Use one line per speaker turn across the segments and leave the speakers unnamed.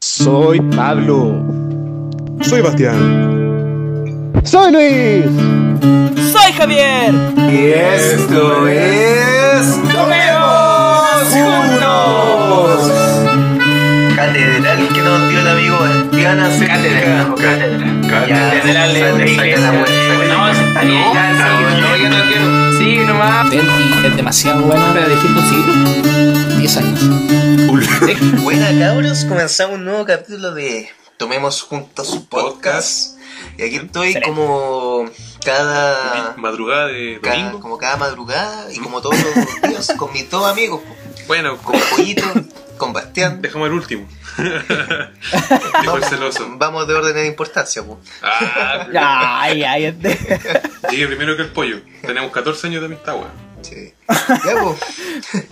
Soy Pablo.
Soy Bastián.
Soy Luis.
Soy Javier.
Y esto es. ¡Comemos juntos!
Catedral que nos dio el amigo eh, Bastiana
Cátedra, cátedra. Catedral
Ya,
de
saca la vuelta.
No, esa está bien, ya, sí, no, yo no quiero. Sí, nomás.
Venti es demasiado bueno para elegir un siglo. 10 años.
Buena cabros, comenzamos un nuevo capítulo de Tomemos Juntos Podcast. Y aquí estoy como cada,
Madrugada de
cada-
domingo.
como cada madrugada y como todos los días con mis dos amigos,
Bueno,
con Pollito, con Bastián.
dejamos el último. Dijo el celoso.
vamos de orden de importancia. po.
Ah,
Ay, ay, este.
llegué primero que el pollo. Tenemos 14 años de amistad, weón.
Sí. Ya, po.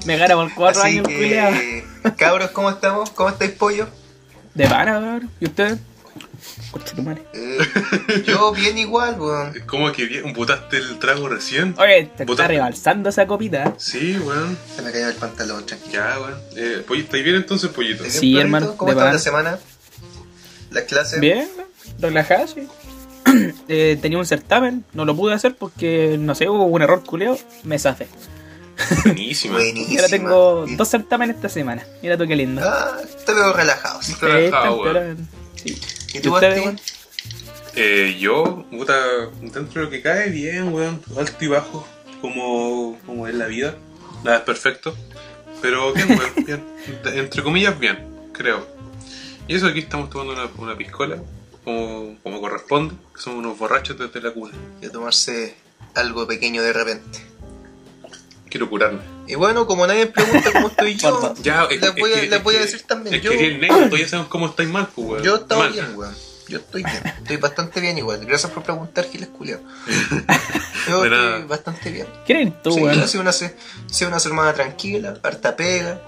Me gana por 4
Así
años, culiao.
que, cabros, ¿cómo estamos? ¿Cómo estáis, pollo?
De pana, weón. ¿Y ustedes? Concha tu madre.
Eh, yo bien igual, weón.
¿Cómo que bien? ¿Botaste el trago recién?
Oye, te está
Puta.
rebalsando esa copita. ¿eh?
Sí, weón.
Se me cayó el pantalón, tranquilo.
Ya, weón. Eh, pollo, ¿estáis bien entonces, pollito?
Bien,
Sí,
perrito?
hermano,
¿Cómo
de
está la
pan.
semana? ¿Las clases?
Bien, relajado, sí. Eh, tenía un certamen, no lo pude hacer porque, no sé, hubo un error culeo, me zafé.
Buenísima.
Y
Buenísima.
ahora tengo
Y-
dos certámenes esta semana. Mira tú qué lindo.
Ah, te veo relajado. sí.
Sí, está
relajado, weón.
entero. Sí.
¿Y tú,
ustedes,
Bastián?
weón?
Eh, yo, puta, dentro de lo que cae, bien, weón. Alto y bajo, como, como es la vida. Nada es perfecto. Pero bien, weón, bien. Entre comillas, bien, creo. Y eso aquí estamos tomando una, una piscola, como, como corresponde, que somos unos borrachos desde la cuna.
Y a tomarse algo pequeño de repente.
Quiero curarme.
Y bueno, como nadie me pregunta cómo estoy yo,
Ya, es,
les
es
voy, a,
que-
les
es
voy a
que-
decir también.
Es
Yo,
que si el negro, todavía sabemos cómo estáis mal, pues, weón.
yo he estado
Mal.
bien, weón. Yo estoy bien. Estoy bastante bien igual. Gracias por preguntar, Giles Culeo. Yo
De nada.
estoy bastante bien.
¿Quién eres tú,
Sí,
weón?
yo soy una, se- soy una semana tranquila, harta pega,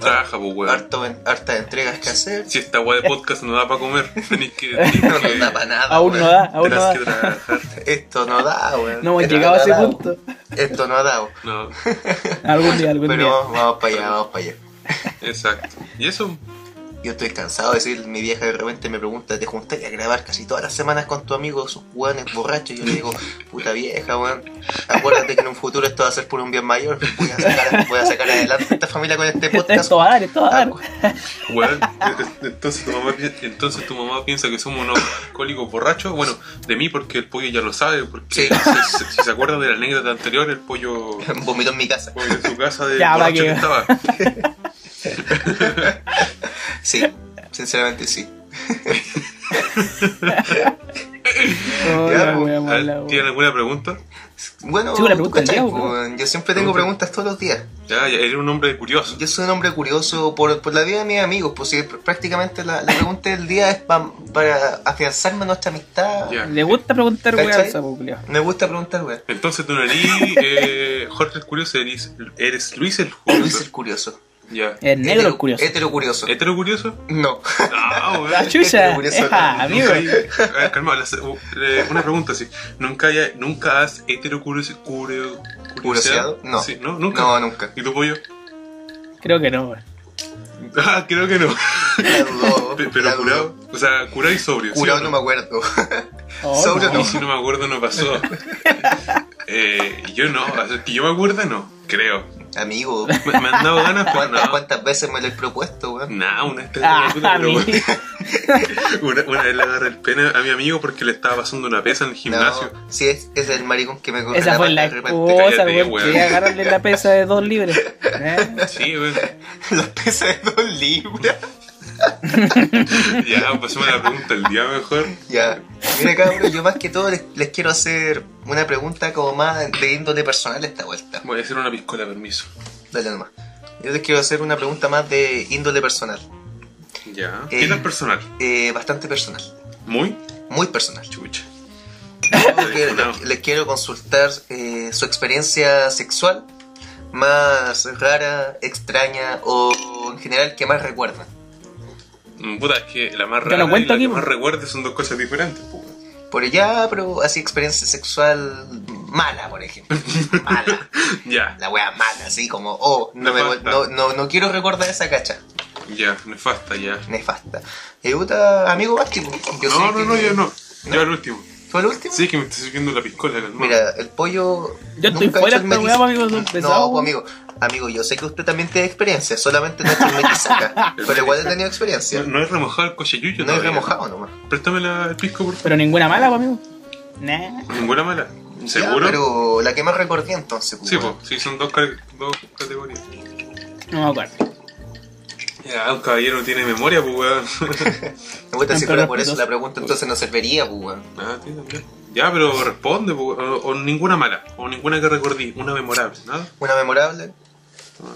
Trabaja, pues, weón.
harto en- hartas entregas que hacer.
Si esta weá de podcast no da para comer, tenéis que.
No nos da para nada.
Aún no
weón.
da, aún no
Tenés
da.
que trabajar.
Esto no da, weón.
No hemos
Esto
llegado a ese
da, weón.
punto.
Esto no ha dado.
No.
Algún día, algún
Pero
día.
vamos, vamos para allá, vamos para allá.
Exacto. Y eso,
Yo estoy cansado de decir, mi vieja de repente me pregunta, ¿te juntas a grabar casi todas las semanas con tu amigo, sus juganes borrachos? Y yo le digo, puta vieja, weón, acuérdate que en un futuro esto va a ser por un bien mayor. Voy a sacar, voy a sacar adelante a esta familia con este podcast. Ah,
Esto va a dar, esto va a dar.
weón, entonces tu, mamá, pi- entonces tu mamá piensa que somos unos alcohólicos borrachos. Bueno, de mí porque el pollo ya lo sabe, porque
Sí.
si, si se acuerdan de la anécdota anterior, el pollo
Vomito en mi casa.
fue en su casa de
Ya, pa'
borracho
que-
que estaba.
Sí, sinceramente sí.
Oh,
Ya,
la
pues,
wea
A
mala,
ver,
weón.
¿Tienen alguna pregunta?
Bueno,
Sí, una
¿tú
pregunta del
cachai,
día,
po,
¿no?
weón? yo siempre tengo
Pregunta.
preguntas todos los días.
Ya, ya, eres un hombre curioso.
Yo soy un hombre curioso por, por la vida de mis amigos, pues sí, pr- prácticamente la, la pregunta del día es pa- para afianzarme nuestra amistad.
Ya.
Le gusta preguntar
¿Cachai?
weón al sapo, culiao.
Me gusta preguntar, weón.
Entonces tú no eres eh, Jorge el Curioso, eres, eres Luis el
Luis el
Curioso.
curioso.
Ya.
El negro
Este
el curioso.
Hetero curioso.
¿Hetero curioso?
No.
Ah,
La
weón.
chucha.
el curioso,
Eja, Ah, amigo.
Eh, Nunca hay- a ver, calma, las- u- eh, una pregunta sí. ¿Nunca, haya- nunca has hetero curioso, curio,
¿Curioseado? No.
Sí, no, nunca.
No, nunca.
¿Y tu pollo?
Creo que no, weón.
Ah, creo que no.
La dudó,
Pe-
la
Pero
dudó.
curado, o sea, curado y sobrio. ¿sí
Curado
o
no me acuerdo.
Oh,
Sobre
no.
Y si no me acuerdo, no pasó. Eh, yo no, o sea, que yo me acuerdo, no, creo.
Amigo,
Me, me han dado ganas, pero
¿cuántas,
no. Mm,
cuántas veces me lo he propuesto, weón?
Nah, una vez te-
Ah,
pero
amigo.
bueno. una, una vez le agarré el pene a mi amigo porque le estaba pasando una pesa en el gimnasio.
No, si es, es el maricón que me corre
Esa fue
pata
la
de repente.
excusa,
Cállate,
weón.
weón.
Quería agarrarle la pesa de dos libras. ¿Eh?
Sí, weón.
Las pesas de dos libras.
Ya, pasemos a la pregunta del día mejor.
Ya. Mira, cabrón, yo más que todo les, les quiero hacer una pregunta como más de índole personal esta vuelta.
Voy a hacer una piscola, permiso.
Dale nomás. Yo les quiero hacer una pregunta más de índole personal.
Ya.
Eh.
¿Qué tal personal?
Eh, bastante personal.
Muy
Muy personal.
chucha.
Yo que- les, les quiero consultar eh, su experiencia sexual más rara, extraña o en general que más recuerdan.
Mm, Puta, es que la más
Yo
rara
no cuento
y la
aquí,
que más
po.
recuerde son dos cosas diferentes. po, weón.
Por allá, pero así experiencia sexual mala, por ejemplo. Mala.
Ya.
La wea mala, así como, oh, no,
Me
me-
falta.
no, no, no quiero recordar esa cacha.
Ya, nefasta, ya.
Nefasta. Eh, puta, amigo Basti, po. Yo sé
No, no,
que-
no, yo no. Yo al último.
¿Fue el último?
Sí, que me estoy sirviendo la piscola, calmado.
Mira, el pollo.
Yo estoy
nunca ha
fuera
hecho el
de esta weá,
meliz-
amigo, son
No,
pesados.
pues, amigo, amigo, yo sé que usted también tiene experiencia, solamente no ha hecho el melizaca, pero igual he tenido
No,
experiencia.
no he remojado el cochayuyo
No he
todavía.
remojado nomás.
Préstame la, el pisco, por favor.
Pero ninguna mala, pues, amigo. Nah.
Ninguna mala.
Ya,
¿Seguro?
pero la que más recordé entonces, pues,
Sí,
bueno.
pues, sí, son dos, ca- dos categorías.
No me acuerdo.
Ya, un caballero no tiene memoria, pues,
Me
weón.
gusta si
Siempre
fuera por eso
respetuoso.
la pregunta, entonces no serviría, pues, weón.
Ah, sí, también. Ya, pero responde, pues, o, o ninguna mala, o ninguna que recordí, una memorable, Mm, nada.
Una memorable.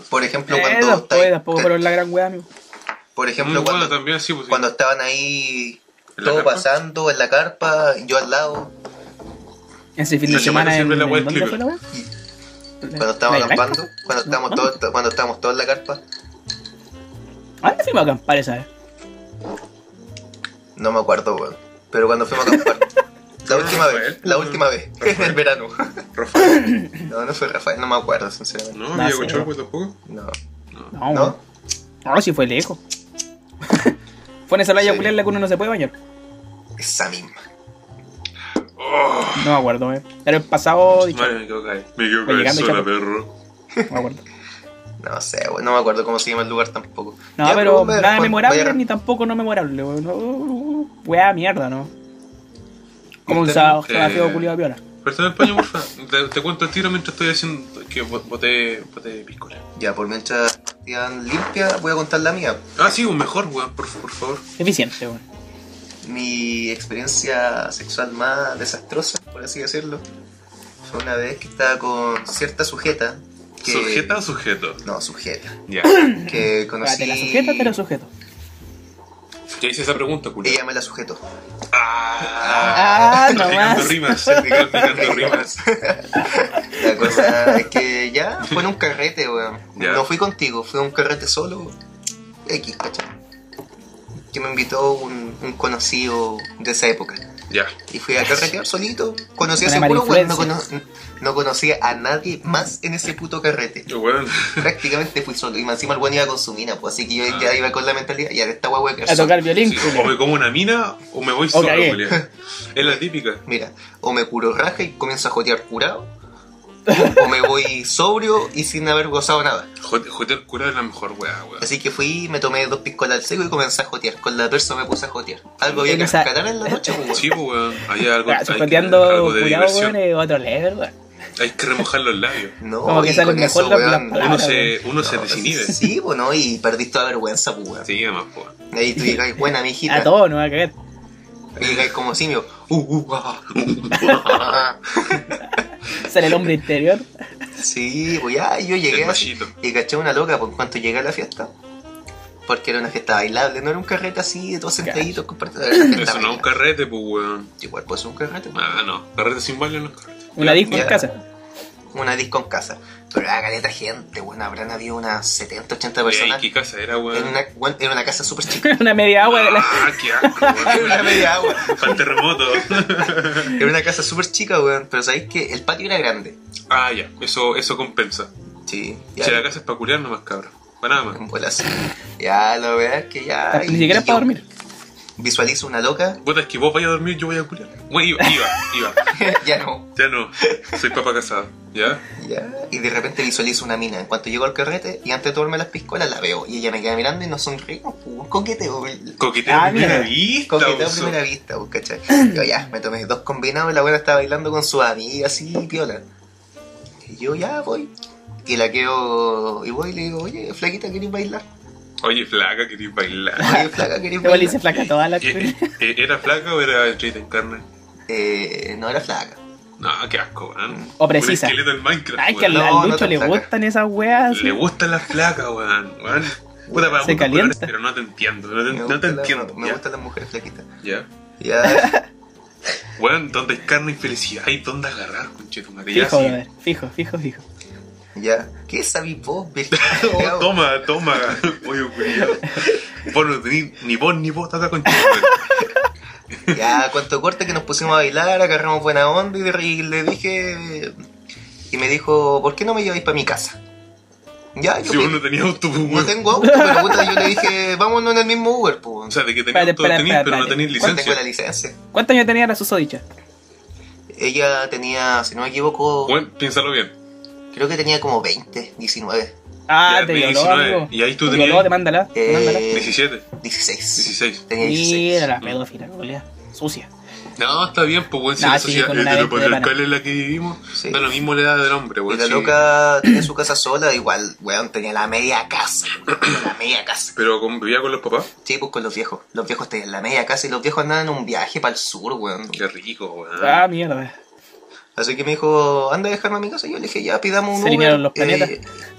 Por ejemplo,
Eh,
cuando.
tampoco,
estáis-
tampoco fueron la gran weá, amigo.
Por
Muy
ejemplo, cuando,
buena también, sí, pues. sí.
cuando estaban ahí
¿En la
todo
carpa?
pasando en la carpa, yo al lado,
Ese fin
La
de semana
semana
en,
siempre la weá
¿en
es
¿dónde fue la weá?
cuando estábamos
¿La de
acampando,
Blanca?
cuando estábamos
No,
todos, cuando estábamos todos en la carpa,
¿A dónde fuimos a acampar esa vez?
no me acuerdo, weón. Pero cuando fuimos a acampar, la última vez,
Rafael,
la
no,
última vez, en el verano.
Rafael.
No, no fue Rafael, no me acuerdo, sinceramente.
No,
No,
había
sí,
escuchado,
no.
pues tampoco.
No,
No,
¿no?
no. No, si fue lejos. fue en esa playa
Sí.
culiar en la que uno no se puede bañar.
Esa misma.
Oh,
No me acuerdo, eh. Era el pasado. dicho,
madre, me quedo caer. Me quedo
Fue
caer
llegando,
sola,
chapo.
perro.
No me acuerdo.
No sé, weón, no me acuerdo cómo se llama el lugar tampoco.
No,
Ya,
pero
weón,
nada
voy a-
memorable ni
voy
tampoco no memorable, weón. No, Weá mierda, ¿no? Como un
Usted-
sábado
eh,
feo culiado piola.
Préstame el paño, porfa. Te, te cuento el tiro mientras estoy haciendo que bo- boté, boté piscola.
a- Ya, por mientras estían limpias, voy a contar la mía.
Ah, sí, un mejor, weón, por, por favor.
Eficiente, weón.
mi experiencia sexual más desastrosa, por así decirlo, fue una vez que estaba con cierta sujeta. Que,
¿Sujeta o sujeto?
No, sujeta.
Ya.
Que
Espérate,
conocí.
la sujeta, te la sujeto.
Ya hice esa pregunta, culo.
Ella me la sujetó.
Ah,
Ah,
nomás.
Aplicando rimas, aplicando rimas.
La cosa es que ya fue en un carrete, weón.
Ya.
No fui contigo, fue un carrete solo. X, ¿cachai? Que me invitó un, un conocido de esa época.
Ya.
Y fui a carretear solito. Conocí a
Una
ese
mala
puro weón. No,
influencia.
cono- no conocía a nadie más en ese puto carrete.
Yo, weón.
prácticamente fui solo. Y más encima el bueno iba con su mina, pues así que yo
Ah.
ya iba con la mentalidad, ya esta hueá voy a quedar
A
solo.
tocar violín,
Sí, o
culiao.
me como una mina o me voy solo,
cagué.
culiao. Es la típica.
Mira, o me curo raja y comienzo a jotear curado, o me voy sobrio y sin haber gozado nada.
Jote- Jotear curado es la mejor weá, weón.
Así que fui, me tomé dos piscolas al seco y comencé a jotear. Con la persa me puse a jotear. Algo había que
Esa-
rescatar en la noche, pues,
Sí,
weón.
pues, weón. Hay algo,
Ah,
hay, que-
Sujeteando
algo de
culiado, weón,
diversión.
es otro level, weón.
Hay que remojar los labios.
No,
Como que
y
salen
con
mejor
eso,
las-
weón,
las
Uno
Claro,
se, uno se
no,
desinhibe. Sí,
Sí, pues no, y perdiste la vergüenza, pues, weón.
además, pues. weón.
Ahí tú llegáis, buena, mijita.
A todos nos va a cagar.
Y llegáis como simio. Uh, uh, ah, uh, ah.
Sale el hombre interior.
Sí, pues ya, yo llegué
El
así,
machito.
y caché una loca por cuanto llegué a la fiesta. Porque era una fiesta bailable, no era un carrete así de todos sentaditos compartiendo. Era una fiesta
Eso no es un
bailable.
carrete, pues, weón.
Igual puede ser un carrete. pues,
Ah, no. Carrete sin baile no es
¿Este
carrete.
Una disco
ya.
en casa.
Una disco en casa. Pero era caleta gente, bueno, habrán habido unas 70, 80
Oye,
personas.
¿Y qué casa era,
En
weón?
una, bueno, era una casa súper chica.
Una media agua de la.
Ah, qué asco,
Era una
weón.
media agua.
Para el terremoto.
Era una casa súper chica, weón. Pero sabéis que el patio era grande.
Ah, ya. Eso, eso compensa.
Sí, ya.
Si la casa es para culiar nomás, cabrón. Para nada más.
en bolas. Ya, la verdad es que ya.
Ni
y-
siquiera para
y yo
dormir.
Visualizo una loca.
Puta, es que vos vayas a dormir, yo voy a culiar. Bueno, iba, iba, iba.
ya no.
Ya no. Soy papá casado. ¿Ya?
Ya, y de repente visualizo una mina. En cuanto llego al carrete y antes de tomarme las piscolas la veo. Y ella me queda mirando y no sonríe. como Un coqueteo. el-
Coqueteo
Ah,
a primera
mira.
vista.
Coqueteo a
oso.
primera vista, pues, ¿cachai? Yo ya, me tomé dos combinados. La buena estaba bailando con su amiga así, piola. Y yo ya voy. Y la quedo. Y voy y le digo, oye, flaquita, ¿querés bailar?
Oye, flaca, querés bailar.
Oye, flaca, ¿querés
Igual
bailar?
dice flaca toda la.
Eh, eh, eh, ¿Era flaca o era chita en carne?
Eh, no era flaca.
No, qué asco, weón.
O precisa.
Un esqueleto en Minecraft.
Ay, que al,
weón.
No,
al
no
Lucho
tan
le
flaca.
gustan esas weas. así.
Le gustan las flacas, weón. weón. Puta, para
Se
gustos
calienta.
colores, pero no te entiendo.
Me
No te, no te
gustan las-
entiendo.
me
ya,
gustan las mujeres flaquitas.
ya.
Ya,
Weón, donde hay carne y felicidad, hay donde agarrar, conchetumare. Ya,
Fijo,
sí.
brother. Fijo, fijo, fijo.
ya. ¿Qué sabís vos, viejo?
Oh, toma, toma, pollo culiado. Vos no tenés ni vos ni vos, está acá con tu
Ya, cuanto corte que nos pusimos a bailar, agarramos buena onda y, de- y le dije. Y me dijo, ¿por qué no me lleváis para mi casa? Ya, yo
Si uno tenía auto, pues,
no
weón.
tengo auto, pero puta, yo le dije, vámonos en el mismo Uber, pues.
O
weón.
sea, de que tenía
Espérate,
auto lo
espérate,
tenís, pero no
espérate.
tenís
Igual tengo la
licencia.
licencia.
¿Cuántos años tenía la susodicha?
Ella tenía, si no me equivoco,
Bueno, piénsalo bien.
creo que tenía como 20, 19,
Ah,
Ya,
te
tenía
violó,
19.
amigo.
Y ahí tú
Te
tenías-
violó, te mándala. te
Eh,
mándala.
17,
16.
16.
Tenía 16.
Mira la pedófila, culia. Sucia.
No, está bien, pues, weón. Si
Nah,
la
sí,
sociedad
con
es
una
de
vez
lo
te van a-
patriarcal en la que vivimos,
Sí.
da lo mismo la edad del hombre,
Y
weón.
la
sí.
loca tenía su casa sola, igual, weón, tenía la media casa. weón, la media casa.
Pero convivía con los papás.
Sí, pues con los viejos. Los viejos tenían la media casa y los viejos andaban en un viaje para el sur, weón.
Qué rico, weón.
Ah, mierda.
Así que me dijo, anda a dejarme a mi casa. Y yo le dije, ya pidamos un
Se
Uber. Eh,
alinearon los planetas.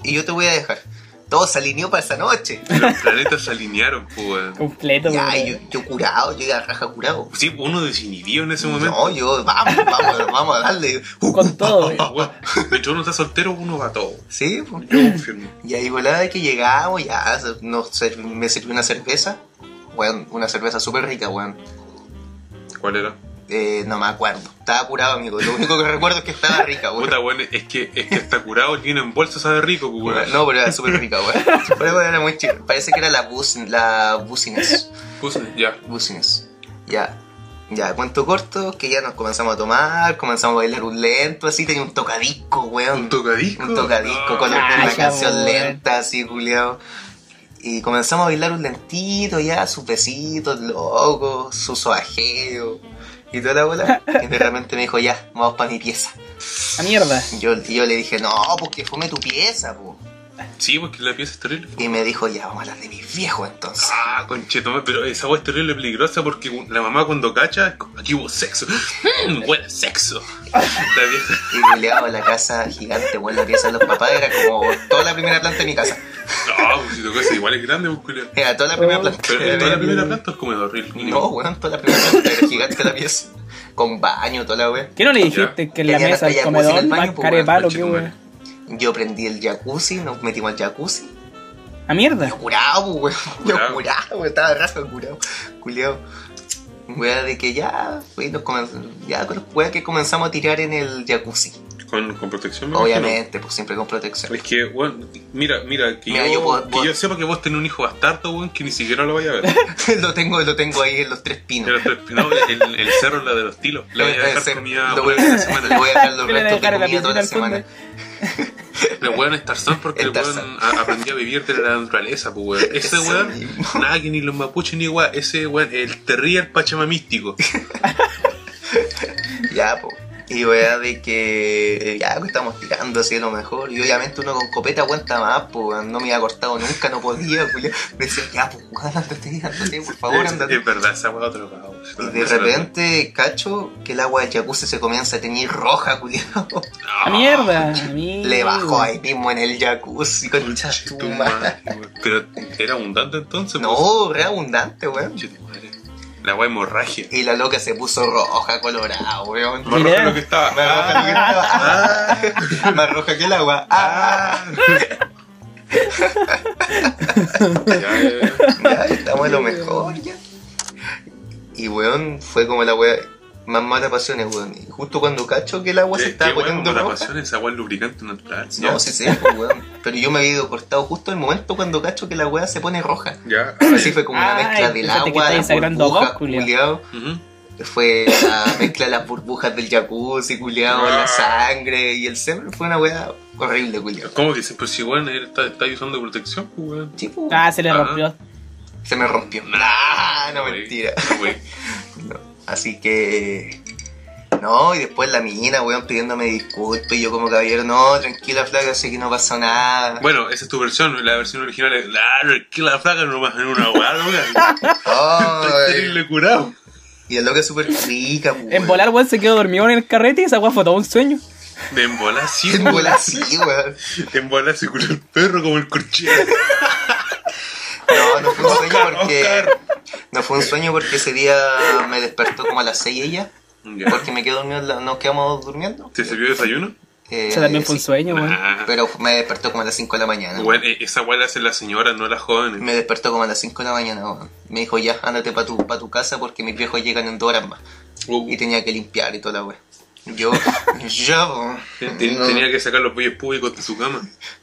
y yo te voy a dejar. Todo se alineó para esa noche.
Los planetas se alinearon, pues, weón.
Completo,
ya,
culia.
y yo, yo curado, yo iba a raja curado.
Sí, uno desinhibió en ese momento.
No, yo, vamos, vamos, vamos a darle. Uh,
Con todo, güey.
Weón, Mientras uno está soltero, uno va a todo.
Sí, pues.
Yo confirmo.
Y ahí volada que llegamos, ya se- nos ser- me sirvió una cerveza. Weón, una cerveza súper rica, weón.
¿Cuál era?
Eh, no me acuerdo. Estaba curado, amigo. Lo único que recuerdo es que estaba rica, weón.
Puta, weón, es que, es que está curado, tiene en bolsa, sabe rico, pues, weón.
No, pero era súper rica, weón. Pero weón, era muy chica. Parece que era la bus, la business.
Puse, ya.
Business. Ya. Ya, cuento corto, que ya nos comenzamos a tomar, comenzamos a bailar un lento, así, tenía un tocadisco, weón.
¿Un tocadisco?
Un tocadisco con,
Ah,
una
ya,
canción
weón.
lenta, así, culiao. Y comenzamos a bailar un lentito, ya, sus besitos locos, su soajeo y toda la bola. Y de repente me dijo, ya, vamos para mi pieza.
A Ah, mierda.
Y yo, y yo le dije, no, porque fome tu pieza, po.
Sí, porque la pieza es terrible.
Y me dijo, ya, vamos a las de mis viejos entonces.
Ah, conchetomar, pero esa agua es terrible peligrosa porque la mamá cuando cacha, es como, aquí hubo sexo. Mm, huele a sexo. La vieja,
Y culiao, la casa gigante, weón, la pieza de los papás era como toda la primera planta de mi casa.
no, pues, si tu casa igual es grande, pues, culiao.
Era toda la primera planta.
Pero
Era
en toda la
bien-
primera planta es comedor, el culiao.
No, weón, toda la primera planta era gigante la pieza. Con baño, toda la weá.
¿Qué no le dijiste que en la
Tenía
mesa
hasta
del
jacuzzi en
comedor
el baño, pues,
más
po,
carepalo que
conchetumare.
güey?
Yo prendí el jacuzzi, nos metimos al jacuzzi.
A Ah, mierda.
Yo curado, weón. Yo
Curado.
curado, weón. Estaba raso curado. Culeado. Weón, de que ya, weón, nos comenzamos, ya con los weón que comenzamos a tirar en el jacuzzi.
Con, con protección, me imagino.
Obviamente, pues siempre con protección.
Es que, bueno, mira, mira, que,
Mira,
yo,
yo puedo-
que
puedo-
yo sepa que vos tenés un hijo bastardo, weón, que ni siquiera lo vaya a ver.
lo tengo, lo tengo ahí en los tres pinos.
Pero esto es- no, el, el cerro es la de los tilos. La voy a
Eh,
dejar
eh,
comida
lo voy a-
una
le
semana.
voy a dejar los
Yo le voy a
restos
dejar
de
en la
comida toda
piscina
la
al fondo.
semana.
Los weón es Tarzán porque
El
el weón
Tarzán.
a- aprendió a vivir de la naturaleza, pues weón. Ese
Eso
weón,
mismo.
nada que ni los mapuches ni weón, ese weón, el terrier pachamamístico.
Ya, pues. Y weón, de que ya pues, estamos tirando así a lo mejor. Y obviamente uno con copeta aguanta más, pues weón. no me había cortado nunca, no podía, culiao. Me decía, ya, pues weón, ándate, ándate, por favor,
es,
ándate.
es verdad, esa weón otro cagado.
Y de repente cacho que el agua del jacuzzi se comienza a teñir roja, culiao.
Ah,
A Ah, mierda. A mí.
Le bajó ahí mismo en el jacuzzi, concha tu madre.
Pero era abundante entonces, pues.
No, re abundante, weón.
Conche tu madre. La weón hemorragia.
Y la loca se puso roja, colorada, weón.
Más roja lo que estaba. Ah,
Más roja que el agua. Más roja que el agua. Ah.
Ah, ya, ya, ya.
Ya, estamos en lo mejor, ya. Y weón, fue como la weá más mala pasiones, weón. Y justo cuando cacho que el agua se
¿Qué,
estaba
qué weón,
poniendo
como la
roja.
pasión, esa weón lubricante natural.
No,
ya.
sí, sí, pues, weón. Pero yo me había ido cortado justo el momento cuando cacho que la weá se pone roja.
Ya.
Así fue como una
Ay,
mezcla del
fíjate que
agua,
estáis
las
sangrando
burbujas,
vos, culiao.
culiao.
Ujú.
Fue la mezcla de las burbujas del jacuzzi, culiao,
Ah.
la sangre y el semen. Fue una weá horrible, culiao.
¿Cómo que se? Pues si weón él está, está usando protección, pues, weón.
Sí, pues,
Ah, se le rompió.
Se me rompió. Ah, no,
Wey,
mentira.
no, wey.
No. Así que. No, y después la mina, weón, pidiéndome disculpas. Y yo, como caballero, no, tranquila, flaca, sé que no pasó nada.
Bueno, esa es tu versión, la versión original es. Claro, que la flaca no más en una weá, weón.
Oh,
Está terrible curado.
y el loca es súper rica, pues, weón.
En volar, weón, se quedó dormido en el carrete y esa weón fue todo un sueño.
De embolar sí,
pues.
En
weón.
volar, sí, weón.
De embolar se curó el perro como el corchero.
No, no fue un sueño
Oscar,
porque.
Oscar.
No fue un sueño porque ese día me despertó como a las 6 ella.
Ya.
Porque me quedé dormido, en la- nos quedamos durmiendo.
¿Te sirvió de desayuno?
Eh,
Eso también fue un
sí.
sueño, weón.
Ah.
Pero me despertó como a las 5 de la mañana.
Weón, eh, esa weá la hacen las señoras, no las jóvenes.
Me despertó como a las 5 de la mañana, weón. Me dijo, ya, ándate para tu, pa tu casa porque mis viejos llegan en dos horas más.
Uh,
Y tenía que limpiar y toda la wea. Yo, yo,
Ten- ten-
No.
Tenía que sacar los bueyes públicos de su cama.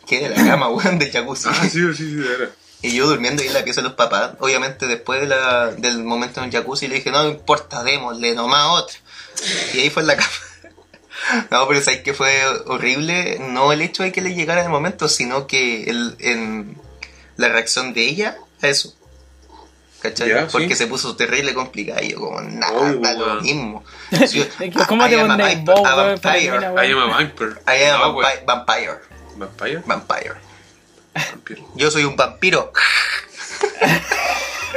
que de la cama, weón, de jacuzzi.
Ah, sí, sí, sí, de verdad.
Y yo durmiendo ahí en la pieza de los papás. Obviamente, después de la, del momento en el jacuzzi, le dije, no me importa, démosle nomás otro. Y ahí fue en la cama. No, pero sabes que fue horrible. No el hecho de que le llegara en el momento, sino que el, en la reacción de ella a eso. ¿Cachai?
Ya, sí.
Porque se puso terrible complicada. Y yo, como, nada,
Obvio,
da lo
weón.
mismo. Yo-
¿Cómo
I
te
am a
mandáis
viper-
vos,
a
weón? para que
vampire.
mira,
I
weón?
am a vampire.
I am
No, pues.
a vampi- vampire.
weón. ¿Vampire?
Vampire.
Vampire.
Yo soy un vampiro.
Ah.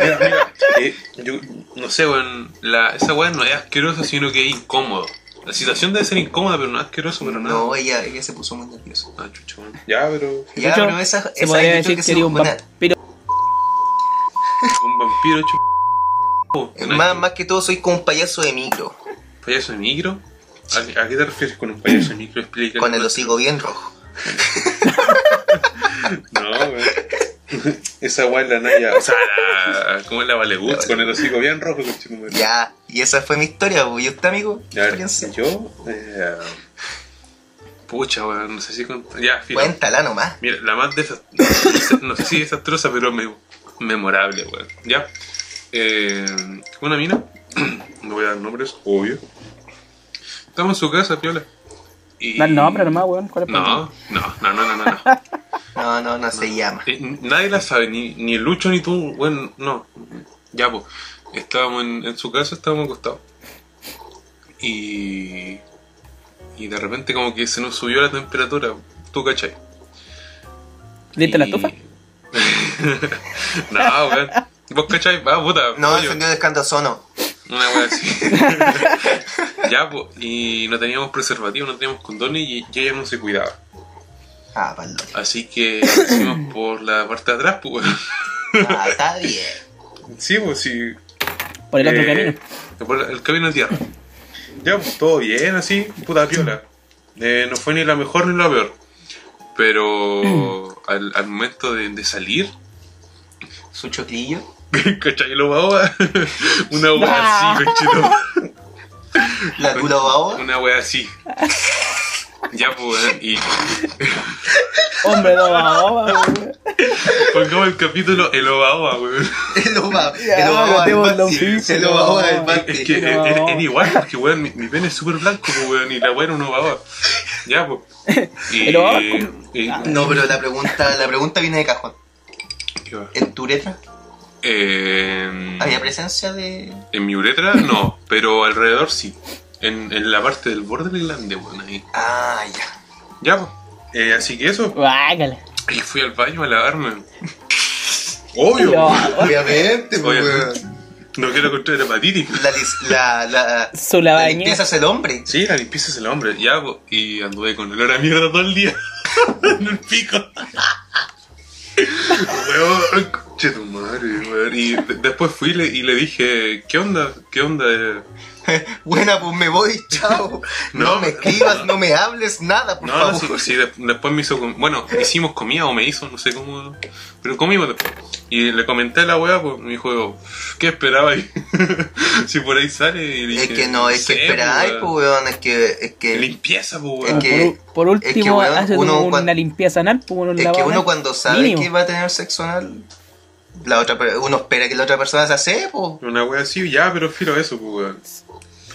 Mira, mira, eh, yo no sé, weón. la- Esa weá no es asquerosa, sino que es incómodo. La situación debe ser incómoda, pero no es asqueroso, pero nada.
No, ella, ella se puso muy nerviosa.
Ah, chucha, weón. Ya, pero.
De
Ya,
hecho,
pero esa,
se podría
esa yo creo
decir que
se
sería un
buena-
vampiro.
Un vampiro hecho.
Eh,
Una-
Más, más que todo soy como un payaso de micro,
¿Payaso de micro? ¿A, a qué te refieres con un payaso de micro? Explica.
con el hocico bien rojo.
No, weón. Esa weá es la Naya. O sea, la... ¿cómo es la Valegut? Con el hocico bien rojo, conchetumare.
Ya, y esa fue mi historia, pues. ¿y usted, amigo?
Ya,
Experiencia.
yo. Eh, pucha, weón, no sé si. cont- Ya, filo.
Cuéntala nomás.
Mira, la más desastrosa. no sé si desastrosa, pero me- memorable, weón. Ya. Eh, una mina. no voy a dar nombres, obvio. Estamos en su casa, piola. Y...
Da el nombre nomás, weón. ¿Cuál es el problema?
No, no, no, no, no, no. no.
No, no, no se llama.
Eh, n- Nadie la sabe, ni, ni Lucho ni tú. Bueno, no. Ya, pues. Estábamos en, en su casa, estábamos acostados. Y. Y de repente, como que se nos subió la temperatura. ¿Tú cachai?
¿Diste la
Y-
estufa?
no, weón. ¿Vos cachai? Ah, puta.
No,
coño.
encendió el escandazono.
Una wea así. ya, pues. Y no teníamos preservativo, no teníamos condones y, y ella no se cuidaba.
Ah, perdón.
Así que hicimos por la parte de atrás, pues, weón.
Ah, está bien.
Sí, pues sí.
Por el otro
Eh,
camino.
Por el camino de tierra. Ya, pues, todo bien, así, puta piola. Eh, no fue ni la mejor ni la peor. Pero al, al momento de, de salir,
Su choclillo.
¿cachai? Lo baoba. Una
Ah.
wea así, conchito.
La tula baoba.
Una wea así. Ya, pues, weón, y
Hombre, no, no, weón.
pongamos el capítulo El Obaoba, weón.
El oba.
Ya,
El oba del
matemos los
Basti.
bifes,
El oba del
no.
Basti.
Es que
El
es-
Obaoba.
es- es igual, porque weón, mi, mi pene es súper blanco, pues, weón, y la wea era un Obaoba. Ya, pues. Y,
El Obaoba,
y-
Ah.
Ah, No, pero la pregunta, la pregunta viene de cajón.
¿qué va?
¿En tu uretra
Eh,
había presencia de...?
En mi uretra no, pero alrededor sí. En, en la parte del borde del glande, weón, ahí.
Ah, ya.
Ya, po. Eh, así que eso.
Guácala.
Y fui al baño a lavarme. Obvio.
No.
weón.
Obviamente, pues,
Obviamente.
weón.
No quiero encontrar hepatitis.
La, lis- la, la,
Su
la
lavaña.
limpieza es el hombre.
Sí, la limpieza es el hombre. Ya, po. Y anduve con olor a mierda todo el día. en el pico. Weón, conche tu madre, weón. Y de- después fui y le- y le dije, ¿qué onda? ¿Qué onda? eh?
Buena, pues me voy, chao. No,
No,
me
no.
escribas, no. me hables, nada, por
No, no,
favor.
sí, sí, de- después me hizo. com- Bueno, hicimos comida o me hizo, no sé cómo. Pero comimos después. Y le comenté a la weá, pues me dijo, ¿qué esperaba ahí? si por ahí sale. Y
Es
le dije,
que no, es que
sé,
esperáis, pues,
weón.
weón, es que, es que,
Limpieza, pues,
Es
weón.
que-
Por, u- por último,
es que, weón,
haces
uno
un-
cuan-
una limpieza anal, pues uno
es
lava
que uno
anal.
cuando sabe
Mínimo.
que va a tener sexo anal, la otra, per- uno espera que la otra persona se hace, pues.
Una weá así, ya, pero filo eso, pues, weón.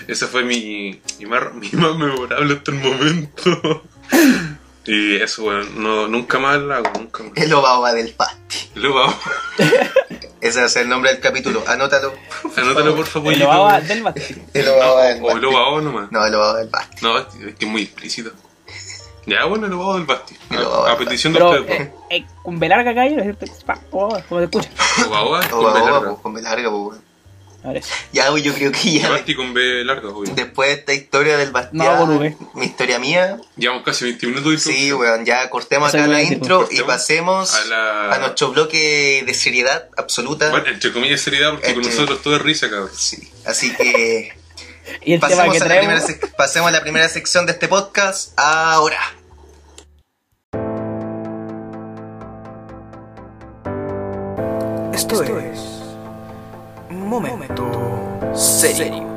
Esa fue mi, mi, más, mi más memorable hasta el momento. y eso, weón. No, nunca más la hago, nunca más.
El obaba del pasti.
Lo vamos.
Ese es el nombre del capítulo, anótalo.
Anótalo, por favor.
Lo
Yito,
lava
weón.
del bastón.
El
No,
obaba del
o
pasti.
lo vamos nomás.
No, el obaba del pasti.
No, es que- es que es muy explícito. Ya, bueno, lo vamos del Basti.
El Obao
A, a
del
petición de
Pero
ustedes.
pues.
eh, eh, con velarga calle, es cierto, pa, po, como se escucha.
pues. Obaoba con B
Obaba,
larga.
pues, con B larga, pues, weón.
Ahora sí.
Ya, pues, yo creo que ya.
Basti con B larga, obvio.
Después de esta historia del
No,
Bastián,
por V.
mi historia mía,
Llevamos casi 20 minutos y
Sí, weón, ya cortemos
Eso
acá
es
la
lo que
intro y
digo.
pasemos
a
a,
la.
nuestro bloque de seriedad absoluta.
Bueno, entre comillas seriedad, porque con
Entre-
nosotros todo es risa, cabrón.
Sí, así que
Y el tema
pasemos
que
a, la primera
traemos.
sec- pasemos a la primera sección de este podcast ahora.
Esto, es Momento Serio.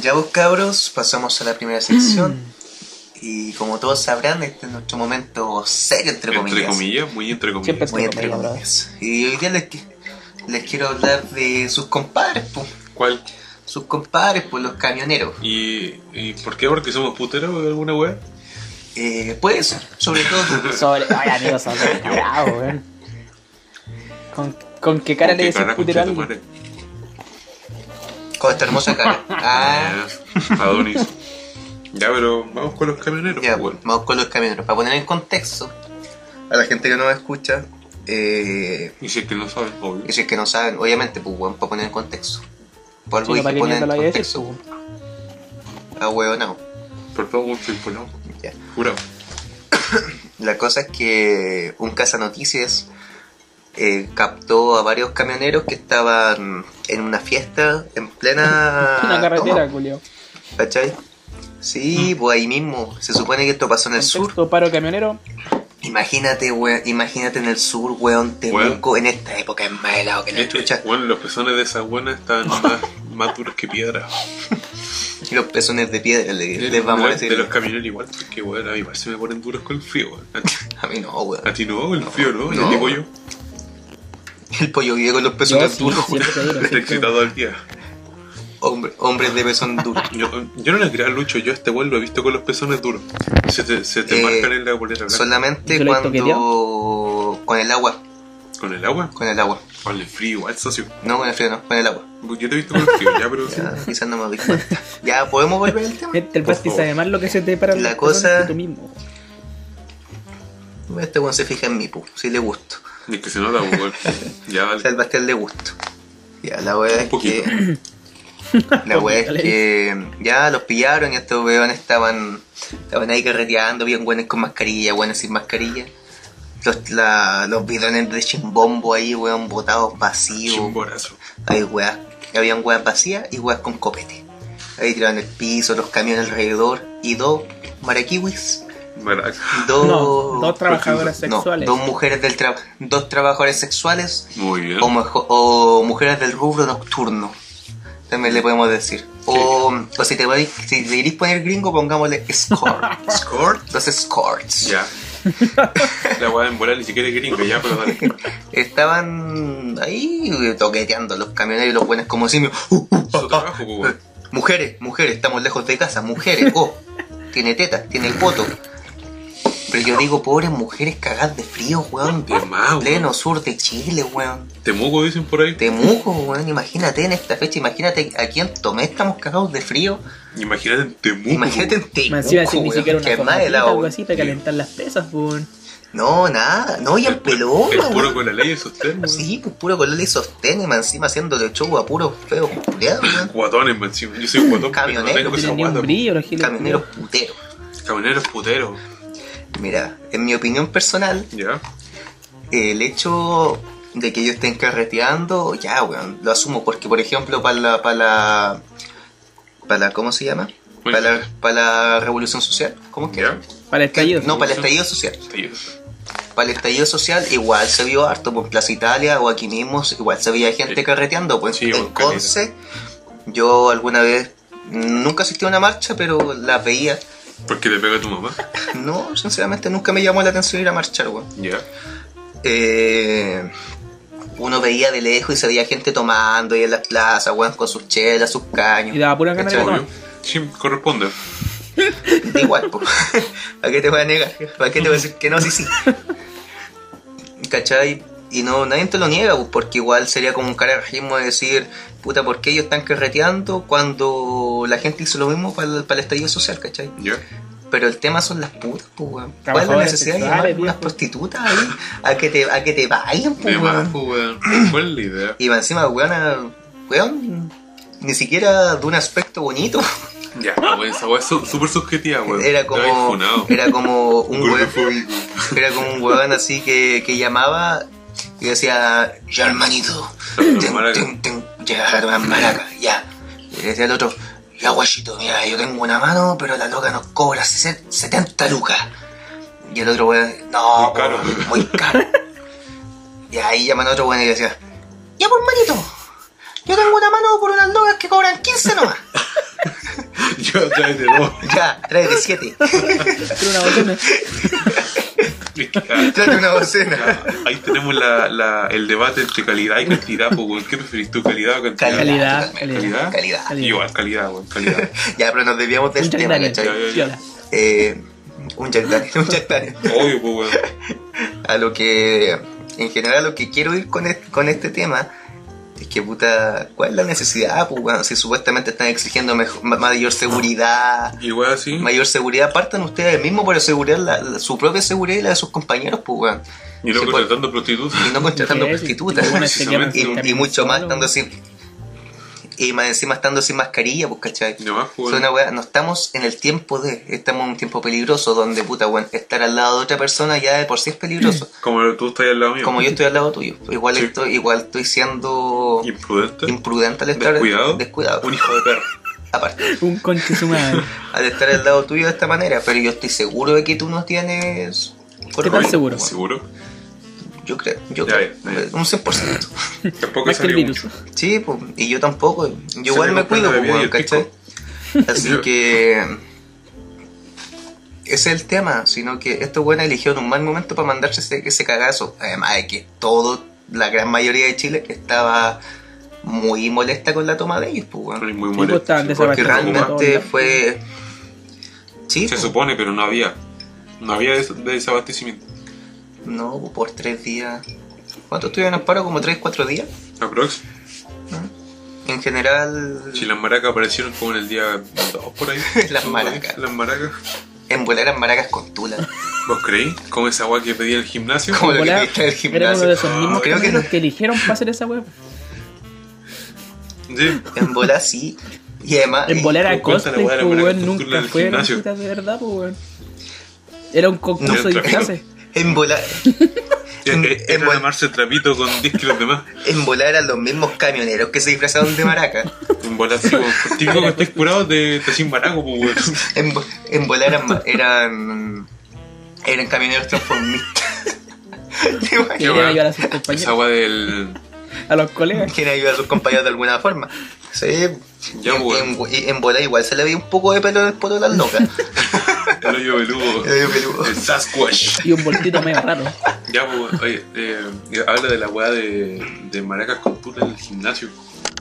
Ya vos cabros, pasamos a la primera sección. y como todos sabrán, este es nuestro momento serio, entre comillas.
Entre comillas, muy entre
Siempre
comillas.
es-
Muy entre comillas. Y hoy día les, qui- les quiero hablar de sus compadres, pues.
¿Cuál?
Sus compadres, pues los camioneros.
¿Y, ¿Y por qué? ¿Porque somos puteros o alguna weá?
Eh, pues, sobre todo
Sobre. Ay, amigos, son bravo, weón. ¿Con, con qué cara
¿Con qué
le decís
cara,
putero a
conchetumare?
alguien?
con esta hermosa cara. Ah,
Ah, Adonis. Ya, pero vamos con los camioneros. pues,
ya,
weón.
vamos con los camioneros. Para poner en contexto a la gente que no me escucha, eh,
Y si es que no saben, obvio.
y si es que no saben, obviamente, pues, weón, para poner en contexto. Por
Si no,
algo dije
para que
poner
mierda
en
lo hayas
contexto.
hecho, pues, weón. pues.
Ah, weón, no.
Perdón, weón, soy polado.
Ya.
Jurado.
La cosa es que un cazanoticias eh, captó a varios camioneros que estaban en una fiesta en plena
Una carretera,
toma,
culio.
¿cachai? Sí, pues ahí mismo. Se supone que esto pasó en el sur.
Contexto, paro camionero.
Imagínate, weón, imagínate en el sur, weón, Temuco, en esta época es más helado que la
Este,
chucha.
bueno, los pezones de esa buena estaban más, más duros que piedra.
Y los pezones de piedra le-
De-
les vamos a
de-
decir.
De los camioneros igual, porque weón, a mí igual se me ponen duros con el frío, weón. A-
A mí no,
A
weón.
ti no, el frío no, ya
No.
digo yo.
El pollo vive con los
Yo
pezones
sí,
duros, weón.
siempre te digo,
Estoy
siempre.
excitado al día.
Hombre- hombres de pezón duro.
Yo, yo no le creo a Lucho, yo a este weón lo he visto con los pezones duros. Se te, se te
Eh,
marcan en la bolera blanca.
Solamente
¿Yo lo he
cuando. con el agua.
¿Con el agua?
Con el agua.
Con el frío igual, socio.
No con el frío, no, con el agua.
Yo te he visto con el frío, ya, pero...
Ya, quizás no me doy cuenta. Ya, podemos volver al tema.
Este, el
Por
pasti
favor.
sabe más lo que se te para
La
las personas
cosa-
que tú mismo.
Este weón se fija en mi pu, si le gusto.
Ni que se nota, weón. Ya,
O sea,
dale.
el pastel de gusto. Ya, la wea es
poquito.
que. La wea es que. Ya los pillaron y estos weones estaban. Estaban ahí carreteando, bien weones con mascarilla, weones sin mascarilla. Los, la- los bidones de chimbombo ahí, weón, botados vacíos.
Chimborazo.
Hay weas. Habían weas vacías y weas con copete. Ahí tiraban el piso, los camiones alrededor y dos maraquiwis.
Maraca.
Dos.
No, dos trabajadoras
No,
sexuales.
dos mujeres del tra- dos trabajadores sexuales
Muy bien.
o, mejo- o mujeres del rubro nocturno. También le podemos decir. O, o si te voy- si le querís poner gringo, pongámosle escort.
¿Score?
Los escorts.
Ya. La weá en volar ni siquiera es gringa, ya, pero dale.
Estaban ahí toqueteando los camioneros y los buenos como simios. Uh, uh,
Su trabajo, pues, weón.
Mujeres, mujeres, estamos lejos de casa, mujeres, oh, tiene teta, tiene el poto. Pero yo digo, pobres mujeres cagadas de frío, weón.
De más, weón.
Pleno sur de Chile, weón.
Temuco dicen por ahí.
Temuco, weón, imagínate en esta fecha, imagínate aquí en Tomé estamos cagados de frío.
Imagínate en Temuco.
Imagínate en Temuco,
Más encima sin ni
weón,
siquiera
que
una
es más
formatita
helado,
o algo
weón.
así para calentar las pesas, weón.
No, nada, no, y el pelón,
El puro
weón.
con la ley de sostén, weón.
Sí, pues puro color le sostiene, más encima haciéndole show a puros feos culiados, weón.
Guatones, man, sí, Yo soy guatón. pero
Camionero, no
tengo
No
esa
tienen ni un
guata.
brillo los giles.
Camioneros puteros.
Camioneros puteros.
Mira, en mi opinión personal,
Ya.
el hecho de que ellos estén carreteando, ya, weón, lo asumo, porque por ejemplo, para la, para la, para la, ¿cómo se llama?
Muy
Para la,
bien.
para la revolución social, ¿cómo es que?
Ya.
Para el estallido.
No, para el estallido social.
Ellos.
Para el estallido social igual se vio harto, por Plaza Italia o aquí mismo igual se veía gente
Sí.
carreteando, pues
Sí,
en
bueno, caleta.
Conce yo alguna vez, nunca asistí a una marcha, pero la veía,
Porque te pega tu mamá.
no, sinceramente nunca me llamó la atención ir a marchar, weón.
Ya.
Eh, uno veía de lejos y se veía gente tomando y en las plazas, weón, con sus chelas, sus caños.
Y daba pura ganas de
¿Cachai?
tomar.
Obvio. Sí, corresponde.
Da igual, po. ¿a qué te voy a negar? ¿Para qué te voy a decir que no? Sí, sí. ¿Cachai? Y no, nadie te lo niega, po, porque igual sería como un carajismo de decir, puta, ¿por qué ellos están carreteando cuando la gente hizo lo mismo para el, para el estallido social, cachai?
Ya.
Pero el tema son las putas, pues, weón. ¿Cuál es la
Trabajadores
necesidad de
sexuales,
llamar a unas
viejo.
prostitutas ahí a que te, a que te bailen, pues,
De más,
weón?
pues, weón. ¿Cuál es la idea?
Y más encima, weón, weón, ni siquiera de un aspecto bonito.
Ya, weón. Esa weá es su- súper subjetiva, weón.
Era
Te habéis
como,
funado.
era como un weón,
Gordofóbico.
era como un weón así que, que llamaba y decía, ya hermanito,
Las
ten-
maracas.
ten- ten- ya hermano, maraca, ya. Y decía el otro, ya guachito, mira, yo tengo una mano, pero la loca nos cobra se- 70 lucas. Y el otro weón, no,
Muy caro.
weón, muy caro. y ahí llaman a otro weón y le decía, pues, ya por manito, yo tengo una mano por unas locas que cobran 15 nomás.
Yo tráete dos.
Ya, tráete siete.
Quiero una botella.
Tráete una docena.
Ya, Ahí tenemos la, la, el debate entre calidad y cantidad, pues, weón. ¿Qué preferís tú, calidad o cantidad?
Calidad,
Calidad.
calidad.
Calidad.
Calidad.
Igual, calidad, weón, calidad.
Ya, pero nos desviamos del
Un Jack
tema,
Daniel.
Ya,
¿cachai?
ya,
Viola.
ya.
Eh, un Jack Daniel, un Jack Daniel.
Obvio, pues, weón.
a lo que en general a lo que quiero ir con, est- con este tema es que puta cuál es la necesidad pues bueno, si supuestamente están exigiendo mejo- ma- mayor seguridad
Igual así.
mayor seguridad partan ustedes mismos por asegurar la- la- su propia seguridad y la de sus compañeros pues weón.
Y luego
Sí, pues.
tratando prostitutas.
y no contratando
Sí, sí,
prostitutas
sí,
sí,
bueno,
y,
se llaman
y mucho más
solo.
estando sin y más encima estando sin mascarilla pues cachai
No más,
es
weón.
una weá, no estamos en el tiempo de, estamos en un tiempo peligroso donde puta weón, estar al lado de otra persona ya de por sí es peligroso.
Como tú estás ahí al lado mío.
como yo estoy al lado tuyo. Igual
Sí.
estoy, igual estoy siendo
Imprudente.
imprudente al estar
Descuidado.
descuidado.
Un hijo de perro.
Aparte,
Un conche su madre.
al estar al lado tuyo de esta manera, pero yo estoy seguro de que tú no tienes
tan
coronavirus.
seguro?
¿Seguro?
Yo creo, yo
Ya,
creo.
ya, ya.
Un 100%.
Tampoco
Más que el
salió
virus.
mucho.
Sí, pues, y yo tampoco. Yo
Se
igual
me
me
compró
cuido,
la
pues,
bebida y
weón,
el
¿cachai? Así
Yo-
que. Ese es el tema, sino que estos buenos eligieron un mal momento para mandarse ese, ese cagazo. Además de que todo, la gran mayoría de Chile estaba muy molesta con la toma de ellos, pues, weón.
Muy, muy
Tipo,
molesto.
estaban
Porque
desaparecidos.
realmente fue. Sí,
Se
po.
supone, pero no había. No había des- desabastecimiento.
no, po, por tres días. ¿Cuánto estuvieron en paro? ¿Como tres, cuatro días?
Aprox.
En general,
Si las maracas aparecieron como en el día 2 por ahí.
Las
Por
maracas.
ahí, Las maracas.
en volar eran maracas con tula.
¿Vos creí? Como esa agua que pedía el gimnasio.
Como lo que
Nicolás
pediste del
Era uno
gimnasio.
de esos mismos
Creo que-
caminos que eligieron para hacer esa web.
Sí. Eh,
En volar sí. Y además, eh,
En volar
¿Te
a
das cuenta la
cosplay,
weá de la
pues,
buena
weón,
cultura
nunca
del
fue
gimnasio?
cita de verdad, pues, weón. Era un concurso de
No,
disfraces.
en volar, En-
En,
en buen-
trapito con 10 kilos de más.
en volar eran los mismos camioneros que se disfrazaron de maraca.
En volar, sí, vos. Típico que estés curado, te, te sin maraco, pues, weón.
En, vo- en volar eran, ma- eran, eran camioneros transformistas. ¿Te imaginas?
Querían ayudar a sus compañeros,
Esa agua del.
a los colegas.
Quien ayuda a sus compañeros de alguna forma. Sí.
Ya,
en,
weón.
en, y en bola igual se le veía un poco de pelo en el polo de las locas.
El hoyo peludo.
El hoyo peludo.
El Sasquatch.
Y un voltito medio raro.
Ya, pues, weón. oye, eh, habla de la weá de, de maracas con puta en el gimnasio.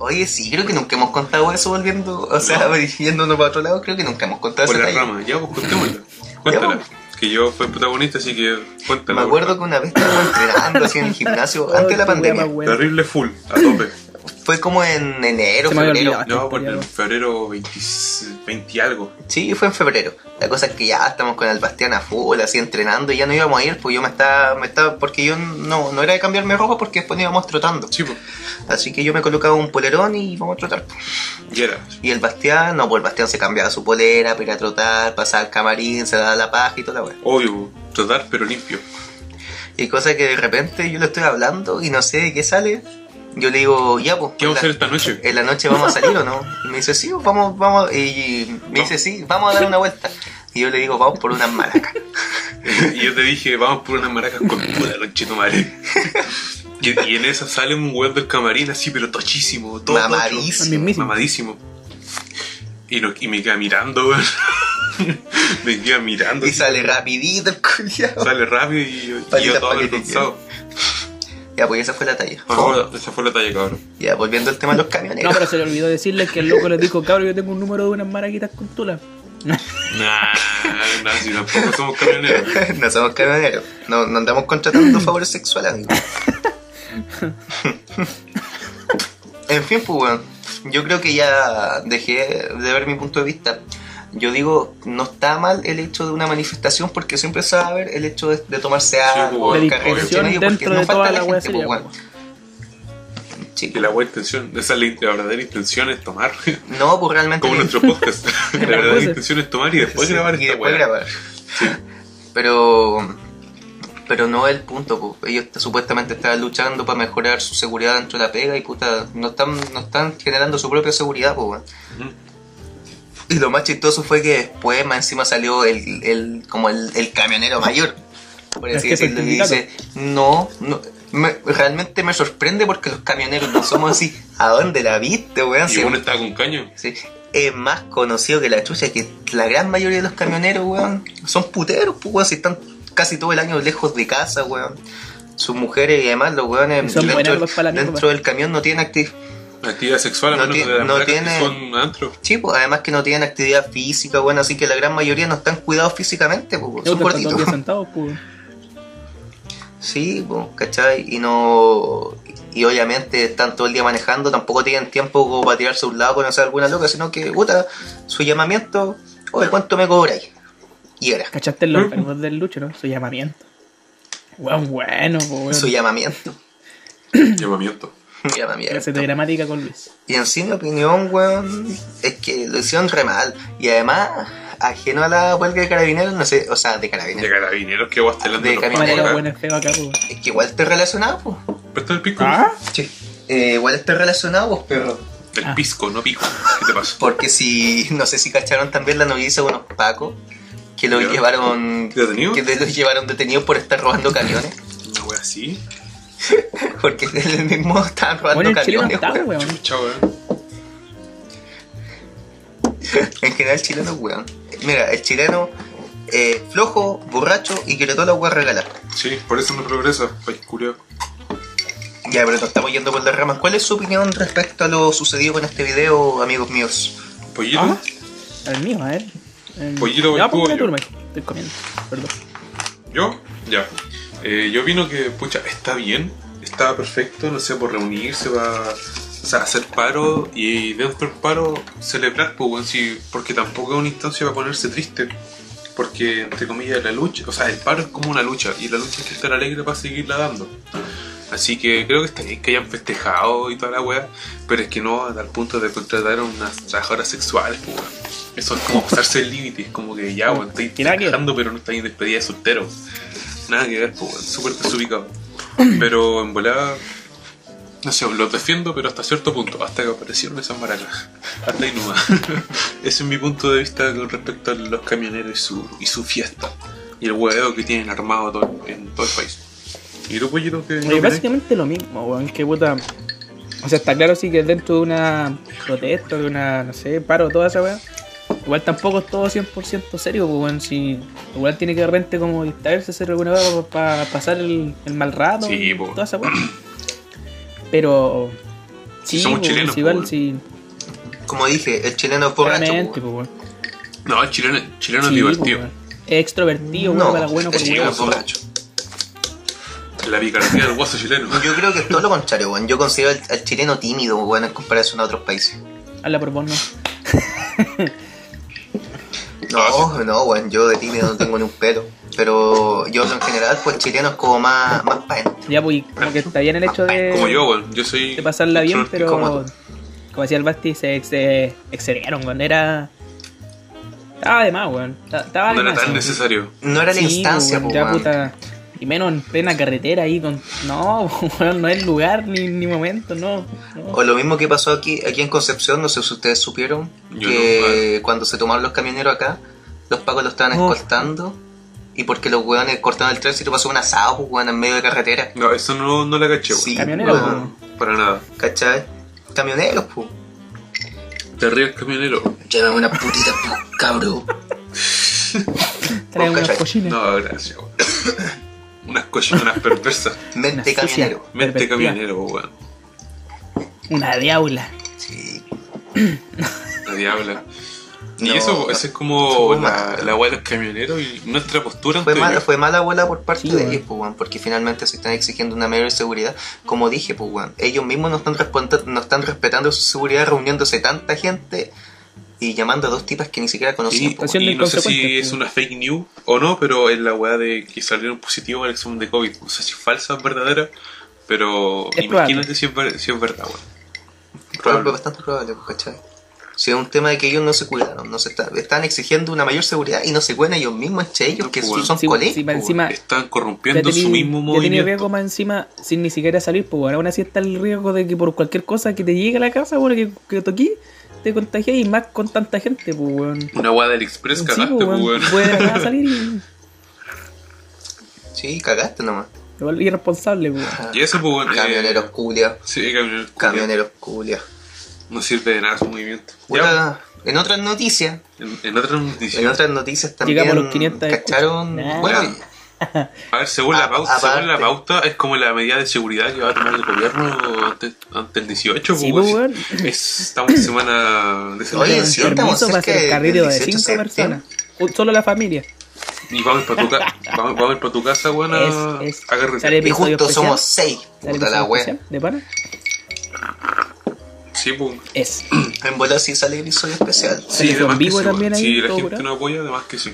Oye, sí, creo que nunca hemos contado eso volviendo, o sea, dirigiéndonos para otro lado, creo que nunca hemos contado
Por
ese
la
detalle.
rama. Ya, pues, contémosla. Cuéntala. Que yo fui el protagonista, así que cuéntala.
Me acuerdo que una vez estaba entrenando así en el gimnasio antes
Ay, qué
de la
wea
pandemia.
más
weón.
buena.
Terrible full, a tope.
Fue como en enero,
Se me había
febrero.
olvidado.
No,
Qué
por el
culiao.
febrero 20, 20 algo.
Sí, fue en febrero. La cosa es que ya estamos con el Bastián a full, así entrenando, y ya no íbamos a ir, pues yo me estaba, me estaba, porque yo no, no era de cambiarme ropa porque después nos íbamos trotando.
Sí, pues.
Así que yo me colocaba un polerón y íbamos a trotar. pues.
Y era.
Y el Bastián, no, pues el Bastián se cambiaba su polera para ir a trotar, pasaba al camarín, se daba la paja y toda la weá.
Obvio, tratar pero limpio.
Y cosa que de repente yo le estoy hablando y no sé de qué sale. Yo le digo, ya, pues.
¿Qué vamos a hacer
en la-
esta noche?
en la noche vamos a salir o no? Y me dice, sí, vamos, vamos. Y me
No.
dice, sí, vamos a dar una vuelta. Y yo le digo, vamos por unas maracas.
Y yo te dije, vamos por unas maracas con puta, conchito madre. Y, y en esa sale un weón del camarín así, pero tochísimo, todo tocho.
Mamadísimo.
Mismísimo.
mamadísimo. Y, no- y me queda mirando, weón. me queda mirando.
Y
así.
sale rapidito el culiao.
Sale rápido y, yo- y
Palita
yo todo
pa' que te
avergonzado.
Ya, pues esa fue la talla.
Por favor, esa fue la talla, cabrón.
Ya, volviendo al tema de los
No,
camioneros.
pero se le olvidó decirle que el loco les dijo, cabrón, yo tengo un número de unas maraquitas con tula.
Nah, nah, si tampoco somos camioneros.
no somos camioneros. No, no andamos contratando favores sexuales, amigo. en fin, pues, weón. Yo creo que ya dejé de ver mi punto de vista. Yo digo, no está mal el hecho de una manifestación porque siempre se va a ver el hecho de, de tomarse algo,
pues,
el
weón.
La discusión
medio,
dentro de toda la wea pues. seria,
pues,
pues,
weón. Sí.
Que la buena intención, esa es la, la verdadera intención es tomar.
No, pues realmente.
Como nuestro podcast. La verdadera
puse.
intención es tomar y después
Sí,
grabar
y
esta
después
weá.
grabar. Pero pero no el punto, po. ellos t- supuestamente están luchando para mejorar su seguridad dentro de la pega y puta, no están, no están generando su propia seguridad, po, weón.
Ujú.
Y lo más chistoso fue que después más encima salió el, el como el, el camionero mayor. Por
Es
así
que es el
decirlo, y dice, no, no me- realmente me sorprende porque los camioneros no somos así. ¿A dónde la viste, weón?
Y
Si-
uno estaba con caño.
Sí. es más conocido que la chucha, que la gran mayoría de los camioneros, weón, son puteros, pues, weón, si están casi todo el año lejos de casa, weón. Sus mujeres y además los
Y
weones
son
dentro,
buenos los palamigos,
dentro del camión no tienen actividad.
Actividad sexual, a
No
menos
ti-
de las
no
placas que
tiene-
son antro.
Sí, pues, además que no tienen actividad física, weón, así que la gran mayoría no están cuidados físicamente, pues, weón,
Yo
son
te dos
gorditos.
días sentados, pues.
Sí, pues, ¿cachai? Y no. Y obviamente están todo el día manejando, tampoco tienen tiempo como para tirarse a un lado, conocer a alguna loca, sino que, puta, su llamamiento, oye, ¿cuánto me cobráis? Y era,
¿Cachaste los enfermos del lucho, no? Su llamamiento. Weón, bueno, pues, weón.
su llamamiento.
Llamamiento.
llamamiento.
Clase de gramática con Luis.
Y en sí, mi opinión, weón, es que lo hicieron re mal. Y además, ajeno a la huelga de carabineros, no sé, o sea, de
De
carabineros.
carabineros que guastelando
De
los
camionero,
pacos
Manera
acá.
buena es feo acá, pues.
Es que igual estoy relacionado, pues.
¿Presta el pico?
Sí. Eh, igual estoy relacionado, pues, perro.
El
Ah.
pisco, no pico. ¿Qué te pasa?
Porque si, no sé si cacharon también la noticia de unos pacos que lo
¿Ya?
llevaron.
¿Detenido?
Que los llevaron detenidos por estar robando camiones.
Una wea así.
Porque el mismo estaban
Bueno,
robando
en Chile no
camiones,
está,
weón.
weón.
Chao, weón.
En general, chileno, weón. Mira, el chileno, eh, flojo, borracho y que le toda la weá regalar.
Sí, por eso no progresa. País culiao.
Ya, pero nos estamos yendo por las ramas. ¿Cuál es su opinión respecto a lo sucedido con este video, amigos míos?
Pollito.
Ah. El mío, a ver. Eh,
Pollito,
ya, pues,
voy tú,
mira tú,
yo.
nomás. Estoy comiendo. Perdón.
¿Yo? Ya. Eh, yo opino que, pucha, está bien, está perfecto, no sé, por reunirse, va o sea, hacer paro y dentro del paro celebrar, pues, weón, sí, porque tampoco es una instancia para ponerse triste. Porque, entre comillas, la lucha, o sea, el paro es como una lucha y la lucha hay que estar alegre para seguirla dando. Así que creo que está bien que hayan festejado y toda la weá, pero es que no al punto de contratar a unas trabajadoras sexuales, pues, weón. Eso es como pasarse el límite, es como que ya, weón, estáis
Y nada que ver.
trabajando, pero no estáis en despedida de soltero. Nada que ver, pues, weón, súper desubicado. Pero en volada, no sé, los defiendo, pero hasta cierto punto, hasta que aparecieron esas maracas. Hasta ahí nomás. Ese es mi punto de vista con respecto a los camioneros y su, y su fiesta. Y el hueveo que tienen armado todo- en todo el país. ¿Y tú, pollito, que
Oye, básicamente lo mismo, weón, que puta. O sea, está claro sí que dentro de una protesta, de una, no sé, paro, toda esa weá. Igual tampoco es todo 100% serio, pues, weón. Si igual tiene que de repente como distraerse, hacer alguna weá para pasar el, el mal rato.
Sí, pues.
y
po.
toda esa weá. Pero. Sí,
Somos
po, si
chilenos, po,
igual,
weón.
sí.
Como dije, el chileno es borracho.
Claramente,
po,
pues, weón.
No, el chileno, el chileno
Sí,
es divertido.
po, weón. Es extrovertido,
weón.
weón, para bueno
No, el
por
chileno
weón.
es borracho.
La picardía del guaso chileno.
Yo creo que es todo lo contrario, weón. Yo considero al, al chileno tímido, weón, en comparación a otros países.
Habla por vos, no.
No, no, weón, yo de tímido no tengo ni un pelo. Pero yo en general, pues chileno es como más, más pa' dentro.
Ya, pues, y como que está bien el hecho de.
Ah, Como yo, weón. Yo soy.
Eh, de pasarla bien,
extrovertido.
pero
¿Cómo?
como decía el Basti, se, ex- se excedieron, weón. Era. Estaba de más, weón. Ta- Estaba de
No era
más.
tan
weón.
necesario.
No era la
Sí,
instancia,
weón,
po,
ya
weón.
puta. Y menos en plena carretera ahí con. No, weón, no es lugar ni, ni momento, no. no.
O lo mismo que pasó aquí, aquí en Concepción, no sé si ustedes supieron,
Yo
que cuando se tomaron los camioneros acá, los pacos los estaban
Oh.
escoltando. Y porque los weones cortaron el tránsito pasó un asado, pues, weón, en medio de carretera.
No, eso no, no la caché, weón.
Sí,
Camionero,
weón,
weón.
Para nada.
¿Cachai? Camioneros, pues.
Terrible camionero.
Llévame una putita, pues, po, cabro.
Trae
vos
unas
cachai.
cochinas.
No, gracias, weón. Unas cochinonas perversas.
Mente
Una sucia.
camionero.
Mente
Pervertida.
camionero, weón.
Una diabla.
Sí.
La diabla. Y
No,
eso,
no.
eso es como
Fue
la,
mala.
la weá de los camioneros y nuestra postura
Fue
ante
mala,
ellos.
fue mala bola por parte
Sí,
de
weón.
ellos, pues, weón, porque finalmente se están exigiendo una mayor seguridad. Como dije, pues, weón, ellos mismos no están, respon- no están respetando su seguridad reuniéndose tanta gente y llamando a dos tipas que ni siquiera conocían.
Y,
pues,
Siendo
y no sé si
inconsecuente,
es
sí.
una fake news o no, pero es la weá de que salieron positivos al examen de COVID. No sé si es falsa o verdadera, pero
Es
imagínate si es, ver- si es verdad, weón.
weón. Probable, bastante probable, pues, ¿cachai? Si es un tema de que ellos no se cuidaron, no se está- están exigiendo una mayor seguridad y no se cuidan ellos mismos entre ellos,
No,
que
pues, weón.
son
Sí,
colegas.
sí,
pues,
para encima.
Están
Ya
corrompiendo
tenía,
su mismo
ya tenía riesgo
movimiento.
más encima sin ni siquiera salir, pues bueno, aún así está el riesgo de que por cualquier cosa que te llegue a la casa, bueno, que, que toquí, te contagias y más con tanta gente, pues weón.
Una weá del Express
Sí,
cagaste,
pues,
pues,
weón.
weón.
Puede de la nada salir y.
weón. Sí, cagaste nomás.
Igual irresponsable, weón.
Y eso, pues, weón. eh,
Camioneros culia,
Sí, camioneros.
camioneros culia.
No sirve de nada su movimiento. Ya,
Puta, En otras noticias,
En, en otras noticias.
en otras noticias también
Llegamos a los 500
cacharon,
escuchas.
bueno,
A ver, según la,
A-
pauta, según la
aparte.
pauta, es como la medida de seguridad que va a tomar el gobierno ante, ante el 18.
Sí,
pues,
pues, weón.
Es- Estamos en semana
Un
Oye,
de
sí,
celebración.
estamos
permiso para
cerca
hacer
del
carril de
18
cinco
septiembre.
personas. Un- Solo la familia.
Y vamos para tu, ca- vamos, vamos para tu casa, weón, a,
Es- es-
a carretear.
sale
y
episodio
justo
especial.
somos seis,
¿Sale
puta la
episodio
wea.
especial ¿De pana?
Sí, pues.
Es.
En bola sí sale episodio especial.
Sí,
en
además que
vivo
sí, weón.
también ahí,
Si la
todo
gente
curado.
no apoya, además que sí.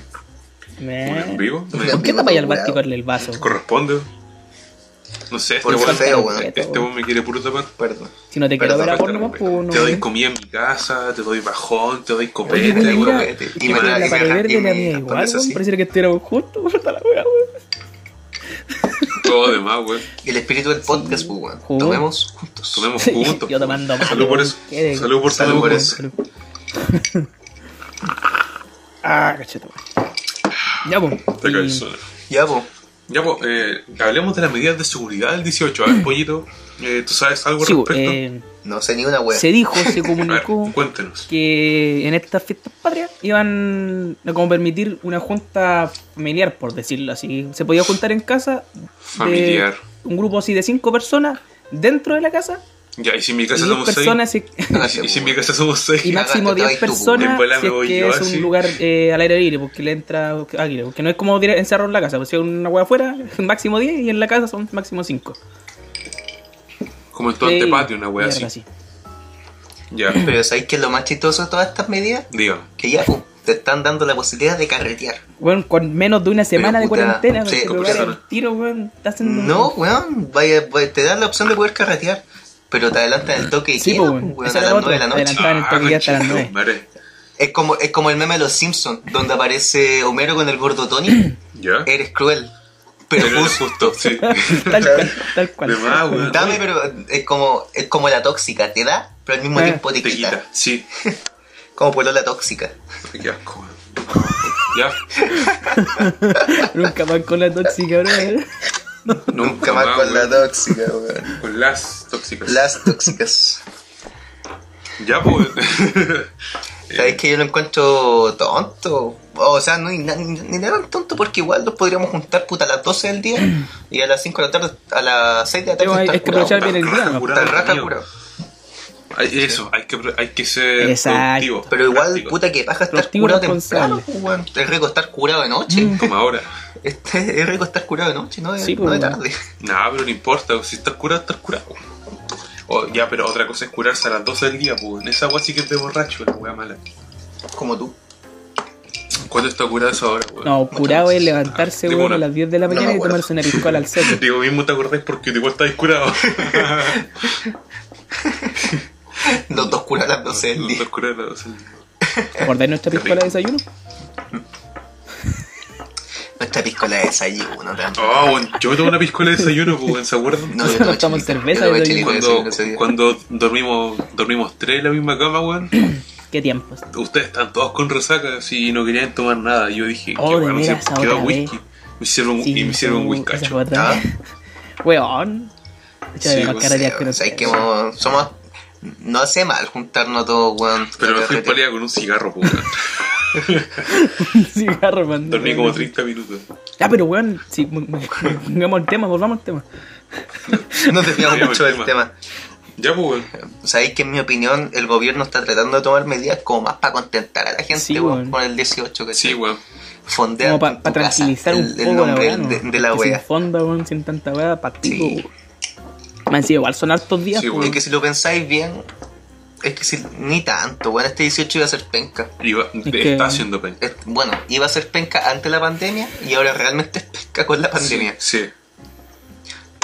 Me-
En vivo, me
¿Por qué te vaya al bar y
Curado.
corle el vaso?
corresponde. weón. No sé, este
Por
weón
feo,
weón.
weón.
este weón me quiere puro tapar.
Perdón.
Si no te quiero
Perdón,
ver a
Falta
porno,
de
más, pues
respeto.
no.
Te doy
weón.
comida en mi casa, te doy bajón, te doy
Oye,
copete,
mira,
güey,
mira,
weón.
güey,
es
y
que
me la-
la
y
pared
me la-
verde
y
la
me-
mía igual,
pones
weón.
así.
Pareciera que estuviéramos juntos, puta la wea, weón.
Todo demás, weón.
Y el espíritu del podcast, pues, weón.
Jugo.
Tomemos juntos.
Comemos juntos.
Yo tomando mate,
Salud por
weón.
eso.
Qué de-
Salud por
Salud
salud.
por
weón.
eso.
Ah, cacheta, weón. Ya, pues.
Te
Y-
caes sola.
Ya, pues.
Ya, pues, eh, hablemos de las medidas de seguridad del 18. A ver, pollito, eh, ¿tú sabes algo al
Mm. Sí, weón,
respecto?
eh,
No sé ni una wea.
se dijo, se
a ver,
comunicó
cuéntenos.
que en estas fiestas patrias iban a como permitir una junta familiar, por decirlo así. Se podía juntar en casa de
Familiar.
un grupo así de cinco personas dentro de la casa
Ya, y si en mi
y
casa
diez
somos
personas si-
seis. Y si- Y si en mi casa somos seis.
y máximo
Cagaste,
10
te vas tú,
personas
weón. En bola
si
me voy
es que
yo,
es
así.
un lugar eh, al aire libre porque le entra águila porque no es como dire- encerrado en la casa pues si es una hueá afuera máximo 10 y en la casa son máximo Eh, 5
Como en tu antepatio, una wea así. Ya,
Pero ¿sabéis qué es lo más chistoso de todas estas medidas?
diga.
Que ya, pues, te están dando la posibilidad de carretear.
Bueno, con menos de una semana de
puta,
cuarentena,
sí,
pero
con
ahora
personas.
el tiro, weón, está haciendo.
No, weón. Vaya, vaya- te dan la opción de poder carretear. Pero te adelantan el toque de
Sí, pues,
queda, pues,
weón.
weón,
Ese
a
era
las
otro.
9 de la noche.
Adelantado en el toque ya hasta las nueve.
Ah, madre.
Es como, es como el meme de los Simpsons, donde aparece Homero con el gordo Tony.
Ya.
Eres cruel, Eh, pero
Pero es
justo.
justo, sí.
tal cual, tal cual.
De más, weón.
Dame, pero es como, es como la tóxica, te da, pero al mismo
Eh.
tiempo te
Te
quita.
quita, sí.
Como por la tóxica.
Qué asco, weón. Ya,
Nunca más con la tóxica, bro.
Nunca más con la
weón.
tóxica, weón.
Con las tóxicas.
Las tóxicas.
Ya, pues.
Sabes que yo lo encuentro tonto. O sea, no, ni, ni, ni tan tonto porque igual los podríamos juntar puta a las 12 del día y a las 5 de la tarde, a las 6 de la tarde.
Hay hay que aprovechar bien el día,
Raja
¿no?
curado,
Está raja
amigo.
curado.
Hay- Eso, hay que, hay que ser
Exacto.
productivo.
Pero igual,
práctico,
puta que paja estar
Proactivo y
curado
responsable.
temprano, pues, weón. Es rico estar curado de noche.
Como ahora.
Este, es rico estar curado de noche, no de,
Mm. Sí,
no de
pues,
tarde.
Nada, pero no importa. Si estás curado, estás curado. O, ya, pero otra cosa es curarse a las 12 del día, pues. En esa weá sí que es de borracho, la weá mala.
Como tú.
¿Cuándo está curado pues? esa hora, weón?
No, curado es
Ah,
levantarse,
digo
weón,
una.
a las 10 de la
No me
mañana y
acuerdo.
tomarse una piscola al seco.
Digo, mismo te acordáis porque igual estáis curado.
Los dos curados a las 12 del
No
día.
estás curado a las 12 del día.
¿Te acordáis nuestra
Qué
piscola de
rico.
desayuno?
Nuestra piscola de desayuno también.
Oh, weón, yo me tomo una piscola de desayuno, pues, ¿se acuerdan?
No, yo
Nos
tomé
tomamos
chilito.
cerveza
Yo tomé
y
chilito
bebimos.
de
Cuando,
desayuno ese día.
cuando dormimos, dormimos tres en la misma cama, weón.
Qué tiempos.
ustedes están todos con resacas y no querían tomar nada. Yo dije,
Oh, de
bueno,
veras,
¿qué va
otra
whisky?
vez.
Me hicieron, y me hicieron un
uh, esa fue
whiskacho.
otra vez. Weón. Echa de
Sí,
más
pues,
cara de asco, no
Ah. Sabes
sé.
que mo- somos. No hace mal juntarnos todos, weón.
Pero me fui
Carrete.
pálida con un cigarro, pues, weón.
Cigarro, man.
Dormí como 30 minutos.
Ah, pero weón, si pongamos el tema, volvamos al tema.
Nos desviamos
Cambiamos
mucho
el
del tema.
Ya, pues, weón.
Sabéis que en mi opinión el gobierno está tratando de tomar medidas como más para contentar a la gente,
Sí,
weón,
weón.
por el 18 que
Sí, weón.
Fondean
Como para
en tu casa
tranquilizar un
el,
poco
el nombre
la weá,
de,
¿no?
de la
Porque
wea.
Sin fondo, weón, sin tanta wea, patico.
Sí.
weón. Me han sido igual son hartos días.
Sí,
weón.
weón.
Es que si lo pensáis bien, es que si, ni tanto, weón, este 18 iba a ser penca.
Iba-
que-
Está haciendo pen.
Es- eh, Bueno, iba a ser penca antes de la pandemia y ahora realmente es penca con la pandemia.
Sí.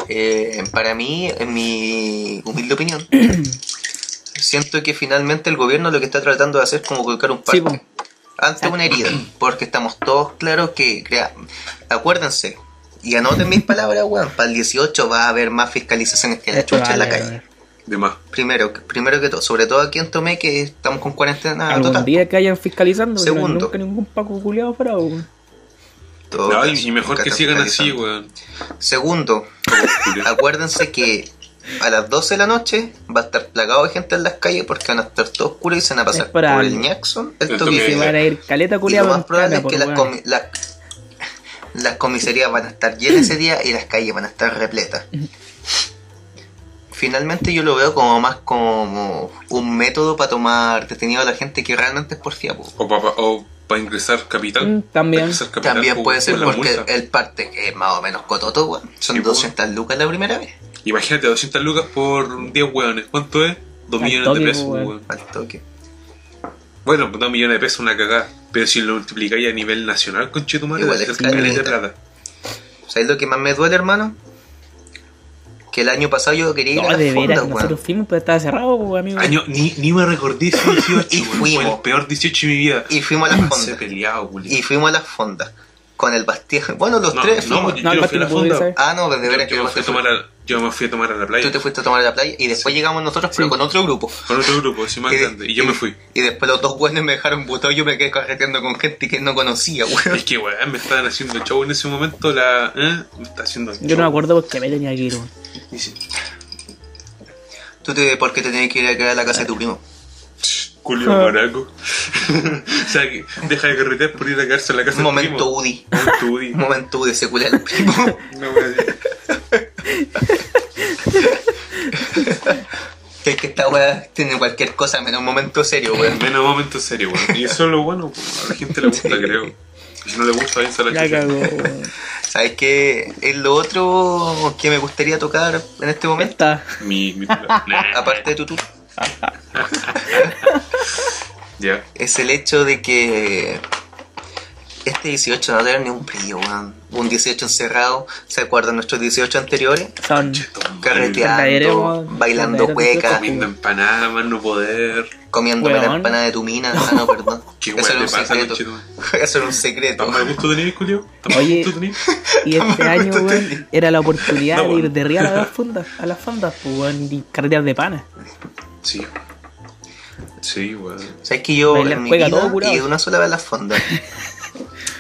Eh, para mí, en mi humilde opinión, siento que finalmente el gobierno lo que está tratando de hacer es como colocar un
Sí,
parche ante una herida, porque estamos todos claros que, crea, acuérdense, y anoten mis palabras, weón, para el 18 va a haber más fiscalizaciones que la
Esto
chucha en la
vale,
calle.
weón.
De más.
Primero, primero que todo, sobre todo aquí en Tomé, que estamos con cuarentena
Algún
Ah, total.
día que hayan fiscalizando, pero
Segundo.
nunca ningún paco culiado fuera, weón.
Todo
No,
caso,
y mejor
nunca
que
está
sigan así,
fiscalizando.
weón.
Segundo,
Como culiao.
acuérdense que a las 12 de la noche va a estar plagado de gente en las calles porque van a estar todos oscuros y se van a pasar
Es
por
para
el
algo.
Jackson, el
El
toque de
toque de
Se
queda.
van a ir caleta
Y lo
culiada
más probable es
por
que las, comi- las- las comisarías van a estar llenas ese día y las calles van a estar repletas. Finalmente yo lo veo como más como un método para tomar detenido a la gente que realmente es porfía. po.
O para ingresar capital.
Mm, también.
Para ingresar capital
También
con-
puede ser
con la
porque
multa.
el parte que es más o menos cototo, weón.
Sí,
son
po.
200 lucas la primera vez.
Imagínate, 200 lucas por 10 hueones. ¿Cuánto es? 2
Al
millones de
toque,
pesos,
weón.
weón.
Al toque.
Bueno, 2 millones de pesos, una cagada. Pero si lo multiplicáis a nivel nacional, con Chetumare,
Igual es
es
caleta.
caleta de plata.
¿Sabes lo que más me duele, hermano? Que el año pasado yo quería ir
No,
a
de
la
veras,
fonda,
que nosotros
weón.
fuimos, pero estaba cerrado, pues, amigo.
Año, ni, ni me recordé ese 18,
Y
weón. Fue
fuimos.
el peor 18 de mi vida. Ah,
Y fuimos a la
Se
fonda.
peleado, güey.
Y fuimos a las fondas. Con el Bastián. Bueno, los
No,
tres
no,
fuimos.
yo
No, el
no
Basti
fui a la
no pudo ir,
fonda.
¿sabes?
Ah, no, desde veras
Yo,
que
yo me
vos
fui
te
a tomar
fuiste.
a, yo me fui a tomar a la playa
Tú te fuiste a tomar a la playa y después llegamos nosotros, pero
Sí.
con otro grupo.
con otro grupo, así más
Y de-
grande. Y yo me fui.
Y después los dos buenos me dejaron botado y yo me quedé carreteando con gente que no conocía, weón.
Es que, weón, me estaban haciendo show en ese momento. La, ¿eh? Me está haciendo
Yo no me acuerdo porque me tenía que ir, weón.
Y sí.
Tú te, porque te tenías que ir a quedar a la casa de tu primo.
Julio
Ah.
Maraco. o sea, que deja de carretear por ir a quedarse en la casa
Un
del
momento
primo.
UDI.
Momento Udi.
Un momento UDI, se culea el primo.
Una wea así.
es que esta weá tiene cualquier cosa menos un momento serio, weón.
Menos momento serio, weón. Y eso es lo bueno, pues, a la gente le gusta,
Sí.
creo. Y Si no le gusta, bien se la
La
chucha.
cagó, weón.
¿Sabes qué? Es lo otro que me gustaría tocar en este momento.
Está.
Mi, mi pula- Nah.
Aparte de tu tour.
Ya.
es el hecho de que este 18 no va a tener ni un brillo, weón. Un 18 encerrado, ¿se acuerdan nuestros 18 anteriores?
Son.
Carreteando,
Verdaderemos-
bailando
verdaderemos
cueca,
Comiendo empanadas, más no poder.
comiéndome la
Weón.
empanada de tu mina. Ah, no, perdón.
Qué
Eso
weón
era
te
un
pasa,
secreto.
conchetumare.
Eso era un secreto.
¿Tan mal gusto tenías, Julio? ¿Tan mal
Oye.
gusto tenías?
Y este año, weón, era la oportunidad
No,
de
weón.
ir de real a las fondas, a las fondas, pues, weón, y carretear de pana.
Sí. Sí, weón.
¿Sabes que yo
Bailar
en mi
cueca
vida
todo curado.
y de una sola vez a las fondas?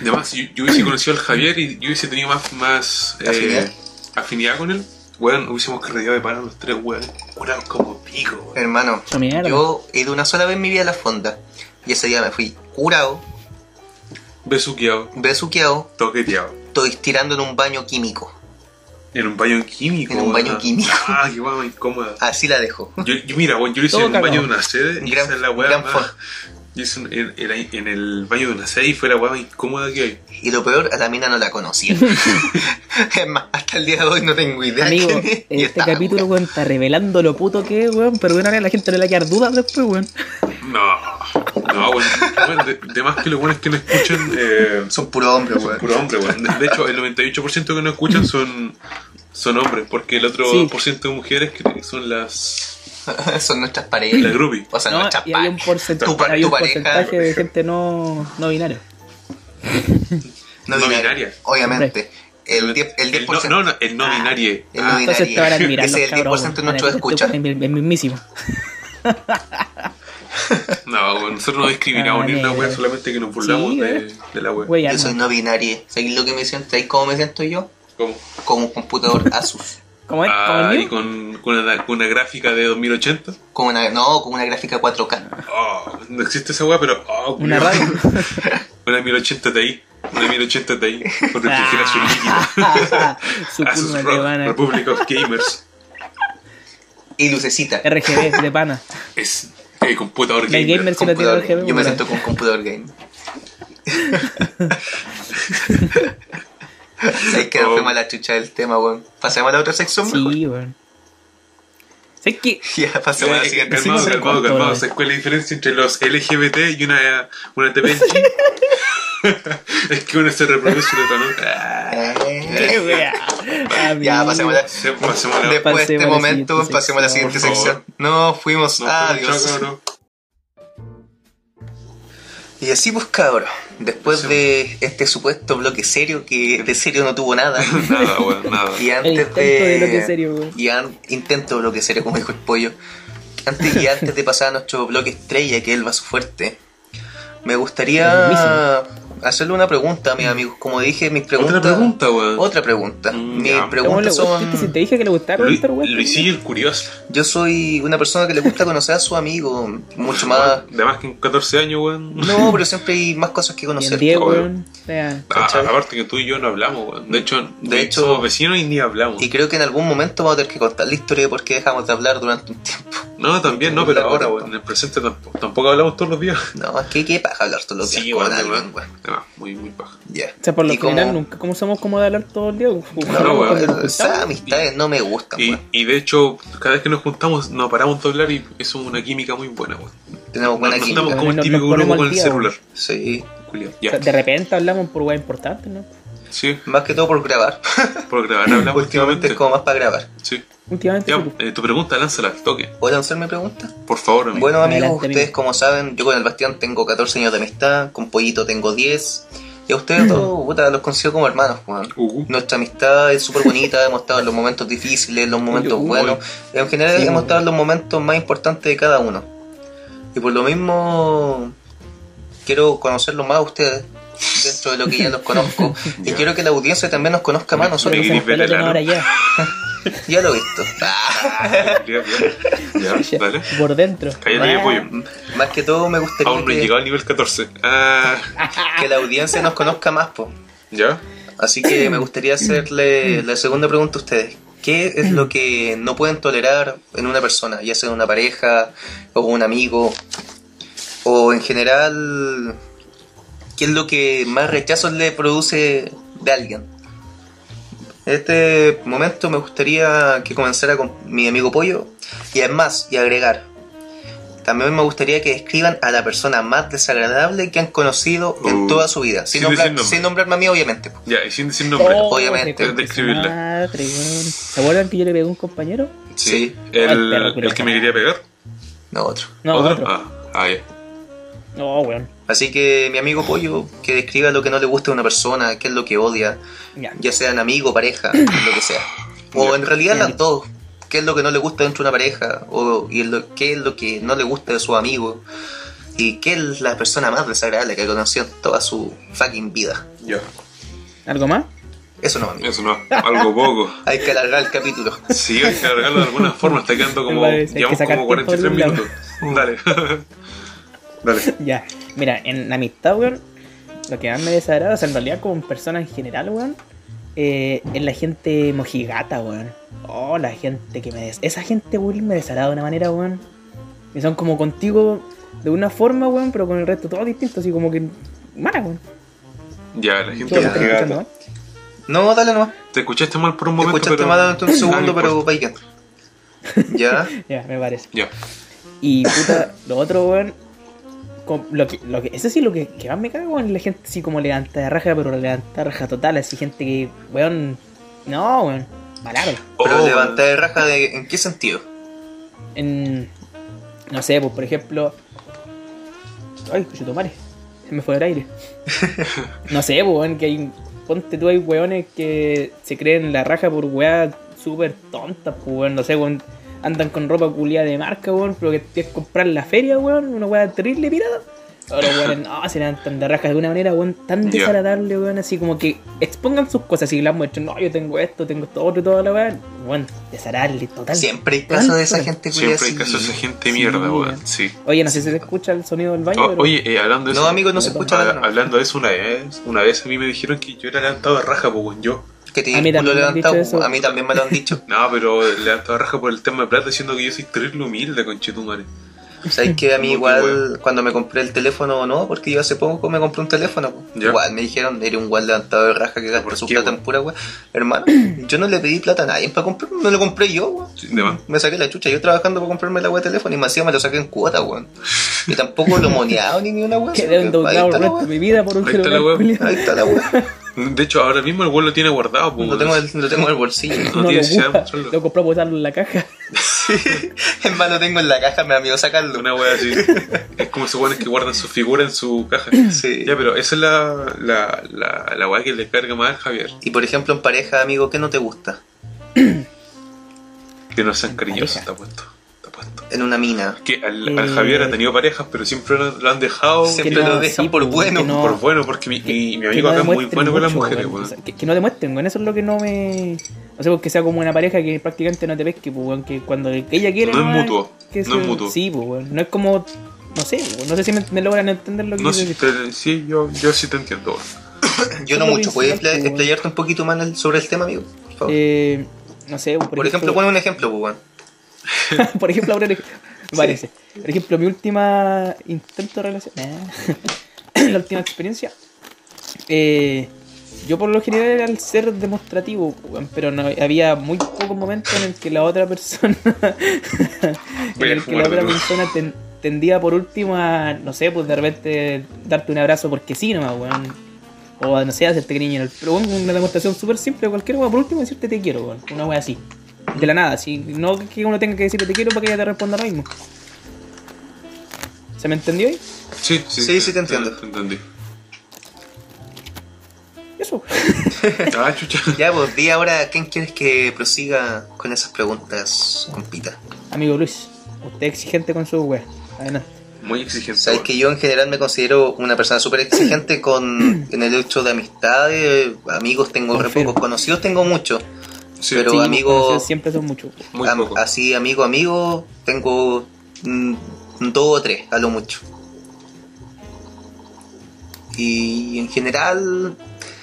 Además, yo, yo hubiese conocido al Javier y yo hubiese tenido más, más eh,
Afinidad.
afinidad con él. Weón, hubiésemos carreteado de pana los tres, weón. Curados como pico, weón.
Hermano,
Yo mierda.
yo he ido una sola vez en mi vida a las fondas. Y ese día me fui curado,
Besuqueado,
besuqueado,
toqueteado.
estoy tirando en un baño químico.
En un baño químico.
En un
weón.
baño químico.
Ah, qué weón más incómoda.
Así la dejo.
Yo, yo- mira, weón, yo lo hice
Todo
en un baño
cagado.
de una sede y
Gran-
esa es la weá
gran
más.
forma.
Yo hice un- en, en- en el baño de una sede y fue la weá más incómoda que hay.
Y lo peor, a la mina no la conocía. es más, hasta el día de hoy no tengo idea.
Amigo,
quién es. Y
este
estaba
capítulo, weón, está revelando lo puto que es, weón, pero de una manera la gente no le va a quedar dudas después, weón.
No, no, weón. Weón, De, de más que los buenos que no escuchan eh,
Son puro hombre, weón.
Puro hombre, weón. De de hecho, el 98% que no escuchan son, son hombres, porque el otro
Sí.
por ciento de mujeres que son las.
Son nuestras
la
paredes.
groupie.
O sea,
No,
nuestras
y hay un
paredes.
porcentaje,
Tu pa-
hay un
tu pareja.
porcentaje de gente no, no binaria.
No
no
binaria.
binaria.
Obviamente. El 10%. El
El
10
no, no, no, el no
Ah,
binario.
el
Ah,
no
Entonces te van a admirar
Ese
los
es el 10%
cabrones.
de nuestros escuchas.
El mismísimo.
Ah, no, weón, nosotros no discriminamos
Ah,
ni una
negro.
wea, solamente que nos burlamos
Sí, eh.
de, de la wea.
Güey,
Yo
ya,
soy
no.
no binaria. ¿Sabéis lo que me siento? ¿Sabéis cómo me siento yo?
¿Cómo?
Como un computador Asus.
¿Cómo es? ¿Cómo
Ah,
el
y
mío?
con, con, una, con una gráfica de 2080.
Con una, no, con una gráfica 4K.
Oh, no existe esa wea, pero. Oh,
Una
culiao.
radio.
Una 1080 Ti. Una 1080 Ti. Con refrigeración líquida.
Ah, Su
Asus
culo de
Rock,
pana.
Republic of Gamers.
Y lucecita.
RGB de pana.
Es eh, computador
La
gamer.
gamer si no tiene
Computador game.
RGB.
Yo me
bueno.
siento con computador game. ¿Sabéis que nos
Oh.
fuimos a la chucha del tema, weón? ¿Pasemos a la otra sección? mejor?
Sí, weón. ¿Sabes qué?
Ya, pasemos a la
Eh,
siguiente
sí,
calmado,
sí,
sección.
calmado,
corto,
calmado.
¿no?
¿Sabes cuál es la diferencia entre los LGBT y una, una TPG? es que uno se reproduce y el otro no. Ah,
Eh, Ya,
Amigo.
pasemos a la...
se- pasemos a la-
Después de este
Pasemos a la
momento,
siguiente
pasemos a la siguiente
sección, por
sección. No, fuimos.
no,
Adiós.
chao, cabrón.
Y así pues cabros, después
Sí.
de este supuesto bloque serio que de serio no tuvo nada,
Nada, weón, nada.
y
El
antes
intento
de,
de lo que es serio, weón.
y an- intento de bloque serio como dijo el pollo, antes y antes de pasar a nuestro bloque estrella que es el vaso fuerte, me gustaría hacerle una pregunta a
Mm.
mis amigos. Como dije, mis preguntas.
Otra pregunta, weón.
Otra pregunta.
Mm,
mis
ya.
preguntas
¿Viste si
son.
te dije que le gustaba
Lu-
Star Wars?
Luisillo el curioso.
Yo soy una persona que le gusta conocer a su amigo mucho más.
De más que en 14 años, weón. Ah,
No, pero siempre hay más cosas que
Y el
conocer.
10,
obvio.
weón. O sea,
A-
¿Cachai?
Aparte que tú y yo no hablamos, weón. De
De
hecho, de
hecho-
hecho somos vecinos y ni hablamos.
Y creo que en algún momento vamos a tener que contar la historia de por qué dejamos de hablar durante un tiempo.
No, también no, pero ahora, weón. En el presente tampoco, tampoco hablamos todos los días.
No, es que qué paja hablar todos los días
Sí,
con
weón, de
alguien,
weón.
weón.
De más, Muy, muy paja.
Ya.
o sea, por lo
Y como-
general, nunca como somos como de hablar todo el día. weón.
No,
weón.
Cuando nos
weón,
juntamos,
esas amistades no me gustan,
Y,
weón.
y de hecho, cada vez que nos juntamos, nos paramos de hablar y eso es una química muy buena, weón.
Tenemos
Nos
buena
nos
química.
juntamos como
Nos-
el
nos
típico
ponemos
grupo con
al
el
día,
celular.
Sí.
Julio.
o
Ya.
sea, de repente hablamos por weá importante, ¿no?
Sí,
Más que todo por grabar.
por grabar hablamos
Últimamente
últimamente.
es como más para grabar.
Sí.
Últimamente.
Ya,
sí, pues,
eh, tu pregunta, lánzala al toque.
¿Puedo lanzar mi pregunta?
Por favor, amigo.
Bueno amigos,
Adelante,
ustedes
amigo.
como saben, yo con el Bastián tengo 14 años de amistad, con Pollito tengo 10, y a ustedes todos, puta, los considero como hermanos, weón.
Uh,
Nuestra amistad es súper bonita, hemos estado en los momentos difíciles, en los momentos
Uy.
buenos, en general
Sí,
hemos
weón.
estado en los momentos más importantes de cada uno. Y por lo mismo, quiero conocerlos más a ustedes, dentro de lo que ya los conozco, y
Ya.
quiero que la audiencia también nos conozca más a
porque
nosotros,
Miguel.
somos
Miguel
pelotas, no,
Velano.
ahora ya.
ya lo he visto.
ya, ya. Ya, dale.
Por dentro.
Cállate que
Ah,
pollo.
Más que todo me gustaría
Aún no he
que,
llegado al nivel 14. Ah,
que la audiencia nos conozca más, po.
ya.
Así que me gustaría hacerle la segunda pregunta a ustedes. ¿Qué es lo que no pueden tolerar en una persona, ya sea en una pareja o un amigo? O en general, ¿qué es lo que más rechazos le produce de alguien? En este momento me gustaría que comenzara con mi amigo Pollo y además, y agregar. También me gustaría que describan a la persona más desagradable que han conocido en
Uh,
toda su vida. Sin,
sin
nombrar-
decir nombre.
sin nombrarme a mí, obviamente.
Ya, y sin decir nombre.
oh,
obviamente,
de-
describirla.
Madre, weón. ¿Se acuerdan que yo le pegué a un compañero?
Sí.
Ay,
El,
perro
el
culiao.
que me quería pegar.
No, otro.
No,
¿Otro?
otro.
Ah, ah, ya.
No, weón.
Así que mi amigo Pollo, que describa lo que no le gusta a una persona, qué es lo que odia,
Ya.
ya sean amigo, pareja, lo que sea. O en realidad las dos, qué es lo que no le gusta dentro de una pareja, o y lo- qué es lo que no le gusta de su amigo, y qué es la persona más desagradable que conoció en toda su fucking vida.
Ya.
¿Algo más?
Eso no, amigo.
Eso no, algo poco.
Hay que alargar el capítulo.
Sí, hay que alargarlo de alguna forma. Está quedando como.
Me parece, hay
Llevamos
que sacar
como
tiempo de
43
algún
minutos. Dale. Dale.
Ya, mira, en la amistad, weón, lo que más me desagrada, o sea, en realidad con personas en general, weón, eh, es la gente mojigata, weón. Oh, la gente que me des... Esa gente, weón, me desagrada de una manera, weón. Y son como contigo de una forma, weón, pero con el resto todo distinto, así como que... Mala, weón.
Ya, la gente
Todo lo que
me
estoy escuchando,
gata.
weón.
No, dale nomás.
Te escuchaste mal por
Te
un momento.
escuchaste
pero...
mal durante un
Ah, no
segundo, pero
importa.
bacon. ¿Ya?
Ya, me parece.
Ya.
Y puta, lo otro, weón. com- Lo que, lo que, eso sí, lo que, que más me caga, weón, la gente así como levanta de raja, pero levanta de raja total, así gente que, weón. No, weón. Malaron.
Pero
Oh,
levantar de raja de... ¿En qué sentido?
En. No sé, pues por ejemplo. Ay, escucho tu Se me fue el aire. no sé, pues, weón, que hay. Ponte tú, hay weones que se creen la raja por weá súper tontas, pues, weón. No sé, weón. Andan con ropa culiada de marca, weón, pero que tienes que comprar en la feria, weón. Una weá terrible pirata. Ahora, weón, no, se levantan de raja de alguna manera, weón, tan
Ya.
desagradable, weón. Así como que expongan sus cosas y las muestren. No, yo tengo esto, tengo esto otro y toda la weá. Weón, desagradable, total.
Siempre hay casos de
pues.
esa gente culiada
Siempre hay
así.
casos de gente
Sí,
mierda,
weón.
weón. Sí.
Oye, no sé si se escucha el sonido del baño,
Oh,
pero.
oye, eh, hablando de
No,
eso.
amigo, no se escucha
Ah,
nada. no.
Hablando de eso una vez, una vez a mí me dijeron que yo era levantado de raja, pues weón, yo.
Que te
A
a
mí
mí
también me han
levantado,
dicho eso.
a mí también me lo han dicho.
No, pero levantado de raja por el tema de plata, diciendo que yo soy terrible humilde, conchetumare.
Sabes que a mí
Como que,
igual cuando me compré el teléfono no, porque yo hace poco me compré un teléfono. po.
Ya.
Igual me dijeron, era un gual levantado de raja que gastó
¿Por
su
qué,
plata
weón?
en pura weá. Hermano, yo no le pedí plata a nadie para comprarme, me lo compré yo, weón.
Sí, De más.
Me saqué la chucha, yo trabajando para comprarme la weá de teléfono y me encima me lo saqué en cuota, weón. Y tampoco lo moneado ni ni una weá.
que
sino que
he endeudado
ahí
el
está la
resto de mi vida por un
Ahí está la
celular.
weá.
culiao.
Ahí está la weá.
De hecho, ahora mismo el weón lo tiene guardado, pues
Lo
weón.
tengo, en- lo tengo en el bolsillo.
No
No
tiene
lo
necesidad de
ocupa.
mostrarlo.
Lo compró para botarlo en la caja.
Hermano, tengo en la caja, mi amigo, sacarlo.
Una wea así. es como esos weones que guardan su figura en su caja.
Sí.
Ya, pero esa es la, la, la, la wea que le carga más a Javier.
Y por ejemplo, en pareja, amigo, ¿qué no te gusta?
Que no sean
En
cariñosos,
pareja.
está puesto. Está puesto.
en una mina.
Que al, al Javier ha tenido parejas, pero siempre lo, lo han dejado
Siempre
Oh, no,
lo dejan
sí,
por
pues,
bueno.
que no.
por bueno, porque mi, mi- mi
no
amigo acá es muy
demuestren
bueno con las
mucho, ¿eh?
mujeres,
weón.
weón.
O sea, que, que no demuestren, weón. Eso es lo que no me. No sé, porque sea como una pareja que prácticamente no te pesque, pues, weón. Que cuando que ella quiere.
No es
nomás,
mutuo,
que
no es mutuo.
Sí, pues, weón. No es como. No sé, weón. No sé si me, me logran entender lo que
No,
quiero
sí,
decir.
te- sí, yo, yo sí te entiendo. weón.
Yo no
¿Cómo
mucho.
lo
¿Puedes
hiciste,
expla-
weón?
explayarte un poquito más en el- sobre el tema, amigo? Por favor.
Eh, no sé, por,
por ejemplo, pon un ejemplo, pues, weón.
por ejemplo, ahora me parece. Por ejemplo, mi última intento de relación. nah, la última experiencia. eh, yo por lo general era el ser demostrativo, weón, pero no, había muy pocos momentos en el que la otra persona. en
Voy a
el que
fumar
la
de
otra
nuevo.
persona ten- tendía por último a, no sé, pues de repente darte un abrazo porque sí nomás, weón. O a, no sé, hacerte cariño en el. Pero weón, una demostración súper simple, cualquier weón, por último decirte te quiero, weón. Una wea así. De la nada, así. No que uno tenga que decirte te quiero para que ella te responda ahora mismo. ¿Se me entendió ahí?
Sí, sí,
Sí, sí, te entiendo.
entendí.
Eso.
Ah, chucha.
Ya, pues, di ahora quién quieres que prosiga con esas preguntas, compita.
Amigo Luis, usted es exigente con su wea. Adelante.
Muy exigente.
Sabes
weón.
que yo en general me considero una persona súper exigente con en el hecho de amistades, amigos tengo re
Confirmo.
pocos, conocidos tengo muchos,
Sí,
pero-
los
amigo-
conocidos Siempre son muchos. weón.
muy
Am-
poco.
así amigo amigo tengo mm, dos o tres a lo mucho. Y en general,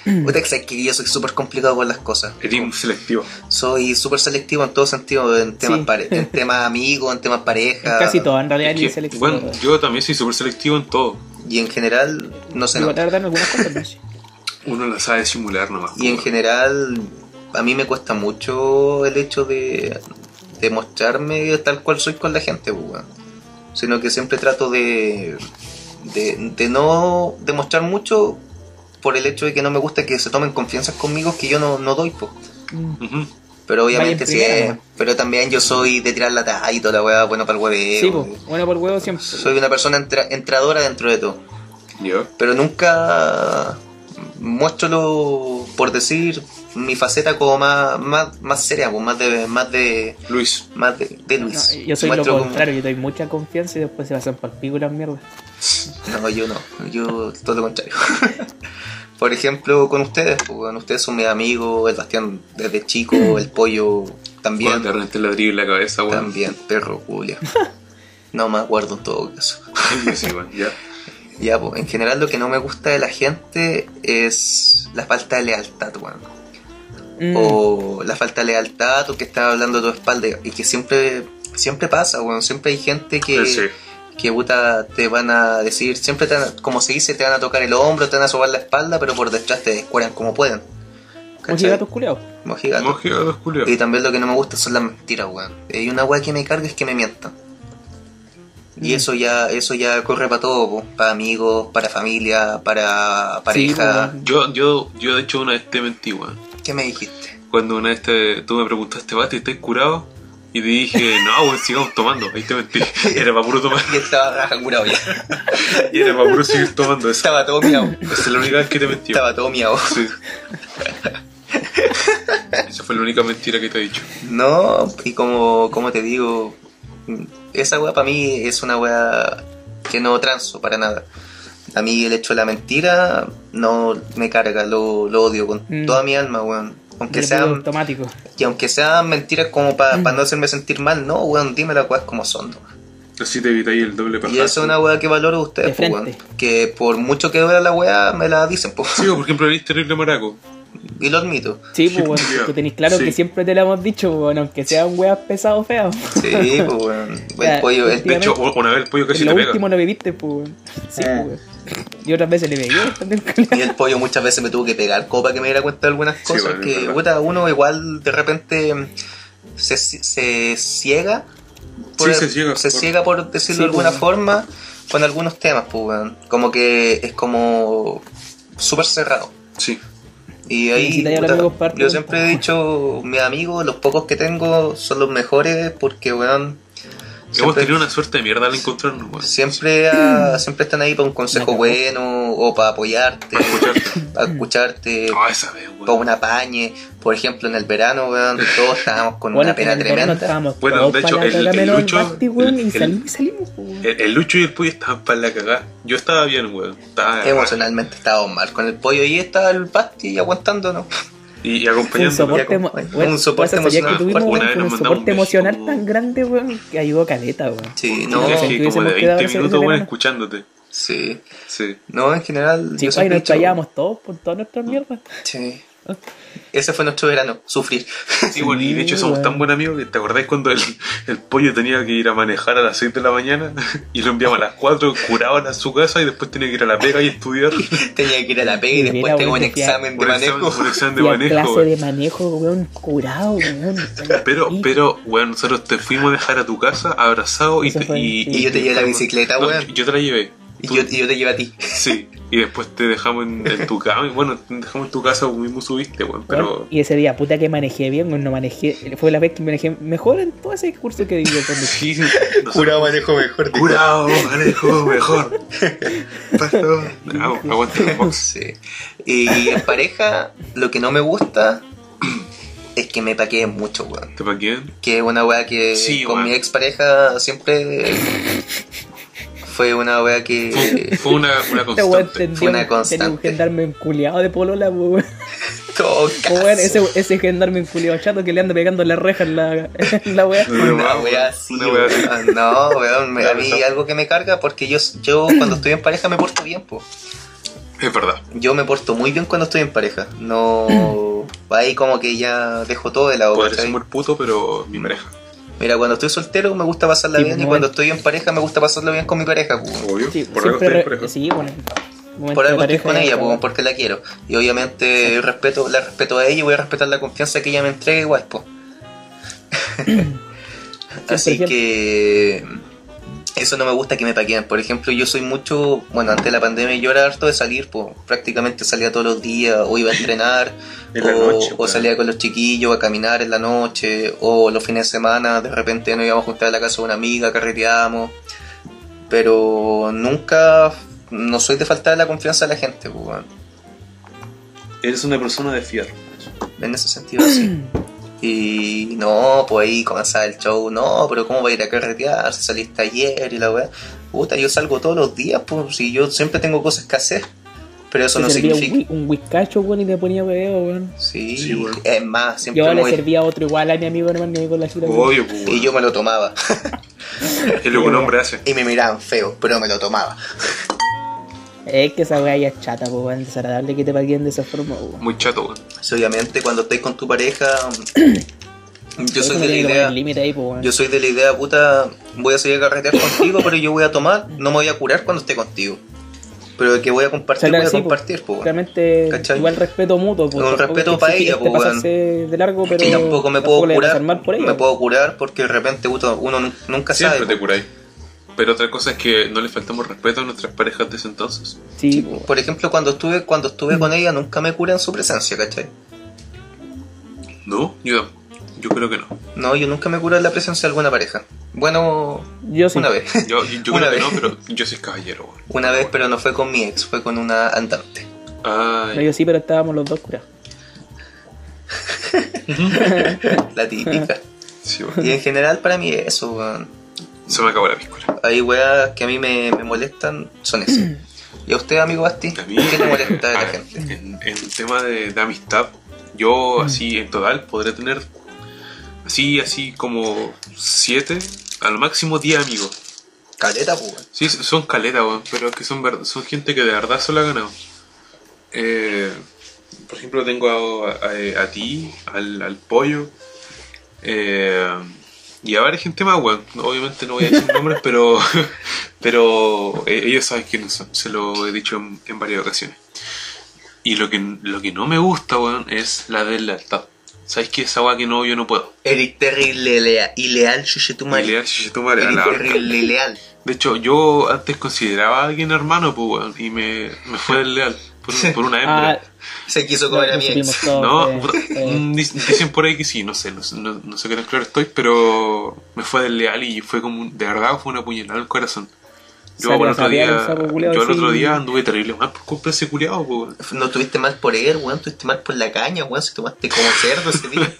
Mm.
puta que sabes que yo soy súper complicado con las cosas.
Eres un selectivo.
Soy súper selectivo en todo sentido, en temas,
Sí.
pare- en temas amigos, en temas pareja.
Casi todo, en realidad ni
Es
se
que,
le
bueno, yo también soy súper selectivo en todo.
Y en general, no sé.
Digo,
no-
la verdad, en algunas cosas, no sé.
Uno la sabe simular nomás.
Y en
weón.
general, a mí me cuesta mucho el hecho de, de mostrarme tal cual soy con la gente, pues, weón. Sino que siempre trato de, de, de no demostrar mucho por el hecho de que no me gusta que se tomen confianzas conmigo que yo no, no doy, pues.
Mm.
Ujú.
Pero
Vaya en
obviamente sí,
primera,
eh,
nomás.
pero también yo soy de tirar la talla y toda la weá, bueno para el hueveo.
Sí, pues, bueno, por huevo siempre.
Eh, Soy una persona entra- entradora dentro de todo.
Yo.
Pero nunca muestro, lo, por decir, mi faceta como más, más, más seria, pues, más de, más de,
Luis.
más de, de
No,
Luis.
yo soy lo
Muestro como-
contrario, yo doy mucha confianza y después se pasan por pico las mierdas.
No, yo no, yo todo lo contrario. por ejemplo, con ustedes, pues, bueno, ustedes son mis amigos, el Bastián desde chico, el pollo
Cuando
también,
te arrancaste el ladrillo en la cabeza, weón.
también, perro, Julia. No me acuerdo en todo caso.
Yo sí, weón, ya.
Ya, po, en general lo que no me gusta de la gente es la falta de lealtad, weón.
Mm,
o la falta de lealtad o que está hablando a tu espalda y que siempre siempre pasa weón siempre hay gente que
Sí.
que puta te van a decir siempre te van a- como se dice te van a tocar el hombro te van a sobar la espalda pero por detrás te descueran como pueden
como
¿Cachai?
gatos culiados.
Mojigato.
Mojigato, dos culiao.
y también lo que no me gusta son las mentiras weón y una weá que me carga es que me mientan y
Mm.
eso ya eso ya corre para todo po. para amigos para familia para pareja
weón.
Yo, yo, yo de hecho una vez te mentí, weón.
¿qué me dijiste?
Cuando una vez te- tú me preguntaste, Bati, ¿estás curado? Y te dije, no, weón, sigamos tomando. Ahí te mentí. Era para puro tomar.
y estaba raja curado ya
Y era para puro seguir tomando eso.
estaba todo miau
Esa es la única vez que te mentí.
estaba todo miau
Sí. Esa fue la única mentira que te he dicho.
No, y como, como te digo, esa weá para mí es una weá que no transo para nada. A mí el hecho de la mentira no me carga, lo, lo odio con
Mm.
toda mi alma, weón. Aunque
Yo Mm. le pongo
sean,
automático.
y aunque sean mentiras como para no hacerme sentir mal, no, weón, dime las weas como son. nomás.
Así te evitáis el doble
Y
pajazo.
eso es una weá que valoro de ustedes,
De
po, weón.
frente.
Que por mucho que duela la weá, me la dicen, po.
Sí, o por ejemplo, eres terrible maraco.
Y lo admito.
Sí, pues, weón,
culiao.
tú tenés claro
Sí.
que siempre te lo hemos dicho, weón, aunque sean weas pesados feas.
Sí, po, weón. El
Ya,
pollo, el
De hecho, una vez el pollo
En
casi
lo
te pega.
último lo viviste, pues, weón. Sí, pues, weón. Y otras veces le pegué también, culiao.
Y el pollo muchas veces me tuvo que pegar copa que me diera cuenta de algunas
Sí,
cosas
bueno, es
que
verdad.
puta, uno igual de repente mm, se, se ciega.
Sí, se ciega
se
por-
ciega por decirlo
Sí,
de alguna
pues.
forma con algunos temas, pues, weón. Como que es como súper cerrado.
Sí.
Y ahí
si te hay
puta,
amigos, parte
yo
un
siempre he dicho, mis amigos, los pocos que tengo son los mejores porque, weón,
Hemos
Siempre-
tenido una suerte de mierda al encontrarnos, weón.
Siempre, ah, siempre están ahí para un consejo bueno o para apoyarte,
Para escucharte.
para escucharte,
Ah, esa vez,
para
weón.
Pues un apañe. Por ejemplo, en el verano, weón, todos estábamos con
Bueno,
una pena
en el verano
tremenda.
estábamos
Bueno,
todos
de hecho,
para
el-
la
el
menos
Lucho-
Basti, weón, y
el-
salimos y salimos, weón.
El, el Lucho y el Puy estaban para la cagada. Yo estaba bien, weón. Estaba
Emocionalmente estábamos mal con el pollo y estaba el Basti aguantándonos.
Y, y
Fue un
acompañándonos.
soporte,
ya,
emo-
como-
weón,
un soporte
esa sería que
emocional.
tuvimos,
Una
weón,
vez
fue un
nos mandamos un
soporte
beso.
emocional tan grande, weón, que ayudó a caleta, weón.
Sí,
No,
no,
Entonces,
sí, como de
hubiésemos quedado
20
ese
minutos, weón,
verano.
escuchándote.
sí.
Sí.
No, en general.
Sí,
yo
ahí
siempre he
nos
dicho-
callábamos todos por todas nuestras mierdas.
Sí. Ese fue nuestro verano, sufrir.
Sí, bueno, y de hecho somos tan buen amigos que te acordáis cuando el, el pollo tenía que ir a manejar a las 6 de la mañana y lo enviamos a las 4, curaban a su casa y después tenía que ir a la pega y estudiar
Tenía que ir a la pega y
Mira,
después tengo un
bueno, que-
examen de
por examen,
manejo.
por examen de
Y a clase
manejo. weón.
de manejo, weón, curado, weón.
Pero,
Sí.
pero, weón, nosotros te fuimos a dejar a tu casa abrazado y,
Eso
te-
fue,
y,
sí.
Y yo te llevé la bicicleta,
No,
weón.
yo te la llevé.
Y
Tú-
yo, y yo te llevé a ti.
Sí, y después te dejamos en, en tu cama. y Bueno, te dejamos en tu casa, vos mismo subiste, weón. Pero
Weón, Y ese día, puta que manejé bien, weón, no manejé. Fue la vez que manejé mejor en todo ese curso que Este di yo con Lucho.
sí, sí, nosotros-
Curado manejo mejor. dijo.
curado, manejo mejor. Pastor. Bravo, aguante la box.
Sí. Y en pareja, lo que no me gusta es que me paqueen mucho, weón.
¿Te paquean?
Que es una weá que
Sí,
con
weón.
mi expareja siempre fue una weá
Fue,
que.
fue una, una
Este weón
constante.
tendió
Fue una
un- tenía un
constante.
gendarme enculeado de polola, weón.
Toca.
Weón, ese, ese gendarme enculeado chato que le anda pegando la reja en la, en la weá.
Una wea así.
Una wea así.
weón. No, weón, me- a
Claro,
mí
claro.
algo que me carga porque yo, yo cuando estoy en pareja me porto bien, po.
Es verdad.
Yo me porto muy bien cuando estoy en pareja. No. Ahí como que ya dejo todo de lado.
Podré ser
¿cachai?
muy puto, pero mi pareja.
Mira, cuando estoy soltero me gusta pasarla
Sí,
bien y
muy
cuando
bien.
estoy en pareja me gusta pasarla bien con mi pareja, po.
Obvio.
Sí,
por algo estoy en
re-
pareja.
Sí, bueno. momento
Por
de
algo estoy
pareja,
con ella, po,
weón.
porque la quiero. Y obviamente respeto, la respeto a ella y voy a respetar la confianza que ella me entrega igual, po. Así
Siempre
que eso no me gusta que me paqueen. Por ejemplo, yo soy mucho, bueno, antes de la pandemia yo era harto de salir, po. prácticamente salía todos los días, o iba a entrenar,
En la
o,
noche, pues.
o
weón.
salía con los chiquillos a caminar en la noche, o los fines de semana, de repente nos íbamos a juntar a la casa de una amiga, carreteábamos, pero nunca, no soy de faltar la confianza de la gente, po, weón.
Eres una persona de fierro.
En ese sentido, sí. Y no, pues ahí comenzaba el show, no, pero ¿cómo va a ir a carretear? Si saliste ayer y la weá. Puta, yo salgo todos los días, pues, si yo siempre tengo cosas que hacer. Pero eso
le
no
servía
significa.
un, whi- un whiskacho, weón, y le ponía hueveo, weón.
Sí,
Sí, weón.
es más,
Yo
siempre
le
voy-
servía otro igual a mi amigo, hermano, mi amigo la chula. weón.
Obvio, pues,
Y yo me lo tomaba.
es lo que un hombre hace.
Y me miraban feo, pero me lo tomaba.
Es que esa weá ya es chata, po, weón. Desagradable que te paguen de esa forma, weón.
Muy chato, weón.
Sí, obviamente, cuando estáis con tu pareja, yo
Eso
soy
no tiene
de la
que poner
idea.
límite ahí, po, weón.
Yo soy de la idea, puta, voy a salir a carretear contigo, pero yo voy a tomar, no me voy a curar cuando esté contigo. Pero el que voy a compartir,
O sea, claro,
voy a
sí, po.
compartir, pues.
Realmente,
¿Cachai?
igual respeto mutuo. po.
Un
Tampoco
respeto
te
pa'
exigí
ella,
que
po,
te pasarse de largo, pero.
y tampoco me puedo
le
curar.
desarmar por pues. ella.
me puedo curar porque de repente puta, uno nun- nunca
Siempre
sabe. pues.
te curáis. Pero otra cosa es que no le faltamos respeto a nuestras parejas de ese entonces.
Sí, pues. po,
po.
weón.
Por ejemplo, cuando estuve cuando estuve con ella nunca me curé en su presencia, ¿cachai?
No, yo, yo creo que no.
No, yo nunca me curé en la presencia de alguna pareja. Bueno,
Yo sí.
una vez.
Yo, yo, yo
Una
creo que no,
vez.
pero yo soy caballero, weón.
Una vez, pero no fue con mi ex, fue con una andante.
Ay,
No, yo sí, pero estábamos los dos curados.
La típica.
sí, weón.
Y en general para mí eso, weón.
Se me acabó la piscola.
Hay weas que a mí me, me molestan, son esas. ¿Y a usted, amigo Basti?
A mí,
¿Qué le molesta de la
ah,
gente? Mm.
En, en tema de, de amistad, yo así en total podré tener así, así como siete, al máximo 10 amigos.
Caleta, pues, weón.
Sí, son caletas, weón, pero es que son, ver- son gente que de verdad se la ha ganado. Eh, por ejemplo, tengo a, a- a ti, al, al pollo, eh, y a varias gente más, weón. Obviamente no voy a decir nombres, pero, pero eh, ellos saben quiénes son, se lo he dicho en, en varias ocasiones. Y lo que, lo que no me gusta, weón, es la deslealtad. ¿Sabes qué? Esa weá que no, yo no puedo.
Eres terrible lea- ileal, chuchetumare.
Leal, chuchetumare, a
Eres
la horca.
terrible leal.
De hecho, yo antes consideraba a alguien hermano, pues, weón, y me, me fue desleal por, por una
Ah,
hembra.
Se quiso
lo-
comer a
lo
mi
supimos
ex.
todos,
No,
eh,
puta,
eh.
mm, dic- dicen por ahí que sí, no sé, no, sé- no- no sé qué tan claro estoy, pero me fue desleal y fue como, un- de verdad, fue una puñalada al corazón. Yo
Sabía-
al otro
sabía que
día,
el sapo culiao
yo al otro
sí.
día anduve terrible mal por culpa de ese culiado, pues,
No estuviste mal por él, weón. Estuviste mal por la caña, weón. Si tomaste como cerdo ese día.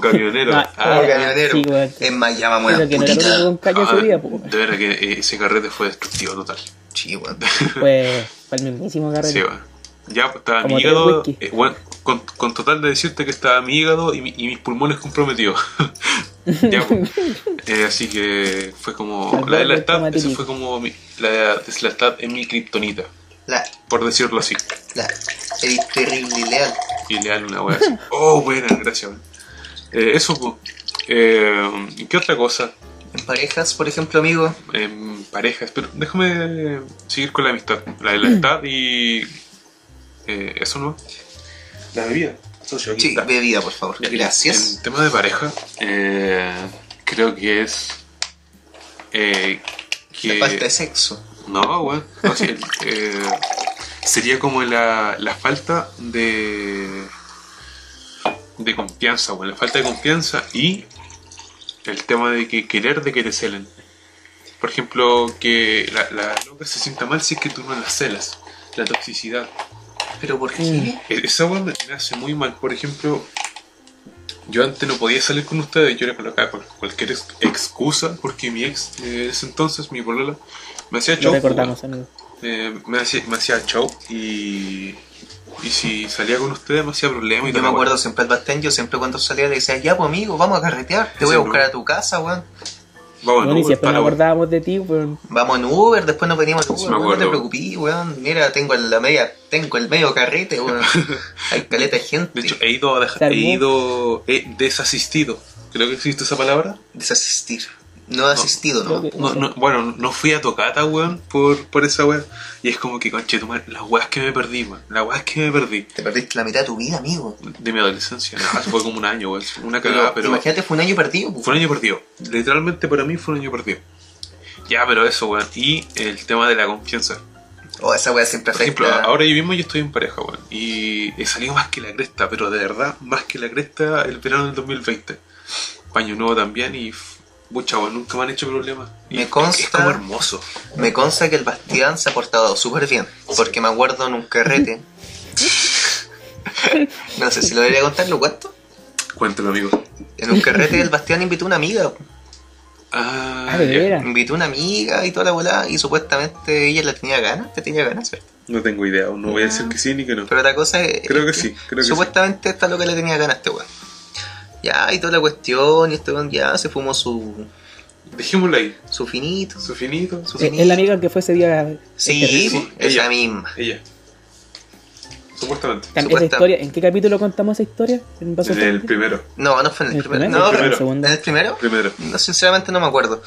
camionero.
No,
Ah,
Como
eh,
camionero.
sí, weón.
Es más, ya vamos a
Pero
la
que no era el único con
putita.
calle
ah,
ese día, pues,
de verdad que eh, ese carrete fue destructivo total.
Sí, weón.
Fue, fue el mismísimo carrete.
Sí, bueno. Ya pues, estaba
Como
mi
tres
hígado.
whisky.
eh, bueno, con, con total de decirte que estaba mi hígado y, mi- y mis pulmones comprometidos. ya, pues. Eh, así que fue como.
Al
La de la
borde
stat, esa
traumatírico.
fue como mi- la de la stat en mi kriptonita,
La,
por decirlo así.
la. Eres terrible leal.
Y le dan una wea así. Oh, buena, gracias. weón. Eh, eso, pues. Eh, ¿y ¿Qué otra cosa?
En parejas, por ejemplo, amigo.
en parejas, pero déjame seguir con la amistad, la de la amistad y eh, eso no. La bebida.
Sí, bebida, por favor. Gracias.
En tema de pareja, eh, creo que es eh, que
La falta de sexo.
no, weón. No, sí, el- eh, sería como la, la falta de. de confianza, weón. La falta de confianza y el tema de que querer de que te celen. Por ejemplo, que la, la loca se sienta mal si es que tú no la celas. La toxicidad.
Pero ¿por qué?
E- Esa weá me, me hace muy mal. Por ejemplo, yo antes no podía salir con ustedes, yo le colocaba cual- cualquier ex- excusa porque mi ex de ese entonces, mi polola, me hacía
Lo
chau,
recordamos, amigo.
eh, me, hacía, me hacía show y, y si salía con ustedes me hacía problema y
Yo
todo.
me acuerdo siempre al Bastén, yo siempre cuando salía le decía, ya pues amigo, vamos a carretear, te voy a
Sí,
buscar
¿no?
a tu casa, weón. Oh,
Vamos,
Bueno, y
no,
siempre nos
para, weón.
acordábamos de ti, weón.
Vamos en Uber, después nos venimos en Uber,
me
weón, no te
acuerdo.
preocupes, weón. Mira, tengo el, la media, tengo el medio carrete, weón. Hay caleta de gente.
De hecho, eh, he ido a dejar-
Se armó.
he ido he desasistido. Creo que existe esa palabra.
desasistir. No he asistido, ¿no?
creo que-
No, no, bueno, no fui a Tocata, weón, por, por esa weón. Y es como que, conche, tu madre, las weas que me perdí, man. Las weas que me perdí.
Te perdiste la mitad de tu vida, amigo.
De mi adolescencia. No, eso fue como un año, weón. Una cagada, pero.
imagínate, fue un año perdido. pues. pu.
Fue un año perdido. Literalmente para mí fue un año perdido. Ya, pero eso, weón. Y el tema de la confianza.
Oh, esa weá siempre
Por ejemplo,
afecta.
ahora yo mismo yo estoy en pareja, weón. Y he salido más que la cresta, pero de verdad, más que la cresta el verano del 2020. Paño nuevo también y... f- Pucha, weón, nunca me han hecho problemas. Y
Me
es-
consta-
Es como hermoso.
Me consta que el Bastián se ha portado súper bien, porque me acuerdo en un carrete. no sé si lo debería contar, ¿lo cuento?
Cuéntelo, amigo.
En un carrete el Bastián invitó a una amiga. pu.
Ah,
Ah, de
ya.
veras.
Invitó a una amiga y toda la volada, y supuestamente ella la tenía ganas, te tenía ganas, ¿cierto?
No tengo idea, no voy a decir que sí ni que no.
Pero la cosa es.
Creo que
es
sí, creo que sí.
Supuestamente esta loca le tenía ganas a este weón. Ya, y toda la cuestión, y este weón ya se fumó su,
Dejémoslo ahí.
su finito.
Su finito, su-
Eh, Es la amiga que fue ese día. Este,
Sí,
sí,
pu, esa
ella.
misma.
Ella. Supuestamente.
Esa
Supuesta-
historia, ¿En qué capítulo contamos esa historia? ¿En Vaso
En el
Trágico?
primero.
No, no fue en el,
¿En el
primero.
primero?
No,
¿En el
pero-
segundo?
¿En el primero?
Primero.
No, sinceramente no me acuerdo.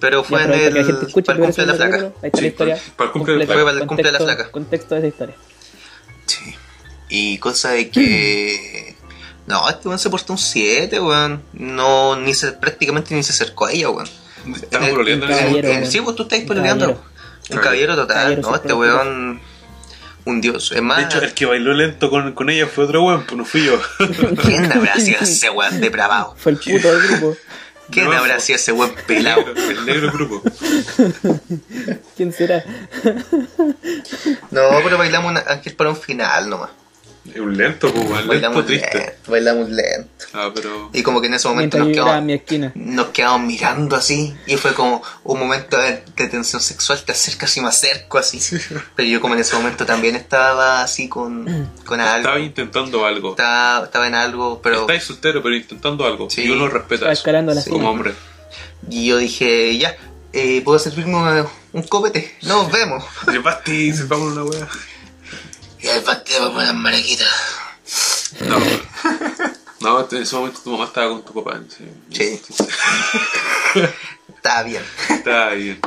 Pero fue
Ya,
en
pero ahorita que la
el.
gente escuche
para el
y
cumple de
vea
la
ese
flaca.
capítulo, Ahí está la
Sí, para-
historia.
para el cumple de la
completa,
Fue
flaca.
para el cumple de la
contexto-
flaca.
Contexto de esa historia.
Sí. Y cosa de que. No, este weón se portó un 7, weón. No, ni se, prácticamente ni se acercó a ella, weón.
Estamos
Eh,
broleando en
el
ese
caballero,
En- en-
weón.
Sí, pues tú estás
Un
pololeando.
caballero.
Un caballero total,
Caballero
¿no? Este
siempre
weón. Un dios. Es más,
De hecho, el que bailó lento con, con ella fue otro weón, pues no fui yo.
¿quién habrá sido ese weón depravado?
Fue el puto del grupo.
¿Quién
No,
habrá
fue-
sido ese weón pelado?
El negro grupo.
¿Quién será?
No, pero bailamos un ángel para un final nomás.
Es un lento, pues weón. Lento
Bailamos
triste.
lento, bailamos lento.
Ah, pero.
Y como que en ese momento
Mientras yo llegaba
nos
a
quedamos,
mi esquina.
nos quedamos mirando así y fue como un momento de, de tensión sexual, te acercas y me acerco así. Pero yo como en ese momento también estaba así con, con algo.
Estaba intentando algo.
Estaba, estaba en algo, pero...
Estáis soltero, pero intentando algo.
Sí.
Y uno respeta
Estaba
eso.
escalando la
Sí,
cima.
Como hombre.
Y yo dije, ya, eh, ¿puedo servirme un- un copete? Nos vemos.
Le basti, se vamos una weá.
Eh. Y al partido con las mariquitas.
No, weón. No, este, en ese momento tu mamá estaba con tu papá. Sí.
Sí. Está bien.
Está bien.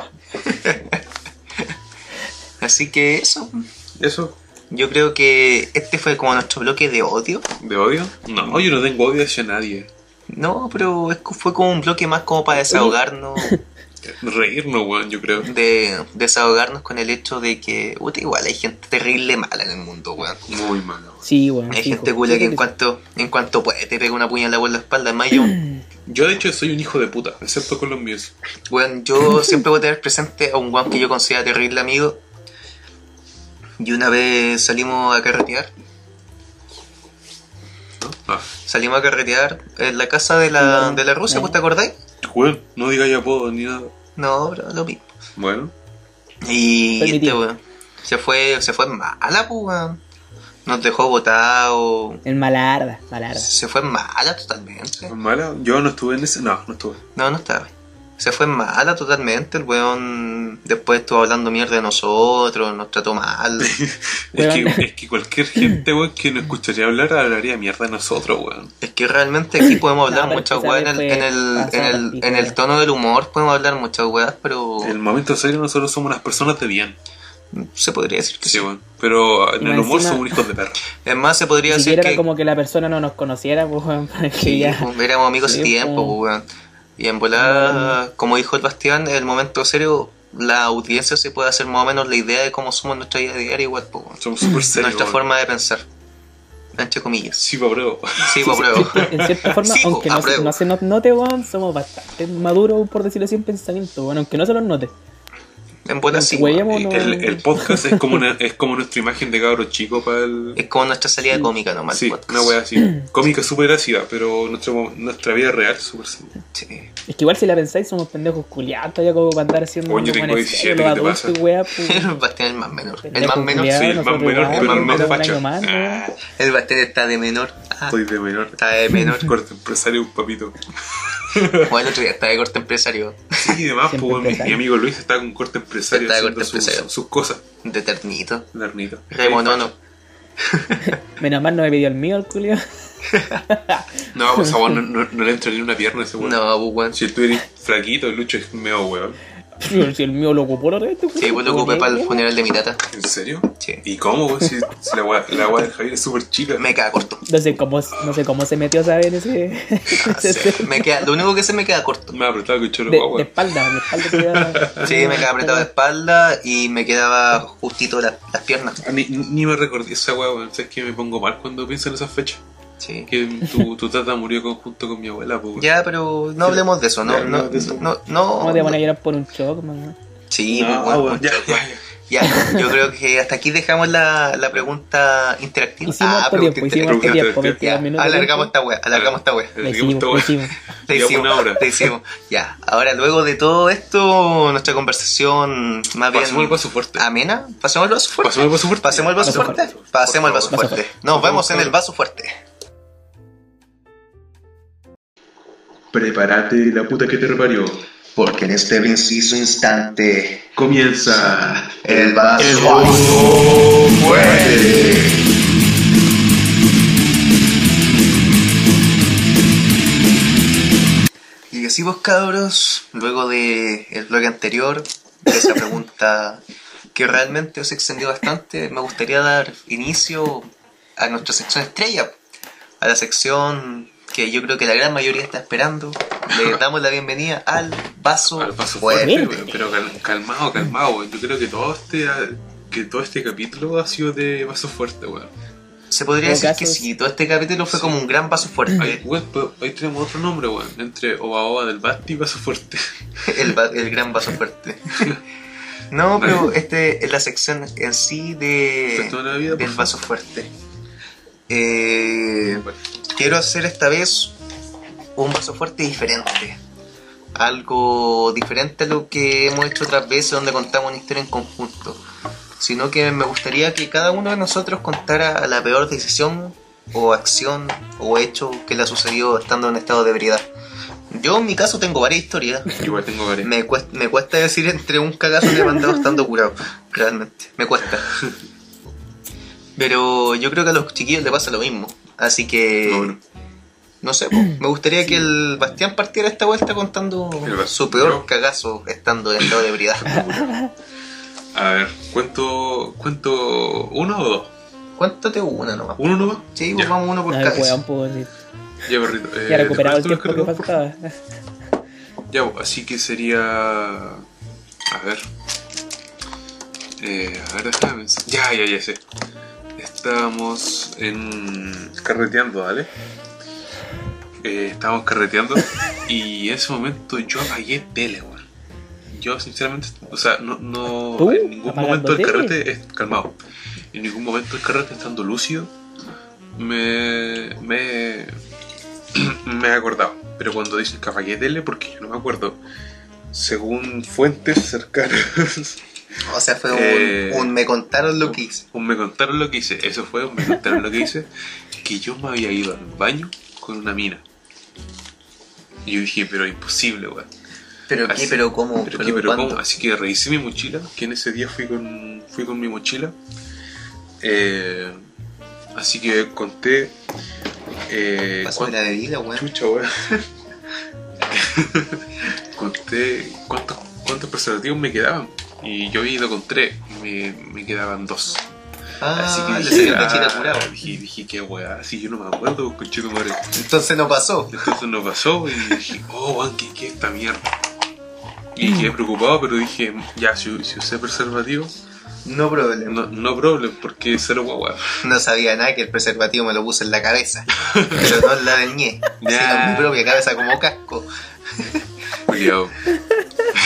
Así que eso.
Eso.
Yo creo que este fue como nuestro bloque de odio.
¿De odio? No, yo no tengo odio hacia nadie.
No, pero es que fue como un bloque más como para desahogarnos.
Reírnos, weón, yo creo.
De desahogarnos con el hecho de que, puta, igual hay gente terrible mala en el mundo, weón.
Muy malo.
Sí, weón.
Hay
fijo.
gente culia que en cuanto, en cuanto puede te pega una puñalada por la espalda. Además, yo,
Yo, de hecho, soy un hijo de puta, excepto con los míos.
weón, yo siempre voy a tener presente a un weón que yo considero terrible amigo. Y una vez salimos a carretear,
¿no? Ah,
salimos a carretear en la casa de la, de la Rusia,
no.
¿pues te acordáis?
weón, no digáis apodo ni nada.
No, bro, lo mismo.
Bueno,
Y este
Permitido.
weón se fue, se fue en mala, pues weón. Nos dejó botado.
El malarda, malarda.
Se fue en mala totalmente.
mala. Yo no estuve en ese. No, no estuve.
No, no estaba. Se fue en mala totalmente. El weón después estuvo hablando mierda de nosotros, nos trató mal.
Es
Weón.
que, es que cualquier gente, weón, que nos escucharía hablar, hablaría mierda de nosotros, weón.
es que realmente aquí podemos
No,
hablar
pero
muchas
esa
weas
vez
en el,
fue
en, el, en,
pasada,
el,
pico,
en el
weón.
tono del humor, podemos hablar muchas weas, pero
En el momento serio, nosotros somos unas personas de bien.
se podría decir que
Sí,
sí.
weón. Pero en
Y
el humor
encima-
somos hijos de perra.
Es más, se podría
Ni
decir
siquiera
que.
era como que la persona no nos conociera, pues, weón, para que
Sí,
ya.
pues, éramos amigos hace
Sí,
tiempo,
pues.
pues, weón. Y en volada, como dijo el Bastián, en el momento serio, la audiencia se puede hacer más o menos la idea de cómo somos nuestra vida diaria, igual, pues, weón.
Somos súper serios.
nuestra
weón.
forma de pensar. Entre comillas.
Sí, pabro.
Sí, pues, pruebo.
En cierta forma,
Sí, pues,
aunque no se,
apruebo.
no se nos note, weón, somos bastante maduros, por decirlo así, en pensamiento, weón, aunque no se nos note.
En bola
Aunque
sí,
huellemos,
weón.
no-
El, el podcast es como, una- es como nuestra imagen de cabro chico para el.
Es como nuestra salida cómica nomás.
Sí,
podcast.
una wea así. Cómica súper ácida, pero nuestro- nuestra vida real es súper seria.
Sí.
Es que igual si la pensáis, somos pendejos culiados, ya como para andar haciendo
Coño, tengo
weones
17,
serios,
¿qué te
los adultos
pasa?
y weá, pues.
El Bastián es el más menor. El
Pendejo
más menor.
culiao.
Sí,
Ah,
el más
nosotros
menor,
igual,
pero
nosotros
el más
un año
facho.
más, ¿no?
Ah,
El Bastián está de menor. Ah,
Estoy de menor.
está de menor.
Corte empresario, un papito.
Bueno, el otro día está de corte empresario.
Sí, y demás,
Siempre
pues, weón, mi,
empresario.
mi amigo Luis está con corte empresario
Está de
haciendo
corte
sus-
empresario.
sus cosas.
De ternito.
Larnito.
Remonono.
Menos mal no me pidió el mío, el culio.
No, pues, por favor, no, no- no le entra ni una pierna a ese weón.
No, pues, weón.
Si tú eres flaquito, el Lucho es medio weón.
Si el mío lo ocupó la otra vez,
Sí, pues lo ocupé para el funeral de mi tata.
¿En serio?
Sí.
¿Y cómo, weón? Si, si la weá la weá del Javier es súper chica.
Me queda corto.
No sé cómo, no sé cómo se metió, ¿sabes? En ese. ese-
Me queda, lo único que sé me queda corto.
Me ha apretado el cuchillo,
de,
guau,
de
weón.
espalda, de espalda. te queda-
Sí, me quedaba apretado de espalda y me quedaba justito la- las piernas.
Ah, Ni, ni me recordé esa weá, weón. Sabes que me pongo mal cuando pienso en esas fechas.
Sí.
Que tu, tu tata murió con- junto con mi abuela, pues. weón.
Ya, pero no hablemos de eso, no,
Ya
no,
hablemos de eso.
no, no.
¿Cómo te van a llorar por un shock, man?
Sí,
No,
bueno,
Ah, weón, ya,
mucho-
ya, ya.
pues, ya, yo creo que hasta aquí dejamos la, la pregunta interactiva. Ah,
Hicimos harto
pregunta
tiempo, hicimos
interrumpí,
harto tiempo,
interrumpí.
22
Ya,
minutos.
alargamos esta wea, alargamos esta wea.
Lo
Le dijimos
hicimos, lo
esta weá.
hicimos.
Te
Llevamos
hicimos,
una hora.
te hicimos. Ya, ahora luego de todo esto, nuestra conversación más bien
Pasemos el paso fuerte.
amena, pasemos al vaso fuerte.
Pasemos
Pasemos el
el paso fuerte.
vaso
Vaso
fuerte.
fuerte.
Pasemos el
Por
vaso
favor.
fuerte. Nos
Por
vemos en
favor.
el vaso fuerte.
Prepárate la puta que te reparió.
Porque en este preciso instante,
Comienza.
el vaso. Y así vos cabros, luego de el bloque anterior, de esa pregunta que realmente se extendió bastante, me gustaría dar inicio a nuestra sección estrella, a la sección que yo creo que la gran mayoría está esperando. Le damos la bienvenida al vaso,
Al paso
fuerte.
fuerte, weón, pero cal- calmado, calmado. weón. Yo creo que todo este que todo este capítulo ha sido de vaso fuerte, weón.
Se podría
Como
decir que
casos-
sí, todo este capítulo fue como un gran vaso
Ahí,
fuerte,
weón, pero ahí tenemos otro nombre, weón. Entre Oba Oba del Basti y vaso fuerte.
el, va- el gran vaso fuerte. No, pero este es la sección en sí de,
Por toda la vida, por
del
favor.
vaso fuerte. Eh, quiero hacer esta vez un vaso fuerte diferente. Algo diferente a lo que hemos hecho otras veces donde contamos una historia en conjunto. Sino que me gustaría que cada uno de nosotros contara la peor decisión o acción o hecho que le ha sucedido estando en estado de ebriedad. Yo en mi caso tengo varias historias.
Igual tengo varias.
Me cuesta, me cuesta decir entre un cagazo que he mandado estando curado. Realmente, me cuesta. Pero yo creo que a los chiquillos le pasa lo mismo. Así que,
No, no.
no sé, po, me gustaría que el Bastián partiera esta vuelta contando
El Bas-
su peor
yo.
cagazo estando en estado de ebriedad.
A ver, ¿cuento, cuento uno o dos?
Cuéntate una nomás.
¿Uno nomás?
Sí,
Ya.
pues vamos uno por
Ay,
cabeza.
weón, pues, sí.
Ya, perrito. eh,
Ya recuperado el
¿tú los
tiempo que
cargas?
faltaba.
Ya, bo, así que sería. A ver. Eh, a ver, déjame pensar. Ya, ya, ya sé. Estábamos en. carreteando, ¿vale? Eh, estábamos carreteando y en ese momento yo apagué tele, weón. Yo, sinceramente, o sea, no. no
¿Tú?
en ningún
¿Apagando
momento el
tele?
carrete. Es, calmado. En ningún momento el carrete estando lúcido me. me. me he acordado. Pero cuando dicen que apagué tele, porque yo no me acuerdo. Según fuentes cercanas.
O sea, fue un,
Eh,
un me contaron lo que hice.
Un me contaron lo que hice, eso fue, un me contaron lo que hice, que yo me había ido al baño con una mina. Y yo dije, pero imposible, weón.
Pero
así-
qué, pero cómo,
Pero
pero,
qué, pero
cuándo.
cómo. Así que revisé mi mochila, que en ese día fui con, fui con mi mochila. Eh, así que conté. Eh,
Pásame
cuánto-
la bebida, weón.
Chucha, weón. Conté cuántos, cuántos preservativos me quedaban. Y yo había ido con tres, me, me quedaban dos.
Ah,
Así que
le
dije,
salió el
ah,
cachete apurado.
Dije, dije, qué weá, si yo no me acuerdo, conchito madre.
Entonces no pasó.
Entonces nos pasó y dije, oh, weón, ¿qué, qué es esta mierda? Y quedé preocupado, pero dije, ya, si, si usé preservativo,
No problema.
no, no problem, porque cero guagua.
No sabía nada que el preservativo me lo puse en la cabeza. pero no en la del ñe.
Ya.
Sino en mi propia cabeza como casco.
Cuidado.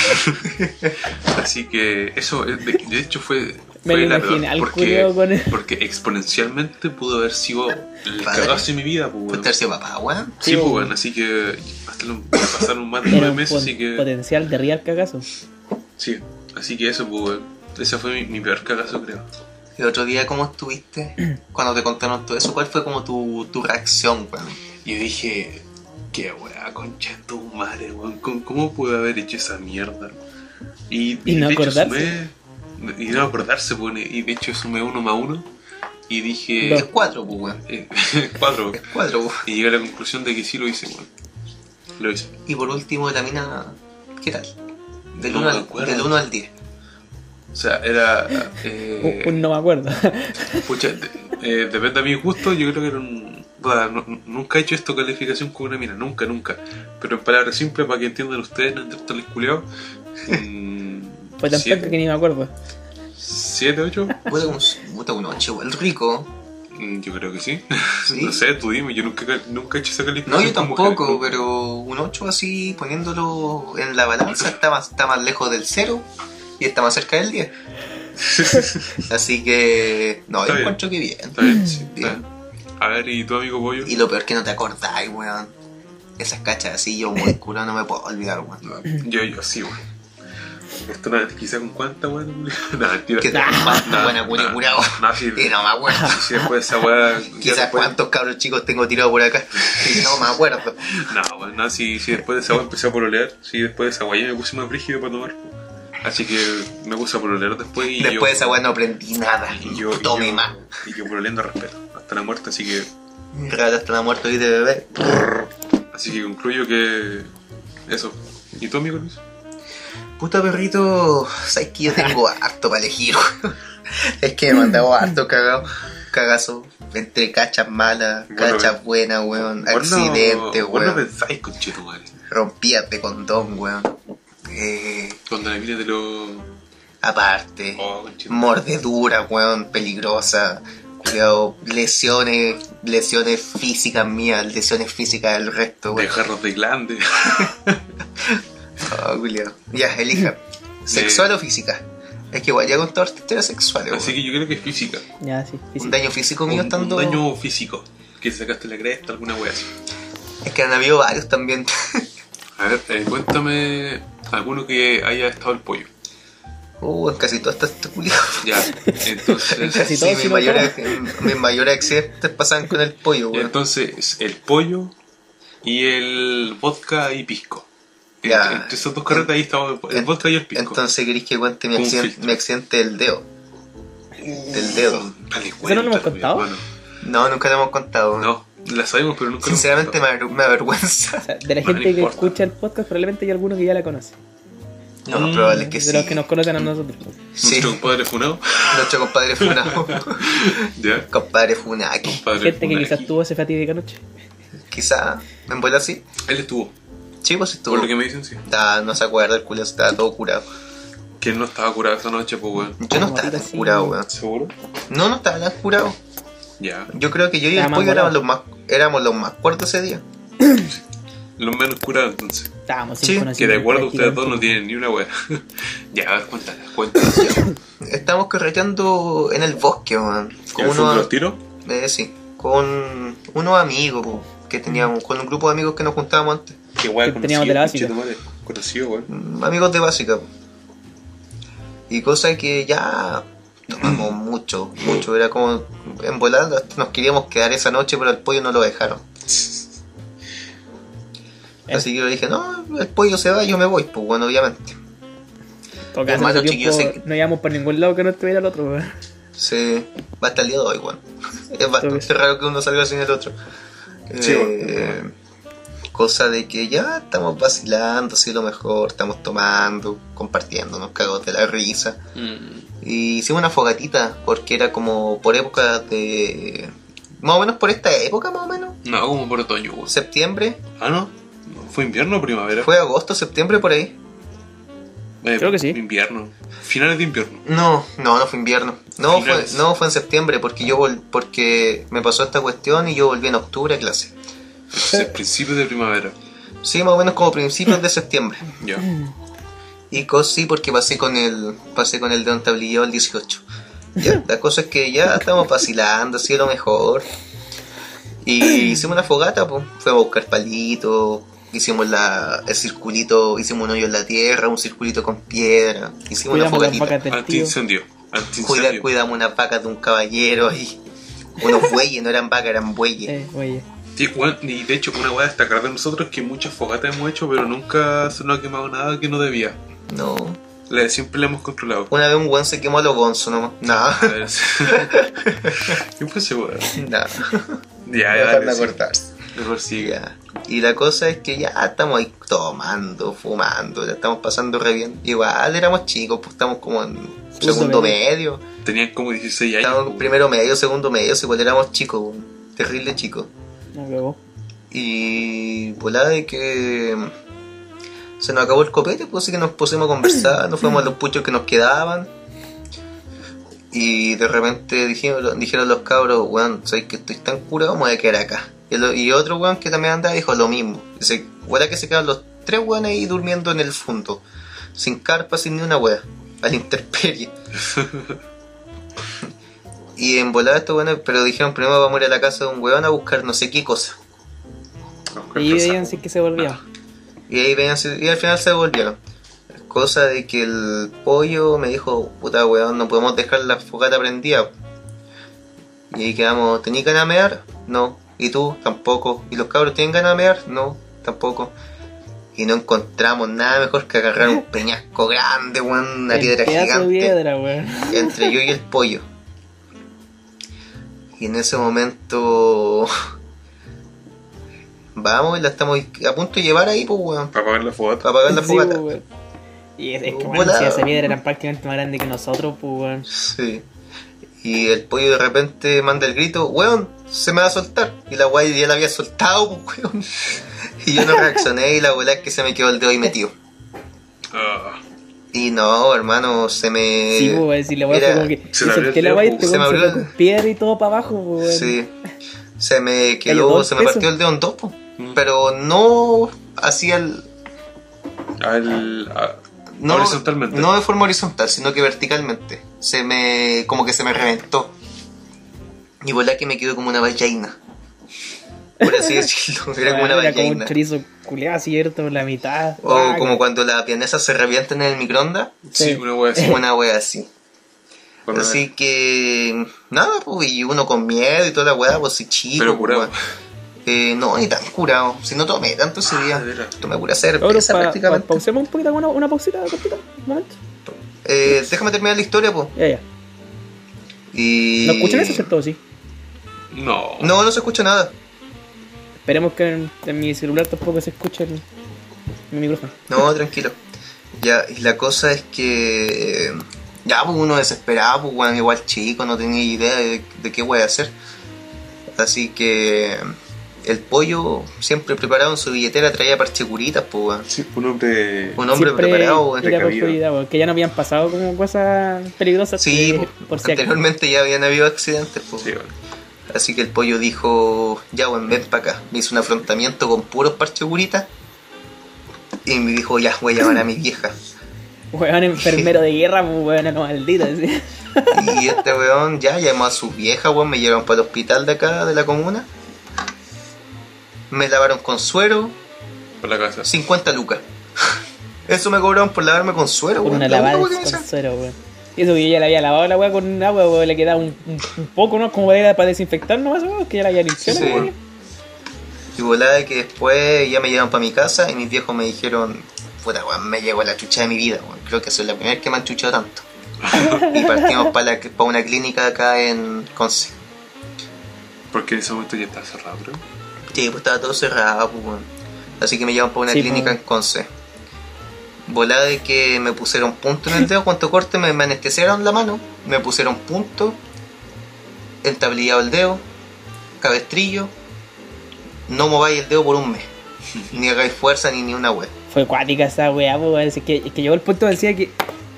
Así que eso, eh, de, de hecho, fue.
Me
fue
lo
la peor,
imaginé, al culiao
porque,
con el-
porque exponencialmente pudo haber sido el
Padre.
cagazo de mi vida, pues,
Fue
weón.
tercio papá, weón.
Sí, pues, weón, así que hasta lo- pasaron más de
Era
nueve
un
meses,
pon-
así que.
potencial de real cagazo.
Sí, así que eso, pues, weón. Esa fue mi, mi peor cagazo, creo.
El otro día, ¿cómo estuviste? Cuando te contaron todo eso, ¿cuál fue como tu, tu reacción, weón?
Y yo dije, qué weá, concha de tu madre, weón, ¿cómo, cómo pude haber hecho esa mierda? Y,
Y no
de hecho
acordarse.
sumé- y no acordarse, pone, y de hecho sumé uno más uno, y dije,
Es cuatro, pues, weón.
eh, cuatro,
Es cuatro, pues.
y llegué a la conclusión de que sí lo hice, weón. Lo hice.
Y por último, la mina, ¿qué tal? Del
No
1
me
al,
acuerdo.
del uno al 10.
O sea, era... eh,
Un- un no me acuerdo.
Pucha, de- eh, depende de mi gusto, yo creo que era un... puta, no- nunca he hecho esto calificación con una mina, nunca, nunca. Pero en palabras simples, para que entiendan ustedes, no estar culeados.
Fue tan
siete,
poco Pues que ni me acuerdo.
siete, ocho,
Puta, un, puta, un 8, igual rico.
Mm, yo creo que sí.
Sí.
No sé, tú dime, yo nunca, cal- nunca he hecho esa
No,
calificación.
yo
con
tampoco,
mujeres.
pero un 8 así, poniéndolo en la balanza, está más, está más lejos del 0 y está más cerca del 10. Así que, no,
Está
yo
bien.
encuentro que bien.
Está bien, sí, está
Bien.
bien. A ver, ¿y tu amigo Pollo?
Y lo peor que no te acordáis, weón. Esas cachas así, yo muy culo, no me puedo olvidar, weón.
No, yo, yo sí, weón. Esto no, quizá con cuánta, weón. No, mentira.
Que te cuánto buena
no,
cura curado.
No, sí,
Y no me acuerdo.
sí, después esa weá.
Quizás
después-
cuántos cabros chicos tengo tirado por acá. Y no me acuerdo.
No, weón, no, si, si después de esa weá empecé a pololear, si después de esa weá yo me puse más brígido para tomar. Así que me puse a pololear después y.
Después de esa
yo,
weón no aprendí nada.
Y yo. y
Tome
yo-
más.
Y yo pololeando respeto, hasta la muerte, así que.
Rata hasta la muerte hoy de bebé.
Así que concluyo que. Eso. ¿Y tú, amigo Luis?
Puta perrito, sabes que yo tengo harto para elegir, weón. Es que me mandado harto cagado, cagazo. Entre cachas malas,
Bueno,
cachas buenas, weón. Accidentes,
Vos no
weón.
pensáis, conchito, madre.
Rompías de condón, weón. Eh,
Cuando la mina de los.
aparte.
Oh, conchito.
mordedura, weón, peligrosa. Cuidado, lesiones, lesiones físicas mías, lesiones físicas del resto,
de
weón.
jarros de glande.
Ah, culiao. Ya, elija. ¿Sexual o física? Es que igual ya con todo historia sexual, weón.
Así que yo creo que es física.
Ya, sí. sí, sí.
Un daño físico
Un,
mío
un
estando.
daño físico. Que te sacaste la cresta, alguna wea así.
Es que han habido varios también.
A ver, eh, cuéntame alguno que haya estado el pollo.
Uh, en casi todo está este culiao.
Ya, entonces.
Casi
Sí,
todo
mis
sí lo
mayores mis mayores accidentes pasan con el pollo, weón.
entonces, el pollo y el vodka y pisco.
Ya.
Entre, entre esos dos carretas ahí estaba el
Ent-
vodka y el pisco.
Entonces queréis que cuente mi
Un
accidente,
filtro.
mi accidente del dedo. Del dedo.
Dale,
¿Eso no lo hemos
cuéntalo, mi
contado?
hermano.
No, nunca lo hemos contado. weón.
No, la sabemos, pero nunca lo hemos
Sinceramente
contado.
me, aver- me avergüenza.
O sea, de la
Bueno, no
gente que
importa.
escucha el podcast, probablemente hay alguno que ya la conoce.
Lo
Mm,
más probable es que
de
sí.
los que nos conocen a nosotros.
Sí,
Nuestro compadre Funao.
nuestro compadre Funao.
Ya.
compadre Funaki.
Compadre
Gente que
Funaki.
quizás tuvo esa fatídica noche.
Quizá, en vuelta así.
Él estuvo,
Sí, pues estuvo.
por lo que me dicen, sí.
Está- no se acuerda, el culo estaba todo curado.
Que él no estaba curado esa noche, pues, weón.
Yo no estaba tan
Maldita
curado,
sea.
weón.
¿Seguro?
No, no estaba tan curado.
Ya.
Yo creo que yo y el
Estaba más
pollo éramos
volado.
los más, éramos los más cuartos ese día.
Los menos curados, entonces.
Estábamos
Sí,
sin conocer.
que de acuerdo ustedes dos no tienen ni una weá. ya, a ver, cuéntala, cuéntala.
Estábamos correteando en el bosque, weón. Con
¿Cómo fue
unos,
los tiros?
eh, sí, con unos amigos po, que teníamos, con un grupo de amigos que nos juntábamos antes.
Qué weá,
Que teníamos de la básica.
conocido, pinche tu madre. Conocido, weón.
Mm, amigos de básica. po. Y cosa que ya tomamos mucho, mucho. Era como en volando, nos queríamos quedar esa noche, pero el pollo no lo dejaron.
Eh.
Así que yo le dije, no, el pollo se va, yo me voy, pues bueno, obviamente. Además, los chiquillos se-
No íbamos por ningún lado que no estuviera el otro, weón.
Se va hasta el día de hoy, bueno. Es
Creo
bastante
que sí.
raro que uno salga sin el otro.
Sí,
Eh, cosa de que ya estamos vacilando, sí, lo mejor, estamos tomando, compartiendo, nos cagos de la risa. Mm, Y hicimos una fogatita, porque era como por época de. Más o menos por esta época, más o menos.
No, como por otoño, weón.
Septiembre.
Ah, no. ¿No ¿Fue invierno o primavera?
¿Fue agosto, septiembre por ahí?
Eh,
Creo que sí.
Invierno. Finales de invierno.
No, no, no fue invierno. No, fue,
Finales.
no fue en septiembre, porque yo vol- porque me pasó esta cuestión y yo volví en octubre a clase.
Entonces, principios de primavera.
Sí, más o menos como principios de septiembre.
Ya.
Y cos sí, porque pasé con el, pasé con el de un tablillo el 18. Ya, la cosa es que ya estamos vacilando, así lo mejor. Y hicimos una fogata, pues. Fuimos a buscar palitos, hicimos la, el circulito, hicimos un hoyo en la tierra, un circulito con piedra, hicimos
Cuidamos
una
las
fogatita.
vacas del tío.
Antiincendio.
Cuida,
Antiincendio.
cuidamos una vaca de un caballero ahí. Unos bueyes, no eran vacas, eran bueyes.
Eh, oye.
Sí, weón, y de hecho, una weá a destacar de nosotros es que muchas fogatas hemos hecho, pero nunca se nos ha quemado nada que no debía.
No.
Le- siempre le hemos controlado.
Una vez un guan se quemó a los gonzos nomás. No,
A ver, sí. ¿Qué fue ese weón?
no.
Ya, ya,
Mejor
dale,
no
sí.
cortarse.
Mejor sigue.
Ya. Y la cosa es que ya estamos ahí tomando, fumando, ya estamos pasando re bien. Igual éramos chicos, pues estamos como en
Justo
segundo medio.
medio.
Tenían como 16 años.
Estábamos en
weón.
primero medio, segundo medio, así igual éramos chicos, weón. terrible chicos.
No cagó.
Y volada de que se nos acabó el copete, pues así que nos pusimos a conversar, nos fuimos a los puchos que nos quedaban. Y de repente dijeron, dijeron los cabros, weón, sabéis que estoy tan curado, me voy a quedar acá. Y, lo- y otro weón que también andaba dijo lo mismo. Dice, "Weá que se quedaron los tres weones ahí durmiendo en el fondo, sin carpa, sin ni una wea, al interperie. y en volada estos weones, pero dijeron primero vamos a ir a la casa de un weón a buscar no sé qué cosa.
Ojo,
Y
empezamos.
veían si es que se volvía.
Y ahí venían, y al final se devolvieron. Cosa de que el pollo me dijo, puta weón, no podemos dejar la fogata prendida. Y ahí quedamos, ¿tenéis ganas de mear? No. ¿Y tú? Tampoco. ¿Y los cabros tienen ganas de mear? No, tampoco. Y no encontramos nada mejor que agarrar un peñasco grande, weón, una
El
piedra
pedazo
gigante
de piedra, weón.
entre yo y el pollo. Y en ese momento vamos y la estamos a punto de llevar ahí, pues weón,
Para apagar la fogata.
para apagar la
Sí,
fogata.
weón. Y es, es que, bueno,
Volado.
si esa piedra era prácticamente más grande que nosotros, pues, weón.
Sí. Y el pollo de repente manda el grito, weón, se me va a soltar. Y la guay ya la había soltado, pues, weón. Y yo no reaccioné y la abuela es que se me quedó el dedo ahí metido.
Ah,
Y no, hermano, se me...
Sí, pues, weón, si la weá
era-
fue como que. yo
se le abrió
solté
el
la
dedo,
weá y
pues,
este
Eh, se me
weón se fue
abrió el-
con piedra y todo para abajo, pues, weón.
Sí. Se
Cayó
me quedó,
dos
se me
pesos.
partió el dedo en dos, po.
Mm.
pero no hacia el.
al, a-
No,
Horizontalmente.
No de forma horizontal, sino que verticalmente. Se me. como que se me reventó. Y volá que me quedó como una ballena. Por así decirlo, era como una
Weón, Ah, era como
ballena.
un chorizo culeado, cierto, la mitad.
O
Ah,
como cuando las pianesas se revientan en el microondas,
sí,
Sí.
una weá así.
una wea así.
Con una-
Así que. nada, pues, y uno con miedo y toda la wea, pues, y chico.
Pero curado.
pues, Eh, no, ni tan curado. Si no tomé tanto ese día,
de veras.
tomé pura
Ahora,
cerveza
pa-
prácticamente.
pa- pausemos un poquito, una, una pausita cortita, un momento.
Eh, déjame terminar la historia, po.
Ya, ya.
Y...
¿No escuchan eso? Todo, sí.
No.
No, no se escucha nada.
Esperemos que en, en mi celular tampoco se escuche el, mi micrófono.
No, tranquilo. Ya, y la cosa es que. eh, Ya, pues uno desesperado, pues weón, igual chico, no tenía idea de, de qué voy a hacer. Así que. eh, El pollo, siempre preparado en su billetera, traía parchecuritas, pues weón.
Sí, un hombre.
Un hombre
Siempre
preparado, weón.
ir a por
precavido.
prioridad, porque ya no habían pasado como cosas peligrosas.
Sí,
eh,
po,
por si acaso.
anteriormente ya habían habido accidentes, pues.
Sí, bueno.
Así que el pollo dijo, ya weón, ven para acá. Me hizo un afrontamiento con puros parchecuritas. Y me dijo, ya, voy a llamar a mi vieja.
Weón enfermero de guerra, pues weón, no maldito. así.
Y este weón ya llamó a su vieja, weón, me llevaron para el hospital de acá, de la comuna. Me lavaron con suero,
Por la casa.
50 lucas. Eso me cobraron por lavarme con suero,
Por
weón.
una
La
lavada
única
de
weá que me hicieron.
suero, weón. Y eso que ya le había lavado la weá con agua, weón, le quedaba un, un- un poco, ¿no? Como era para desinfectar nomás, weón, que ya la había limpiado,
Sí.
weón.
Y volada que después ya me llevaron para mi casa y mis viejos me dijeron, puta weón, me llegó la chucha de mi vida, weón. Creo que soy la primera que me han chuchado tanto. y partimos para pa una clínica acá en Conce.
Porque en ese momento ya está cerrado, creo.
Sí, pues estaba todo cerrado, pues, weón. Así que me llevan para una
Sí,
clínica
pues.
en Conce. Volada de que me pusieron punto en el dedo, cuanto corte, me, me anestesiaron la mano, me pusieron punto, entablillado el dedo, cabestrillo, no mováis el dedo por un mes, ni hagáis fuerza ni ni una web.
Fue cuática esa weá, po, weón. Es que, es que llegó el punto donde decía que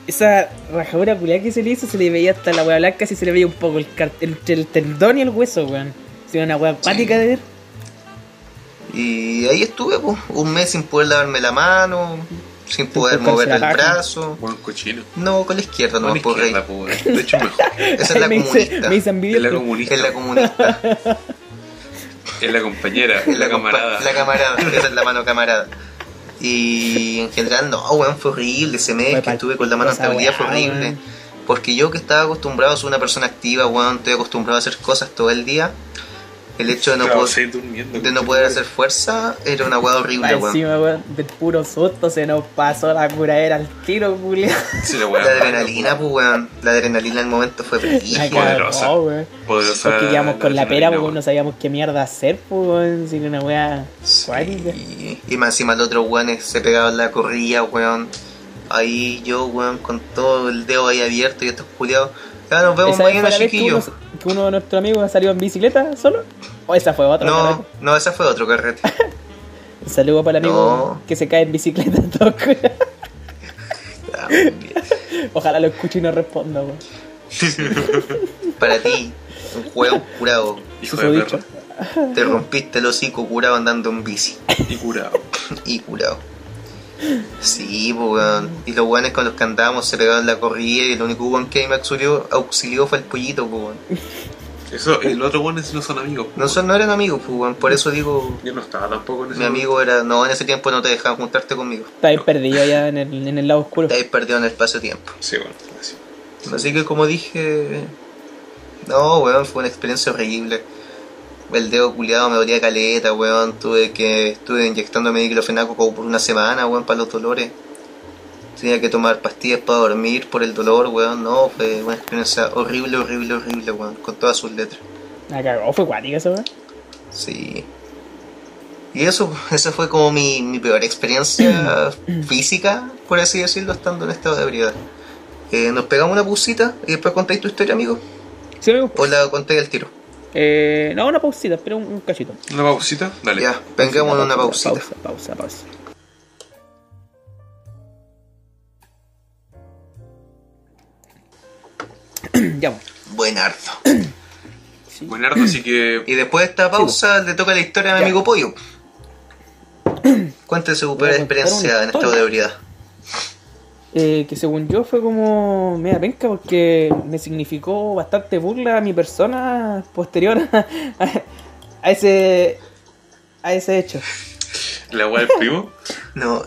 esa rajadura culiada que se le hizo se le veía hasta la weá blanca, si se le veía un poco el, car- entre el tendón y el hueso, weón. Si era una weá cuática de ver.
Y ahí estuve, pues, un mes sin poder lavarme la mano, sin poder
cortarse
mover
la
el
paja.
brazo.
Buen cochino.
No, con la izquierda, no,
Con
me puedo
izquierda,
reír.
po, weón. De hecho, mejor.
Esa es la
me, hice,
comunista.
me hice
Es la
envidioso.
comunista.
Es la comunista.
Es la compañera. Es
Es
la
compa-
camarada.
La camarada, esa es la mano camarada. Y en general, no, weón, fue horrible. Ese mes
Fue
que
pal-
estuve con la mano
esa
estabilidad fue
weá,
horrible.
weón.
Porque yo que estaba acostumbrado a ser una persona activa, weón, estoy acostumbrado a hacer cosas todo el día. El hecho de no,
Claro,
poder,
seguir durmiendo.
de no poder hacer fuerza era una weá horrible,
Pa'
weón.
Encima, weón, de puro susto se nos pasó la curadera al tiro, culiado.
Sí, la
La
weá.
adrenalina, pues, weón. La adrenalina en el momento fue
La
brígida.
poderosa.
cagó, weón.
Poderosa.
Porque íbamos con la pera,
adrenalina,
porque no sabíamos qué mierda hacer, pues, weón. Si era una weá cuática.
Y, y más encima el otro weón se pegaba en la corrilla, weón. Ahí yo, weón, con todo el dedo ahí abierto y estos culiados. Ya nos vemos
¿Esa vez fue
mañana,
la vez que uno,
chiquillos.
que uno de nuestros amigos salió en bicicleta solo? ¿O esa fue otra?
No, no, ese fue otro carrete.
Un saludo para el amigo
No.
que se cae en bicicleta todo culiao.
Ah, weón, bien.
Ojalá lo escuche y no responda, weón.
Para ti, un juego curado.
Hijo
Eso
de
dicho.
perro.
Te rompiste el hocico curado andando en bici.
Y curado.
Y curado. Sí, pues, weón. Y los weones con los que andábamos se pegaban en la corrilla y el único weón que ahí me auxilió, auxilió fue el pollito, pues, weón.
Eso, el otro bueno no son amigos. po,
No, son, no eran amigos, pues, weón. Por eso digo,
Yo no estaba tampoco en ese
Mi amigo era, no, en ese tiempo no te dejaban juntarte conmigo.
Está ahí perdido ya en el, en el lado oscuro.
Te habías perdido en el espacio-tiempo.
Sí, bueno, así.
Así que como dije, no, weón, fue una experiencia horrible. El dedo culiado me dolía caleta, weón. Tuve que, estuve inyectándome diclofenaco como por una semana, weón, para los dolores. Tenía que tomar pastillas para dormir por el dolor, weón. No, fue una experiencia horrible, horrible, horrible, weón. Con todas sus letras.
La cagó, fue cuática esa weón.
Sí. Y eso, esa fue como mi, mi peor experiencia física, por así decirlo, estando en estado de ebriedad. Eh, nos pegamos una pusita y después contáis tu historia, amigo.
Sí, amigo.
O la contáis al tiro.
Eh, no, una pausita, pero un, un cachito.
¿Una pausita? Dale.
Ya, vengamos en una pausita.
Pausa, pausa, pausa. ya, pues. weón.
Buen harto.
Buen harto, así que.
Y después de esta pausa le toca la historia a mi
pues. Ya.
amigo Pollo. Cuéntese
Voy
su
a contar
peor
una
experiencia en estado
historia.
de ebriedad.
Eh, que según yo fue como media penca porque me significó bastante burla a mi persona posterior a, a ese a ese hecho.
La weá del primo.
No.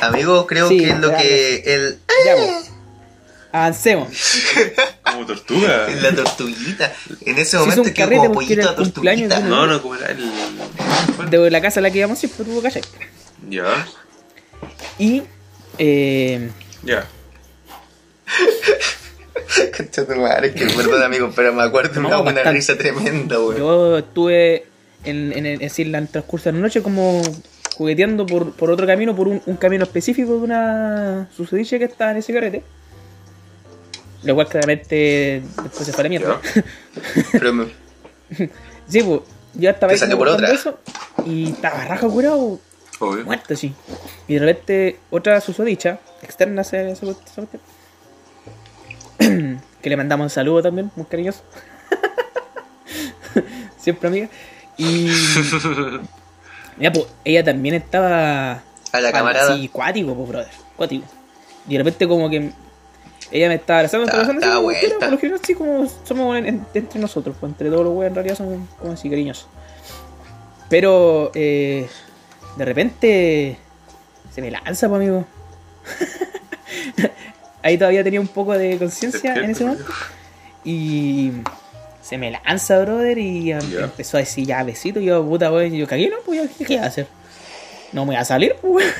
Amigo, creo
Sí,
que es lo
ya,
que el,
Ya, pues. Avancemos.
Como tortuga.
la tortuguita. En ese
hizo
momento
un
es que
carrete
como
porque
pollito
era
a
el cumpleaños
tortuguita.
de
No, no, como era el. bueno,
De la casa a la que íbamos siempre hubo calle.
Ya.
Y eh,
Ya.
Concha tu madre, que perdón amigo, pero me acuerdo me
No,
da una
bastante.
risa tremenda, weón.
yo estuve en, en, en- es decir, en el transcurso de la noche como jugueteando por, por otro camino, por un, un camino específico de una sucediche que está en ese carrete. Lo cual claramente después se fue a la mierda.
Pero me-
Sí, pues, yo estaba
Te salió por
contando
otra.
y estaba raja curado,
Obvio.
muerto sí. Y de repente otra susodicha, externa se, se- se- se- que le mandamos un saludo también, muy cariñoso. Siempre amiga. Y ya, pues, ella también estaba
A la
algo
camarada.
así, cuático, pues, brother, cuático. Y de repente como que ella me estaba abrazando,
Estaba-
abrazando, así,
estaba
como,
vuelta.
pero por lo general sí como somos en- en- entre nosotros, pues entre todos los weones en realidad somos como así cariñosos. Pero eh, de repente se me lanza, pues amigo. Ahí todavía tenía un poco de conciencia en ese momento. Y se me lanza, brother, y em-
Ya.
empezó a decir, ya, besito, y yo, puta, weón, yo cagué, ¿no? Pues yo, ¿qué, qué iba a hacer? No me voy a salir, pues, weón.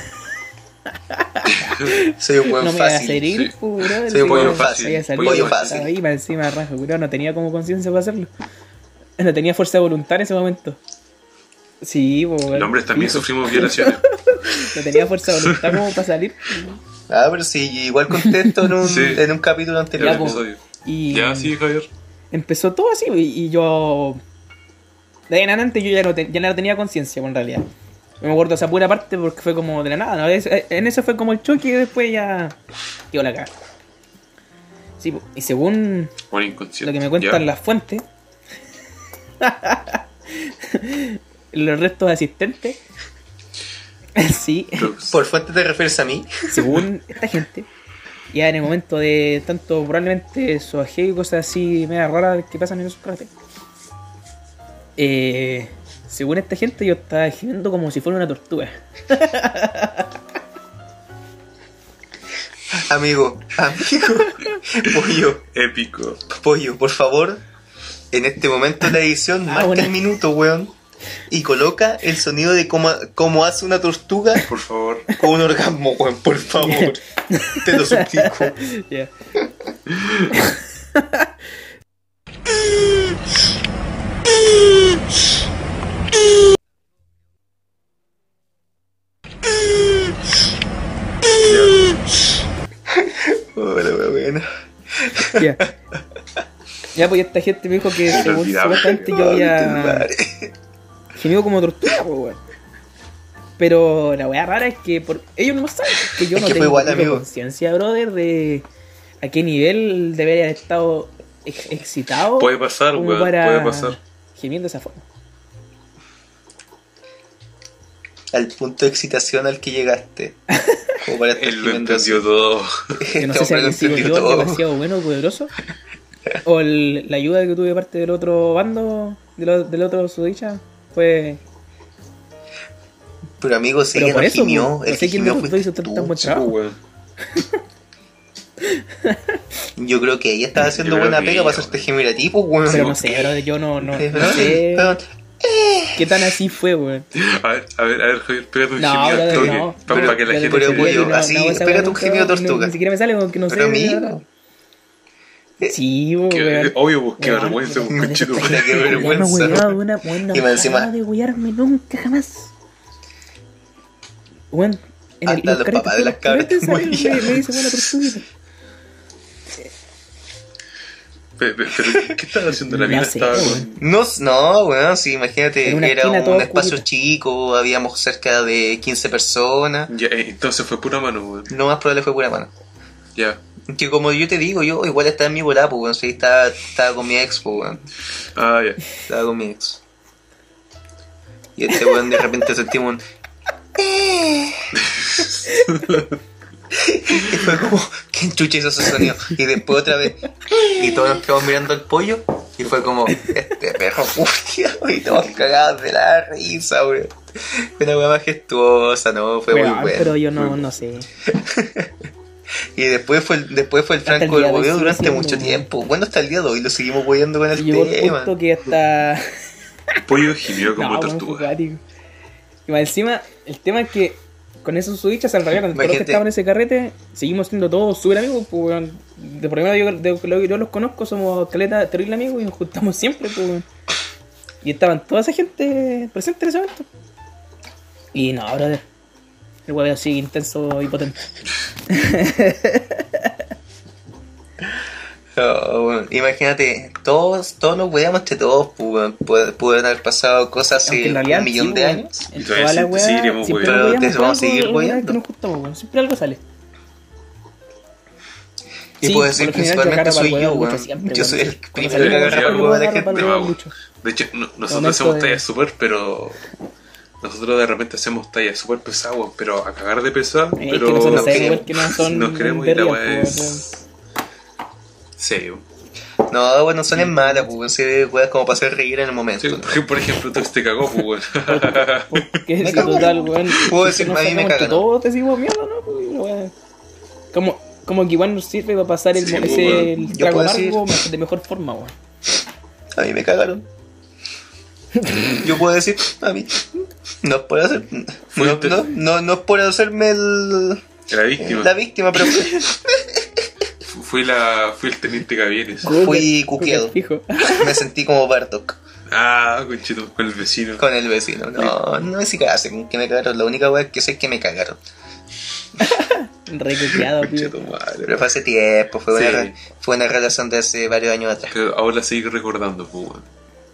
Soy un
no
buen
me voy a
fácil.
salir,
sí.
pues, brother.
Soy un
no
pollo
me
fácil,
voy a salir,
pollo
yo estaba
fácil.
Ahí, más encima, rajo, culiao, no tenía como conciencia para hacerlo. No tenía fuerza de voluntad en ese momento. Sí, pues, weón.
Los hombres también
Fijo.
sufrimos violaciones.
No tenía fuerza de voluntad como para salir.
Ah, pero sí, igual contento en un,
Sí.
en un capítulo
El
anterior.
Ya, pues.
episodio.
Y
Ya, sí, Javier.
empezó todo así y, y yo de ahí en adelante yo ya no, te- ya no tenía conciencia pues, en realidad me acuerdo esa pura parte porque fue como de la nada ¿no? Es- eh, en eso fue como el choque y después ya yo la caga sí po. y según
Bueno, inconsciente.
lo que me cuentan
Ya.
las fuentes los restos de asistentes sí
Pero-
¿Por fuente te refieres a mí?
según esta gente, ya en el momento de tanto probablemente soaje y cosas así media raras que pasan en esos karate, eh, según esta gente yo estaba girando como si fuera una tortuga.
Amigo, amigo, pollo,
Épico.
pollo, por favor, en este momento de la edición,
Ah,
marca
bueno.
el minuto, weón, y coloca el sonido de cómo, cómo hace una tortuga
Por favor.
con un orgasmo, weón, por favor, te lo suplico.
Ya.
Hola, weón.
Ya. Ya, pues esta gente me dijo que según
Inolvidable.
supuestamente yo
Ay, tu
había
madre.
gemido como tortuga, pues weón. Pero la weá rara es que por... ellos no saben que yo
Es
no
que fue
tengo
igual,
ni
amigo.
conciencia, brother, de a qué nivel debería haber estado ex- excitado.
Puede pasar,
como
weón.
para
Puede pasar.
gemir de esa forma.
Al punto de excitación al que llegaste. Como para estar
Él lo
gimiendo así.
entendió todo.
Que no
Este
sé si
hombre lo
alguien sido
entendió
yo
todo.
demasiado bueno, poderoso. O el- la ayuda que tuve de parte del otro bando, de lo- del otro sudicha, fue.
Pero amigo, sí,
Pero
él
por
no
eso,
gimió,
no
el
sé
que
quién
gimió
de los dos hizo
fuiste
tan,
tú.
tan buen trabajo.
weón.
Yo creo que ella estaba haciendo
Yo creo
buena
que
pega
ella,
para hacerte gemir a ti, pues, weón.
Pero no sé, bro, yo no, no,
Eh,
no
perdón,
sé
perdón.
qué tan así fue, weón.
A ver, a ver, a ver, Javier, pégate un
No,
gemido al
brother,
toque.
no.
pa-
Pero-
pa' que la
Yo
gente.
pero,
se-
definitivamente
pollo,
no-
así,
no, esa
pega
weá
tu
nunca-
gemido tortuga.
Ni siquiera me sale, porque no oh, sé.
Pero
de
amigo.
verdad. Sí,
Que-
weón.
Obvio, pues, qué
Weón,
vergüenza,
weón,
un
con
conchito,
esta
weón.
Qué
historia, weón,
vergüenza.
weón, weón, una- weón, no
Y más
paraba
encima-
de wearme nunca, jamás. Weón, en el,
Hasta
los
los
carretes,
papás de las
los carretes
cabras
salen,
morían.
me, me dice, bueno, tortuguita.
Pe- pe- Pero, ¿qué estaba haciendo la
No
mina?
sé,
Estaba
weón.
con.
No, no, weón, sí, imagínate,
En una
era
esquina
un
todo
espacio
oscurito.
chico, habíamos cerca de 15 personas.
Ya, eh, entonces fue pura mano, weón.
Lo más probable fue pura mano.
Ya.
Que como yo te digo, yo igual estaba en mi volá, pues, weón, sí, estaba, estaba con mi ex, pues, weón.
Ah, ya.
Estaba con mi ex. Y este weón de repente sentimos un. "Eh". y fue como, ¿quién chucha hizo ese sonido? Y después otra vez. Y todos nos quedamos mirando al pollo. Y fue como, este perro culiao", Y todos cagados de la risa, weón. Fue una weá majestuosa, ¿no? Fue
Weón,
muy buena.
Pero yo no, no sé.
Y después fue, el- después fue el
Hasta el
Franco
día
del
de hoy
hueveo
sigue
durante
siendo,
mucho
weón.
tiempo. Bueno, hasta el día de hoy lo seguimos hueveando con el
Llegó el
tema.
punto que hasta.
Pollo gimió como
No, weón, fue
tortuga.
cuático. Y más encima, el tema es que con esos sudichas al realidad, con todos los que
Imagínate.
estaban en ese carrete, seguimos siendo todos súper amigos, pues, weón. De por lo menos yo, de lo que yo los conozco, somos caleta terrible amigos y nos juntamos siempre, pues, weón. Y estaban toda esa gente presente en ese momento. Y no, brother. El hueveo sigue intenso y potente.
Oh, weón. Imagínate, todos, todos nos weamos entre todos, pu, weón. Pu- pueden haber pasado cosas
Aunque
hace
en realidad,
un millón
sí,
de
weón,
años.
en
Y
todas
todavía
las
sí-
weas,
sí, iremos
siempre
hueando.
nos
Pero te- vamos a
por algo,
seguir
weón,
hueando.
que nos juntamos, weón. Siempre algo sale.
Y
Sí,
puedo
por
decir
lo general yo
principalmente
agarro pa'l
soy yo,
huevo mucho
weón.
siempre,
Yo
weón.
soy el
Cuando
primero
salgo
que
de
agarra
la
el
prueba,
huevo de
agarro pa'l
gente.
huevo
weón.
mucho.
De hecho, no- nosotros
Con esto
hacemos
de-
tallas súper, pero. Nosotros de repente hacemos tallas súper pesadas, weón, pero a cagar de pesar.
Eh,
pero
que nosotros
nos
sabemos
queremos-
que no son pues,
nos queremos y la
berrias, po,
weá es. Sí, weón.
No, bueno, son en mala, pu, weón. Sí, weón, como para hacer reír en el momento.
Sí, por- por ejemplo, tú te cagó, pues, weón.
weón. Porque si
cago,
total, weón.
Puedo
si
decir,
nos
a mí me
sacamos entre
cagan.
Todos decimos mierda, ¿no? Pues, weón. Como, como que igual nos sirve para pasar el,
Sí,
ese
weón.
el
pues, Yo
trago
puedo decir-
amargo de mejor forma, weón.
A mí me cagaron. Yo puedo decir, a mí, no es por, hacer, no,
Fuiste-
no- no- no es por hacerme el-
Era víctima.
la víctima, pero
Fu- Fui, la, fui el teniente Gavieres.
Porque
fui cuqueado.
Fijo.
Me sentí como Bardock
Ah, conchito, con el vecino.
con el vecino. No, no es si cagase, con que me cagaron. La única weá que sé es que me cagaron.
Recuqueado,
Conchito,
tío.
madre.
Pero fue hace tiempo, fue, una,
Sí.
re- fue una relación de hace varios años atrás.
Pero ahora sigue recordando, pues, weón.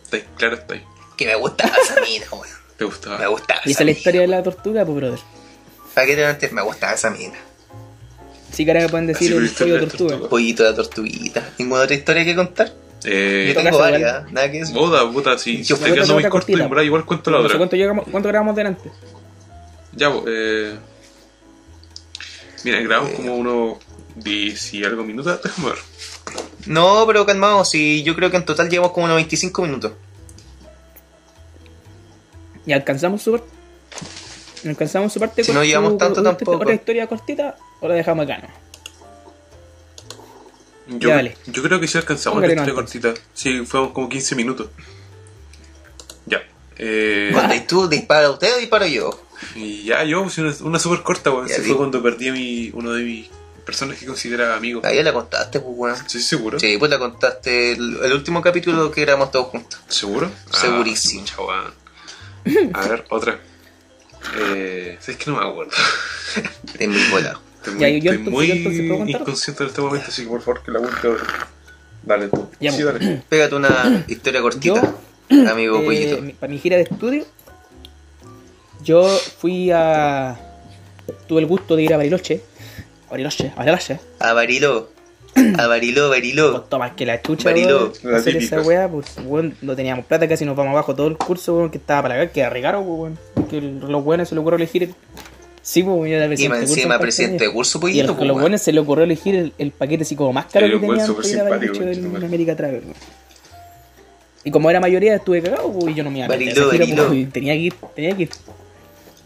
Estáis, claro, estáis.
Que me gustaba esa mina, weón.
Te
Me
gustaba.
gustaba
Y esa
esa
es la
mina.
historia de la tortuga, pues, brother.
¿Para qué te antes? Me gustaba esa mina.
Sí, que ahora me pueden decir
Así que
el
viste
pollo
la
tortuga.
tortuga.
Pollito de tortuguita. ¿Ninguna otra historia que contar?
Eh,
Yo tengo
Tocaste,
varias, nada que decir.
Boda, puta, si
Yo
yo
fui
te quedando
con
muy
otra
corto,
cortina.
en verdad, igual cuento la
No sé
otra.
cuánto, llegamos, cuánto grabamos delante.
Ya, bo- eh. Mira,
Eh.
grabamos como unos 10 y algo minutos. Déjame ver.
No, pero calmado, sí, yo creo que en total llevamos como unos 25 minutos.
Y alcanzamos su parte. Alcanzamos su parte
Si no
tu-
llevamos tanto
otra-
tampoco.
Otra historia cortita o la dejamos acá, ¿no?
Yo,
Ya, dale.
yo creo que sí alcanzamos la
Póngale
historia
nomás,
cortita. Sí, fueron como 15 minutos. Ya. Eh,
Cuando y tú dispara usted o disparo yo.
y ya yo puse una, una súper corta, weón.
Ya,
Se
di.
fue cuando perdí a mi, uno de mis personas que consideraba amigo.
Ah, ya la contaste, pues, weón.
¿Estoy seguro?
Sí, pues la contaste el, el último capítulo que grabamos todos juntos.
¿Seguro?
Segurísimo.
Ah, chaval. A ver, otra. Eh, ¿Sabes que no me acuerdo?
De mi volado.
Estoy muy,
Ya, yo- yo
estoy
entonces-
muy
yo entonces puedo contar.
inconsciente en este momento, así que por favor que la busque ahora. Dale tú.
Ya,
sí,
pues.
dale.
Pégate una historia cortita, amigo Pollito.
para eh, mi gira de estudio, yo fui a. Tuve el gusto de ir a Bariloche. A Bariloche, a Bariloche.
Avarilo. Avarilo, Avarilo.
Costó más que la chucha. weón,
Barilo,
la
hacer
típica.
esa weá, pues, weón, no teníamos plata, casi nos vamos abajo todo el curso, weón, que estaba para acá, que arreglaron, pues, weón. Que el- los weones se le ocurrió elegir el. Sí, pues, weón, yo era
Y
presidente
más
de curso,
encima,
compadre.
presidente de
Y a
curso, Pollito.
los,
pues,
los
weón.
buenos se le ocurrió elegir el, el paquete así como más caro
Era
que
un buen
tenían
súper
para ir a
simpático,
Bariloche en
conchetumare.
América Travel. weón. Y como era mayoría, estuve cagado pues, y yo no me iba a meter a esa
Barilo,
gira, pues,
Barilo.
y tenía que ir, tenía que ir.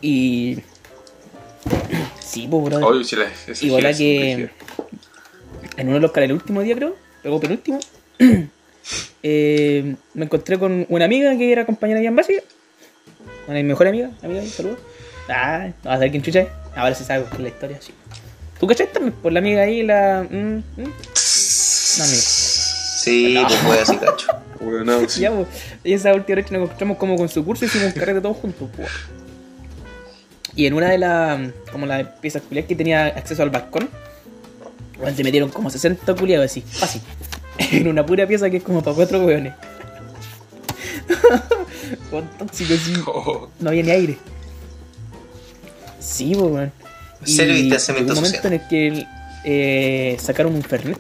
Y. Sí, pues, bro.
Obvio, si la esa
Y
gira
bola
es
que-
rígida.
En uno de los caras, el último día creo, luego penúltimo, eh, me encontré con una amiga que era compañera de Básica. Una de mis mejores amigas, amiga, saludos. Ah, no vas a saber quién chucha es. Ahora se sabe con la historia, sí. ¿Tú cachaste? Por la amiga ahí, la. mm, mm. No, amigo.
Sí, pues, weón, así cacho.
Weón, no, sí.
Ya, pues, y esa última noche nos encontramos como con su curso y hicimos un carrete todos juntos, pues. Y en una de las, como las piezas culiadas que tenía acceso al balcón, weón, se metieron como 60 culiados así, fácil. En una pura pieza que es como para cuatro weones. Weón tóxico, sí.
Oh,
No había ni aire. Sí, pues, weón. Y
Cero
llegó
distanciamiento
un momento
social.
en el que eh, sacaron un Fernet.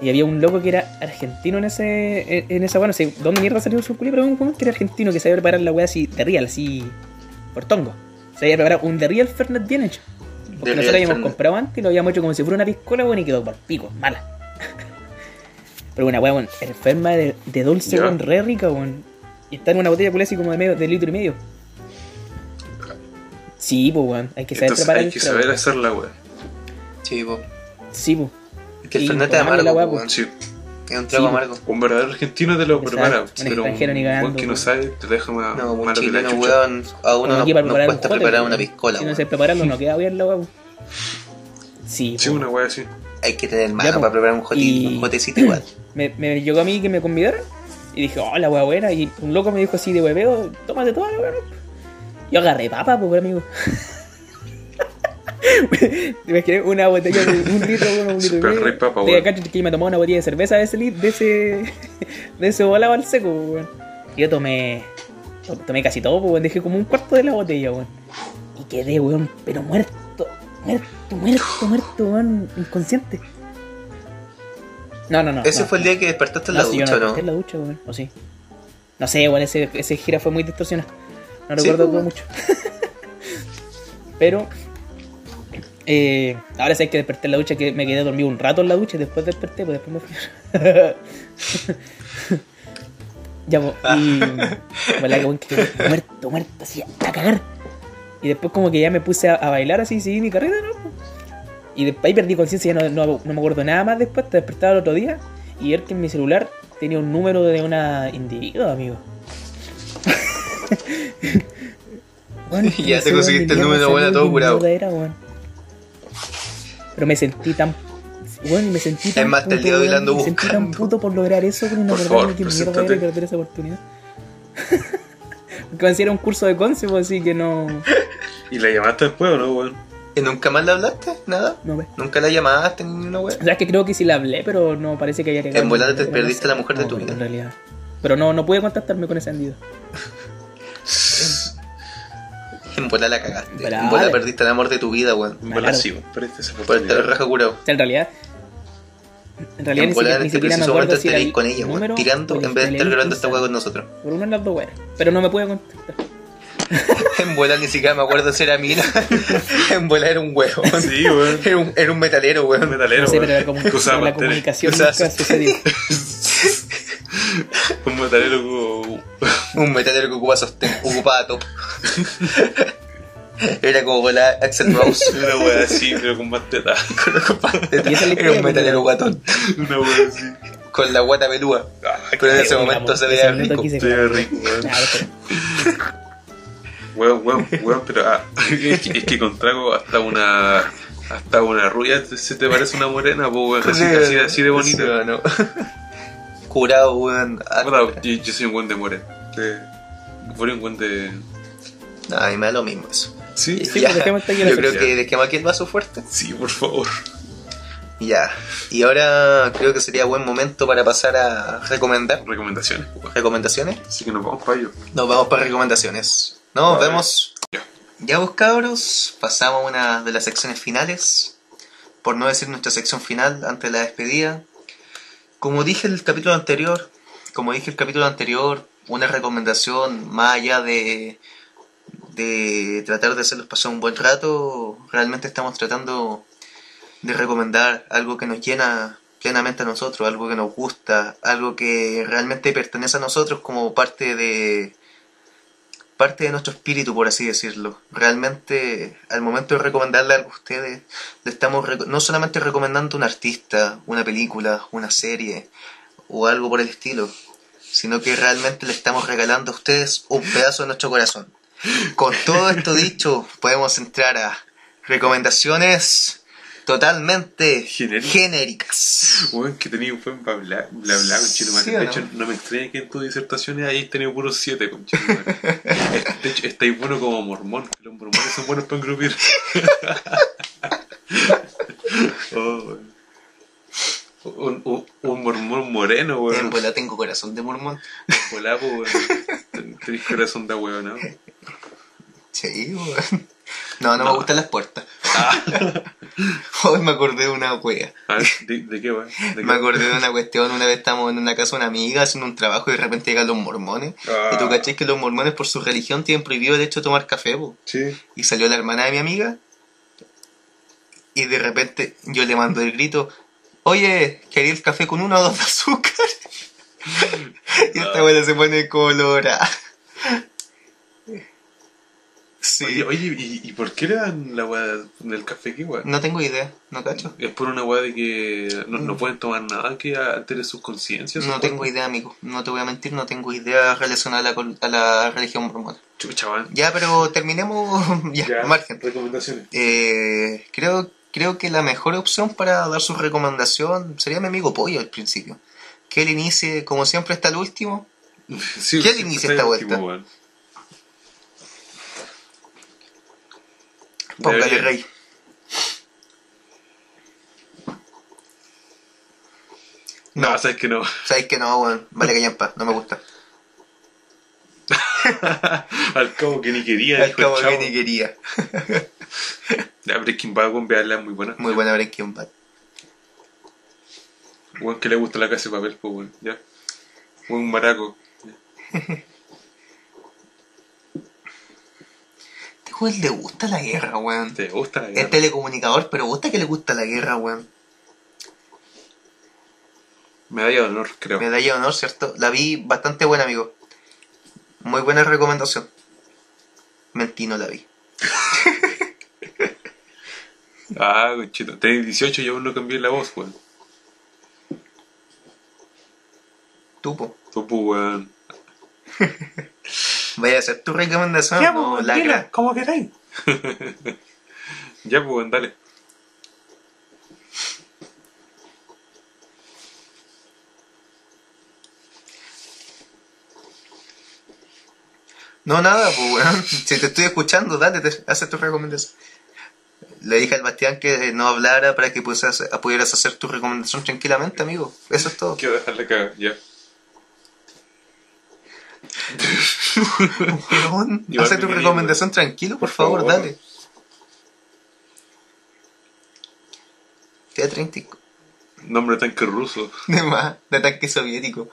Y había un loco que era argentino en ese. En, en esa. Bueno, no sé dónde mierda salió su culo, pero un weón que era argentino que sabía preparar la weá así de real, así. por tongo. Sabía preparar un de real Fernet bien hecho. Porque nosotros
De real
habíamos
Fernet.
comprado antes y lo habíamos hecho como si fuera una piscola, weón, y quedó por pico, mala. Pero una weá, weón, enferma de, de dulce,
Ya.
weón, re rica, weón. Y está en una botella culiá así como de, medio, de litro y medio. Sí, pues, weón. Hay que saber
entonces
preparar
hay
el
que
trago.
saber hacer la weón.
Sí, pues.
Sí, pues.
Que el
Y
Fernández es
tomarle la
amargo,
weá,
pues, weón.
Sí,
Es un trago
Sí, pues.
amargo.
un verdadero argentino te lo
Exacto,
prepara.
un
Pero un
extranjero ni
weón
cagando,
que no
weón.
sabe te deja más
No, un
malo que la
chileno,
chucha.
weón. A uno
Como
no,
aquí para
no
preparar un jote,
cuesta
pues,
preparar
weón.
una piscola,
Si no
weón.
sé prepararlo, no queda bien la weá, weón. Sí, pues.
Sí, una weón así.
Hay que tener mano
pues.
para preparar un, jote,
Y-
un jotecito igual.
me, me llegó a mí que me convidaron y dije, oh, la hueá buena. Y un loco me dijo así de hueveo, tómate toda la hueá. ¿no? Yo agarré papa, pues, amigo. Te imaginé una botella de un litro, bueno, un litro y
Super
medio.
rey papa,
De
weón.
acá que yo me tomaba una botella de cerveza de ese lit- de ese. de ese volado al seco, pues, weón. Y Yo tomé. to- Tomé casi todo, pues, weón. Dejé como un cuarto de la botella, weón. Y quedé, weón, pero muerto. Muerto, muerto, muerto, weón. Inconsciente. No, no, no.
Ese
no,
fue el
no.
día que despertaste en la
No, si yo
ducha,
no
¿no?
desperté en la ducha, weón. O sí. No sé, igual ese, ese gira fue muy distorsionado. No
Sí,
recuerdo
pues,
mucho. Pero. eh, ahora sé que desperté en la ducha, que me quedé dormido un rato en la ducha y después desperté, pues después me fui. ya, pues, y. Bueno, que, weón, que quedé muerto, muerto, así, a cagar. Y después, como que ya me puse a, a bailar así, seguí mi carrera, ¿no? Y después ahí perdí conciencia, ya no, no- no me acuerdo nada más después, te despertaba el otro día y ver que en mi celular tenía un número de una individuo, amigo. Bueno,
Y ya
no
te
sé
conseguiste
dónde
el
mierda
número, bueno,
salió,
todo
qué
curado.
mierda era, weón. Pero me sentí tan... Bueno, me sentí tan
más, hasta el día de hoy la
weón,
ando
Me sentí tan
buscando.
puto por lograr eso, pero no
Por
acordarme
favor,
que mierda
preséntate.
era perder esa oportunidad. Porque me hicieron un curso de conce, pues, así que no...
¿Y la llamaste después o no, weón?
¿Y nunca más le hablaste? ¿Nada?
no me...
¿Nunca la llamaste ni una wea?
O sea, es que creo que sí la hablé, pero no parece que haya llegado.
En volada te
Pero no
perdiste
sé,
la mujer de
no,
tu vida.
En realidad. Pero no, no pude contactarme con ese andido.
En bola la cagaste.
Pero
en bola
vale.
perdiste el amor de tu vida, weón.
En
Claro.
verdad sí, weón. Perdiste esa
Por estar
oportunidad.
raja curado.
O sea, en realidad. En realidad
En
ni
bola
siquiera,
en
ni
este
siquiera me
preciso
acuerdo
momento
si
estaréis
era el
con ella,
número
weón. Tirando
o el
en vez de estar
teléfono,
grabando esta
o
wea
sea,
con nosotros.
Por una de las dos weas. Pero no me pude contactar.
En bola ni siquiera me acuerdo si era mina. en bola era un huevo.
Sí, weón.
Era un, era un metalero,
Un
weón.
metalero,
No sé, pero
weón.
era como
Que usaba
la
mantener.
comunicación
O sea,
nunca sucedió.
Un metalero como...
Un metalero que ocupaba sostén, ocupaba top. Era como bola Axel Rose.
Una weá así, pero con más teta.
Y esa es la
Era
historia, pues,
un
weón.
metalero guatón.
Una weá así.
Con la guata pelúa.
Ah,
Pero en
Sí,
ese
weón,
momento
la-
se
ese
veía
minuto
rico.
aquí se
se ve
grabó.
rico, weón.
Nah, pero-
Weón, weón, weón, pero ah, es, que, es que con trago hasta una hasta una rubia te- se te parece una morena, po, weón, así, así, así
Sí,
de bonita.
bueno. Curado, weón. Ah,
Puta, yo, yo soy un buen de morena. Sí. Fuera un buen de.
Ay, me da lo mismo eso.
Sí,
Sí, pues, dejemos hasta aquí la
Yo creo
sección.
que dejemos aquí el vaso fuerte.
sí, por favor.
Ya. Y ahora creo que sería buen momento para pasar a recomendar. pues,
Recomendaciones, po, weón.
¿Recomendaciones?
Así que nos vamos para ello.
Nos vamos para recomendaciones. Nos
Vale.
vemos.
Ya.
Ya vos cabros, pasamos a una de las secciones finales. Por no decir nuestra sección final antes de la despedida. Como dije el capítulo anterior, como dije el capítulo anterior, una recomendación más allá de, de tratar de hacerlos pasar un buen rato, realmente estamos tratando de recomendar algo que nos llena plenamente a nosotros, algo que nos gusta, algo que realmente pertenece a nosotros como parte de parte de nuestro espíritu, por así decirlo. Realmente, al momento de recomendarle algo a ustedes, le estamos reco- no solamente recomendando un artista, una película, una serie o algo por el estilo, sino que realmente le estamos regalando a ustedes un pedazo de nuestro corazón. Con todo esto dicho, podemos entrar a recomendaciones totalmente
Genéricas.
genéricas.
Weón, que tenía un buen bla bla bla, bla conchito,
Sí,
De
¿o
hecho,
no?
no? me extraña que en tus disertaciones hayas tenido puros siete, conchito. De hecho, estáis bueno como mormón. Los mormones son buenos para engrupir. Oh, un, un, un mormón moreno,
En
weón.
bola pues tengo corazón de mormón.
Polapo, weón. Tenés corazón de weón, ¿no?
Sí, weón. No, no,
No.
me gustan las puertas. Hoy me acordé de una wea.
Ah, ¿de, de qué, weón? ¿De qué?
Me acordé de una cuestión. Una vez estábamos en una casa de una amiga haciendo un trabajo y de repente llegan los mormones.
Ah.
Y tú caché que los mormones por su religión tienen prohibido el hecho de tomar café, po.
Sí.
Y salió la hermana de mi amiga. Y de repente yo le mando el grito. Oye, ¿quería el café con uno o dos de azúcar? y
Ah.
esta weá se pone colorada. Sí.
Oye, oye ¿y, y por qué le dan la weá del café aquí, weón?
No tengo idea, no cacho.
Es por una weá de que no, no pueden tomar nada que altere sus conciencias.
No
su
tengo
cuerpo.
idea, amigo. No te voy a mentir, no tengo idea relacionada a la, col- a la religión mormona.
Chucha, weón.
Ya, pero terminemos ya,
Ya,
margen.
Recomendaciones.
Eh, creo, creo que la mejor opción para dar su recomendación sería mi amigo Pollo al principio. Que él inicie, como siempre, está el último.
Sí,
¿Quién
sí,
inicia
está
esta
el último,
vuelta?
weón.
Póngale
Debería.
rey.
No,
No.
sabes que no.
Sabéis que no, weón. Vale que yampa, no me gusta.
Al cabo que ni quería.
Al
dijo el
cabo que
chavo.
ni quería.
La Breaking Bad, weón, veanla, es muy buena.
Muy buena Breaking Bad.
Weón, que le gusta la casa de papel, pues, weón. Ya. Weón, maraco.
Este weón le gusta la guerra, weón.
Te gusta la
Es
guerra.
telecomunicador, pero gusta que le gusta la guerra, weón.
Medalla de honor, creo.
Medalla de honor, ¿cierto? La vi bastante buena, amigo. Muy buena recomendación. Mentí, no la vi.
Ah, conchito. Tenés 18 y aún no cambié la voz, weón.
Tupo.
Tú, pues, weón.
Vaya a ser tu recomendación. no, lacra.
¿Cómo queréis? ya, pues, weón, dale.
No, nada, pues, weón. Si te estoy escuchando, dale, te, hace tu recomendación. Le dije al Bastián que eh, no hablara para que pudieras, pudieras hacer tu recomendación tranquilamente, amigo. Eso es todo.
Quiero dejarla cagar, ya.
Weón,
Igual
Hace
me
tu
quería,
recomendación tranquilo, por,
Por
favor,
favor.
dale. Queda 30.
Nombre tanque ruso.
De más, de tanque soviético.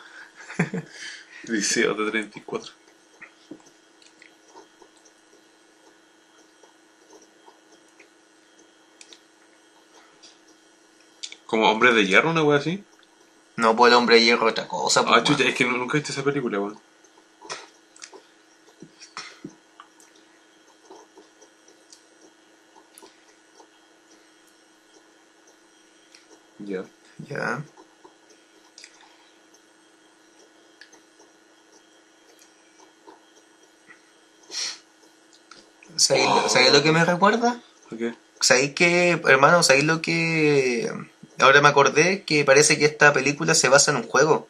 Liceo de 34. Como hombre de hierro, una wea así.
No, pues el hombre de hierro otra cosa. pues,
Ah, chucha,
weón.
es que nu- nunca he visto esa película, weón. Ya.
Ya. ¿Sabéis lo- sabéis lo que me recuerda?
Ok.
¿Sabéis que, hermano, sabéis lo que... Ahora me acordé que parece que esta película se basa en un juego.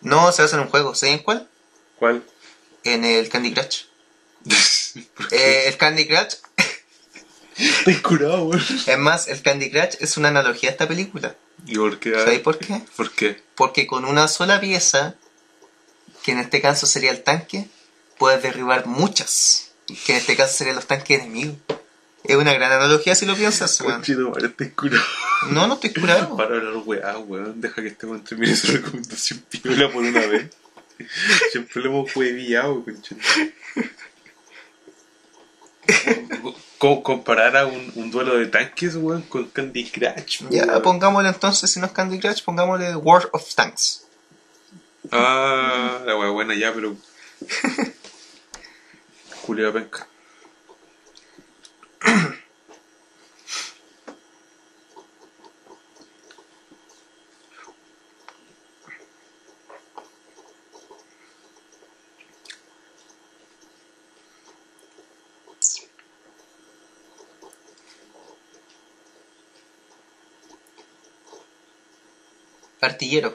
No, se basa en un juego. ¿Sabéis en cuál?
¿Cuál?
En el Candy Crush. Eh, el Candy Crush,
Estoy curado, weón.
es más, el Candy Crush es una analogía a esta película.
¿Y por qué?
¿Sabéis por qué?
¿Por qué?
Porque con una sola pieza, que en este caso sería el tanque, puedes derribar muchas. Que en este caso serían los tanques enemigos. Es una gran analogía si lo piensas, weón.
Conchito, madre, estoy curado.
No, no estoy curado.
Para hablar weá, weón. Deja que este weón termine su recomendación piola por una vez. Siempre lo hemos huevillado, conchito. Co- comparar a un, un duelo de tanques, weón, con Candy Crush, weón.
Ya, pongámosle entonces, si no es Candy Crush, pongámosle World of Tanks.
Ah, la weá buena ya, pero. Julio Penca.
Artillero.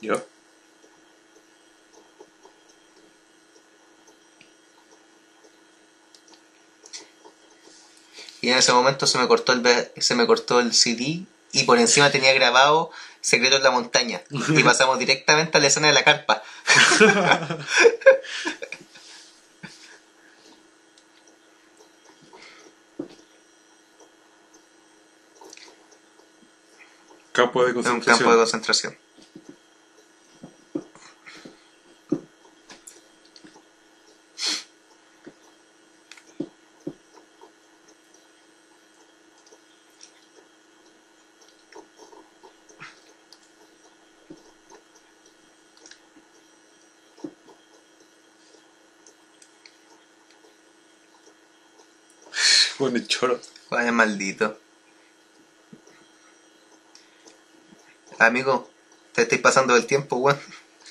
Yo.
Y en ese momento se me cortó el, ve- se me cortó el CD y por encima tenía grabado Secreto en la Montaña. Y pasamos directamente a la escena de la carpa.
Campo de
en un campo
concentración.
de concentración.
Con el choro.
Vaya maldito. Amigo, te estoy pasando del tiempo, weón.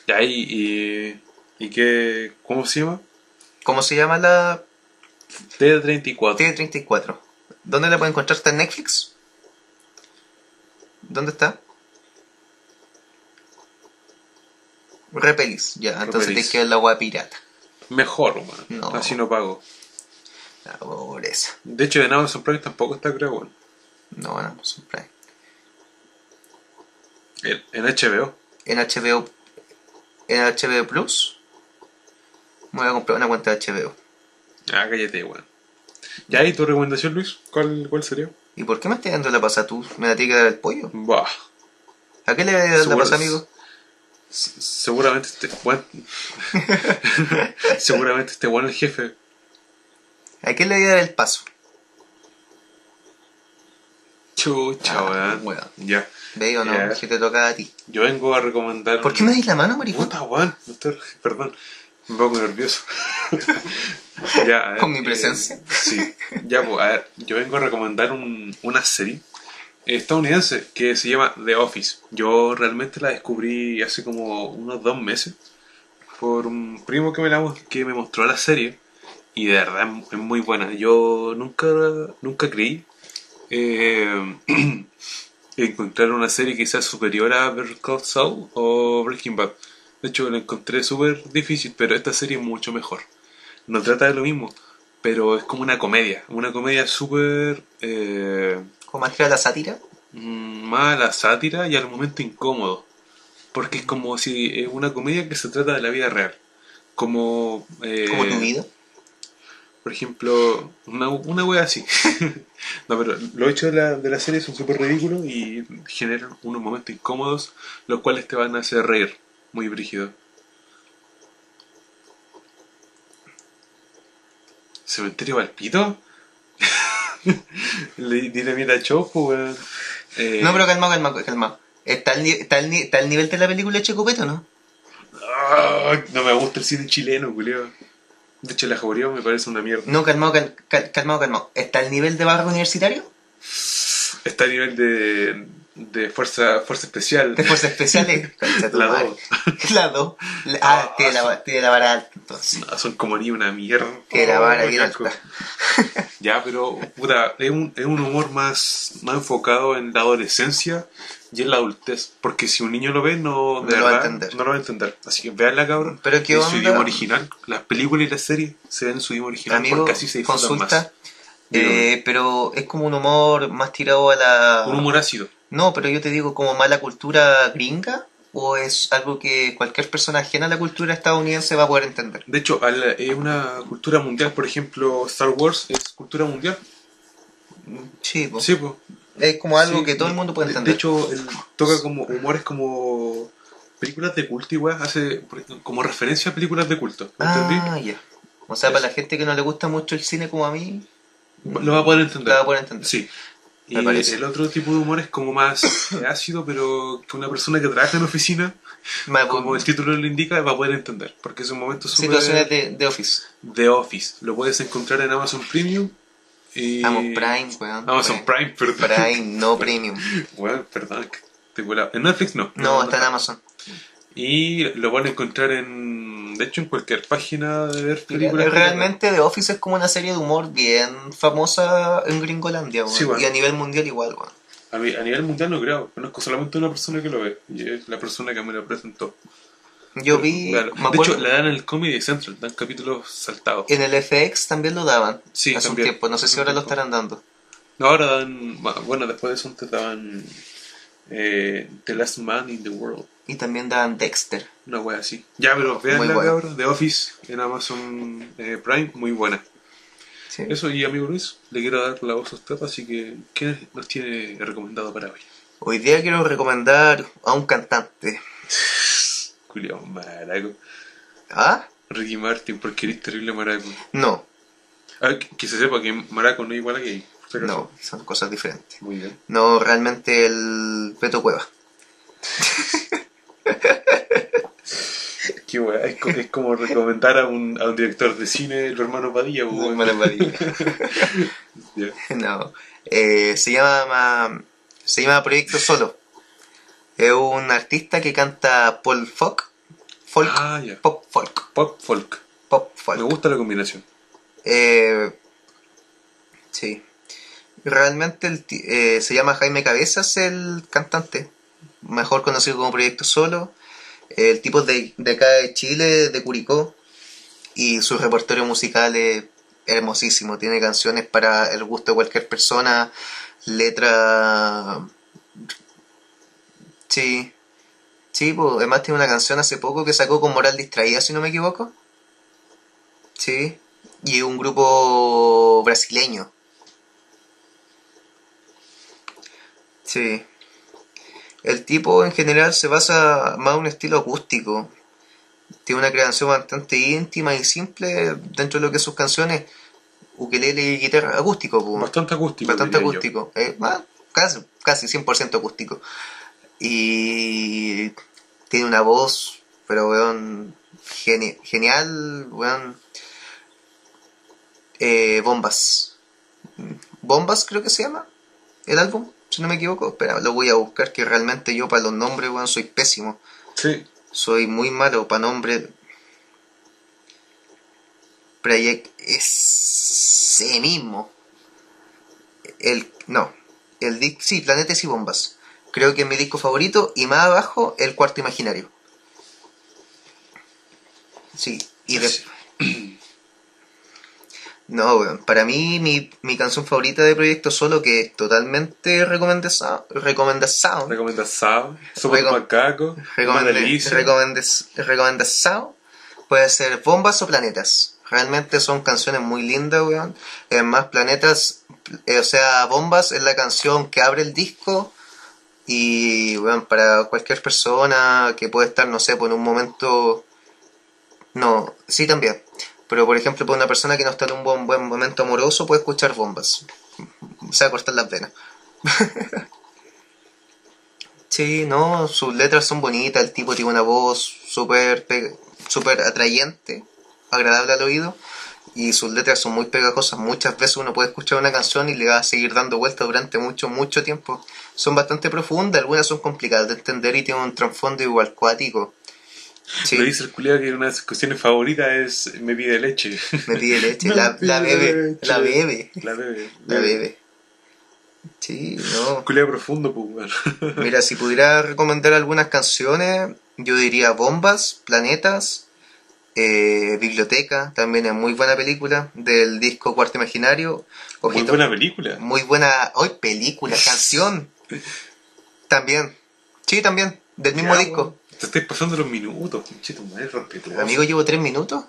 Ya, y. ¿Y, y qué. ¿Cómo se llama?
¿Cómo se llama la
T34.
Tiene 34. ¿Dónde la pueden encontrar? ¿Está en Netflix? ¿Dónde está? Repelís, ya. Entonces
Repelís.
te queda la agua pirata.
Mejor, weón.
No.
Así no pago.
La pobreza.
De hecho, en Amazon Prime tampoco está, creo, weón.
No van a Amazon Prime.
En en HBO.
En HBO. En HBO Plus. Me voy a comprar una cuenta de HBO.
Ah, cállate, weón. Ya, ¿y tu recomendación, Luis? ¿Cuál, cuál sería?
¿Y por qué me estás dando la pasa tú? ¿Me la tiene que dar el pollo?
Bah.
¿A qué le voy a dar la
Seguro-
pasa, amigo?
se- Seguramente este weón. Seguramente este weón es jefe.
¿A qué le voy a dar el paso?
Chucha,
Ah,
weón.
weón.
Ya.
Veo, no,
Ya.
que te toca a ti.
Yo vengo a recomendar.
¿Por qué me dais la mano, maricón?
Puta, weón. me estoy- Perdón. Me pongo nervioso. ya, a ver,
Con mi
eh,
presencia.
sí. Ya, pues, a ver. Yo vengo a recomendar un- una serie estadounidense que se llama The Office. Yo realmente la descubrí hace como unos dos meses por un primo que me, la, mos- que me mostró la serie y de verdad es mu- es muy buena. Yo nunca, nunca creí eh, encontrar una serie quizás superior a Better Call Saul o Breaking Bad. De hecho, la encontré súper difícil, pero esta serie es mucho mejor. No trata de lo mismo, pero es como una comedia. Una comedia súper... eh,
¿Cómo a la sátira?
mm, mala sátira y al momento incómodo. Porque es como si es una comedia que se trata de la vida real. Como, eh,
¿Como tu vida?
por ejemplo, una, una wea así. no, pero los hechos de la, de la serie son súper ridículos y generan unos momentos incómodos, los cuales te van a hacer reír. Muy brígido. ¿Cementerio Valpito? Le, dile mira a Chopo, weón. Eh,
No, pero calma, calma, calma. ¿Está al, ni- está al ni- está al nivel de la película Checopeto, no?
Ah, no me gusta el cine chileno, culeo. De hecho, la jauría me parece una mierda.
No, calmado, cal- cal- calmado, calmado. ¿Está al nivel de barrio universitario?
Está a nivel de, de fuerza, fuerza especial.
¿De fuerzas especiales? Concha tu
La
madre.
dos.
La dos. La- Ah, tiene la, tiene la vara alta, entonces.
Ah, son como ni una mierda.
Tiene la vara
Oh,
bien
qué asco.
alta.
Ya, pero puta, es un, es un humor más, más enfocado en la adolescencia y en la adultez. Porque si un niño lo ve, no, de
No lo va a
verdad,
entender.
no lo va a entender. Así que veanla, cabrón.
Pero qué
en
onda.
su idioma original. Las películas y las series se ven en su idioma original
Amigo,
porque así se disfrutan
consulta.
más.
eh, pero es como un humor más tirado a la...
Un humor ácido.
No, pero yo te digo, como mala cultura gringa, o es algo que cualquier persona ajena a la cultura estadounidense va a poder entender.
De hecho, al- es una cultura mundial, por ejemplo, Star Wars es cultura mundial.
Sí, po.
Sí, pues.
es como algo
Sí,
que todo el mundo puede
de-
entender.
De hecho, él toca como humores como películas de culto y weas, hace por ejemplo, como referencia a películas de culto. ¿me ¿Entendí?
ah, ya. O sea, para la gente que no le gusta mucho el cine como a mí,
Lo va a poder entender.
la mm. va a poder entender.
Sí. Y
Me parece.
el otro tipo de humor es como más ácido, pero que una persona que trabaja en oficina,
Me va a-
como el título lo indica, va a poder entender. Porque es un momento súper...
Situaciones de, de Office.
The Office. Lo puedes encontrar en Amazon Premium. Y...
Vamos, Prime, weón.
Amazon Prime, perdón.
Prime, no Premium.
Bueno, perdón, que te vuela- En Netflix no.
No, está en Amazon.
Y lo van a encontrar en. De hecho, en cualquier página de ver películas.
Realmente The Office es como una serie de humor bien famosa en Gringolandia, weón.
Sí, weón.
Y a nivel mundial igual, weón.
A, mí- a nivel mundial no creo. Conozco solamente una persona que lo ve. Y es la persona que me lo presentó.
Yo vi,
Mm, Claro.
me
De
acuerdo, Eh.
hecho, la dan en el Comedy Central. Dan capítulos saltados.
en el FX también lo daban.
Sí,
hace
también.
un tiempo, no sé si ahora lo estarán dando.
No, ahora dan. Bueno, después de eso te daban. eh, The Last Man in the World.
Y también daban Dexter.
Una wea así. Ya, pero vean
Muy
la
buena.
cabra de Office en Amazon eh, Prime. Muy buena.
Sí.
Eso, y amigo Luis, le quiero dar la voz a usted. Así que, ¿qué nos tiene recomendado para hoy?
Hoy día quiero recomendar a un cantante.
Julián Maraco.
¿Ah?
Ricky Martin, porque eres terrible Maraco.
No,
Ah, que, que se sepa que Maraco no es igual a gay. por si acaso.
no, son cosas diferentes.
Muy bien.
No, realmente el Peto Cueva.
Qué wea, es, co- es como recomendar a un, a un director de cine, el hermano Padilla.
No,
weón.
hermano Padilla.
Ya.
No. Eh, se llama se llama Proyecto Solo. Es un artista que canta Paul folk, folk,
Ah, ya.
pop folk,
Pop folk.
pop
Me
folk.
gusta la combinación.
Eh, sí. Realmente el ti- eh, se llama Jaime Cabezas el cantante, mejor conocido como Proyecto Solo. El tipo de, de acá de Chile, de Curicó, y su repertorio musical es hermosísimo. Tiene canciones para el gusto de cualquier persona, letra... Sí. Sí, pues, además tiene una canción hace poco que sacó con Moral Distraída, si no me equivoco. Sí. Y un grupo brasileño. Sí. El tipo en general se basa más en un estilo acústico. Tiene una creación bastante íntima y simple dentro de lo que es sus canciones. Ukelele y guitarra acústico, pues.
Bastante acústico.
Bastante
diría yo.
acústico. Eh, más- casi, casi 100% acústico. Y tiene una voz, pero weón, geni- genial, weón. Eh, bombas. Bombas creo que se llama el álbum, si no me equivoco. Espera, lo voy a buscar, que realmente yo para los nombres, weón, soy pésimo.
Sí.
Soy muy malo para nombre. Project ese mismo. El. No. El disco. Sí, Planetes y Bombas. Creo que es mi disco favorito. Y más abajo, El Cuarto Imaginario. Sí. Y de- No, weón. Para mí, mi, mi canción favorita de Proyecto Solo, que es totalmente recomendada. Recomendada.
Recomendazado. Sopa de
Recom-
macaco. Una
Recomende-
delicia.
recomendes- Recomendazado puede ser Bombas o Planetas. Realmente son canciones muy lindas, weón. Es más, Planetas, eh, o sea, Bombas es la canción que abre el disco. Y, weón, para cualquier persona que puede estar, no sé, por un momento. No, sí también. Pero, por ejemplo, por una persona que no está en un buen, buen momento amoroso, puede escuchar Bombas. Se va a cortar las venas. Sí, no, sus letras son bonitas, el tipo tiene una voz súper pe- súper atrayente, agradable al oído, y sus letras son muy pegajosas. Muchas veces uno puede escuchar una canción y le va a seguir dando vueltas durante mucho, mucho tiempo. Son bastante profundas, algunas son complicadas de entender y tienen un trasfondo igual cuático.
Me
Sí,
dice el culiado que una de sus cuestiones favoritas es me pide leche.
me pide leche,
Me
la, la
pide
bebe, la
leche.
bebe,
La bebe.
la bebe. Sí, no.
Culiado profundo, pues, weón.
Mira, si pudiera recomendar algunas canciones, yo diría Bombas, Planetas, eh, Biblioteca, también es muy buena película, del disco Cuarto Imaginario.
Muy
Ojito,
buena película.
muy buena- ¡Ay, película! ¡Canción! También. Sí, también, del mismo
Ya,
disco.
weón. Te estáis pasando los minutos, pinche tu madre, respetuoso.
Amigo, llevo tres minutos.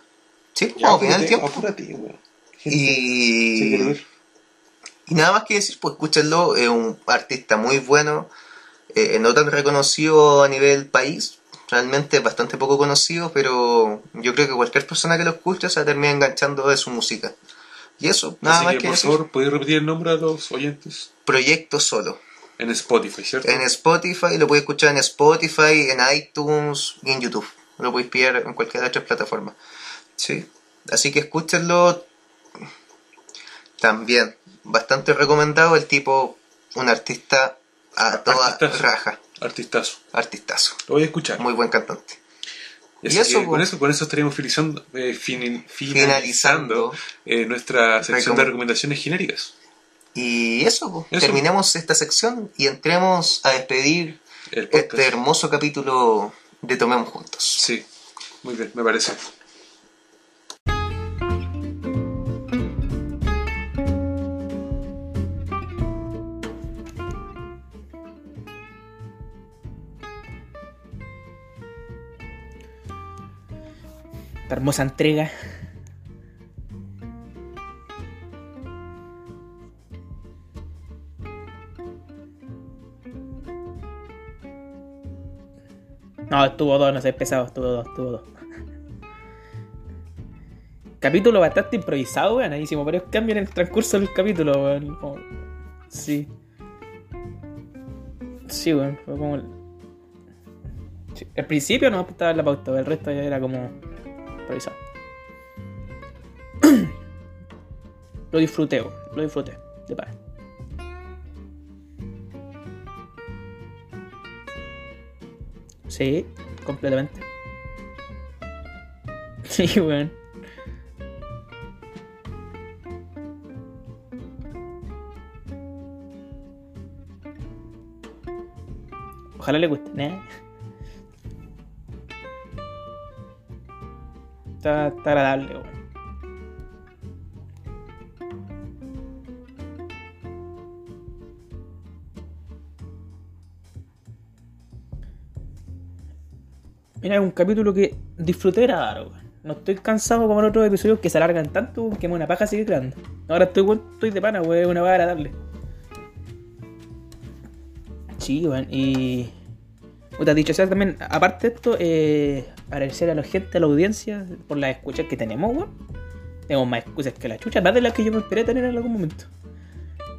Sí,
Ya,
vamos, bien el
apúrate,
tiempo.
Apúrate, weón. Sí, quiero
Y...
ir.
Y nada más que decir, pues escúchenlo, es un artista muy bueno, eh, no tan reconocido a nivel país, realmente bastante poco conocido, pero yo creo que cualquier persona que lo escuche se termina enganchando de su música. Y eso, nada
Así
más
que,
que
por
decir,
favor, ¿podéis repetir el nombre a los oyentes?
proyecto solo.
En Spotify, ¿cierto?
En Spotify, lo puedes escuchar en Spotify, en iTunes y en YouTube. Lo podéis pillar en cualquiera de las tres plataformas. Sí. Así que escúchenlo también. Bastante recomendado el tipo, un artista a toda
Artistazo.
raja.
Artistazo.
Artistazo.
Lo voy a escuchar.
Eh. Muy buen cantante.
Y
Y eso,
así
pues.
que
po.
con eso, con eso estaríamos finalizando, eh, fini-
Finalizando.
finalizando, eh, nuestra sección
Recom-
de recomendaciones genéricas.
Y eso, pues,
Eso.
terminemos esta sección y entremos a despedir
El podcast.
este hermoso capítulo de Tomemos Juntos.
Sí, muy bien, me parece.
Esta hermosa entrega. No, estuvo dos, no sé, pesado, estuvo dos, estuvo dos. Capítulo bastante improvisado, weón. Ahí hicimos varios cambios en el transcurso del capítulo, weón. Como- Sí. Sí, weón. Fue como. el- Sí, Al principio no estaba en la pauta, el resto ya era como improvisado. lo disfruté, weón, lo disfruté, de par. Sí, completamente. Sí, weón. ¿eh? Ojalá le guste, nah. está, está agradable, weón. Mira, es un capítulo que disfruté grabar, weón. No estoy cansado como en otros episodios que se alargan tanto weón, que me da una paja sigue creando. Ahora estoy, weón, estoy de pana, weón, es una paja agradable. Sí, weón, y. Puta, dicho sea también, aparte de esto, eh, agradecer a la gente, a la audiencia, por las escuchas que tenemos, weón. Tenemos más excusas que la chucha, más de las que yo me esperé tener en algún momento.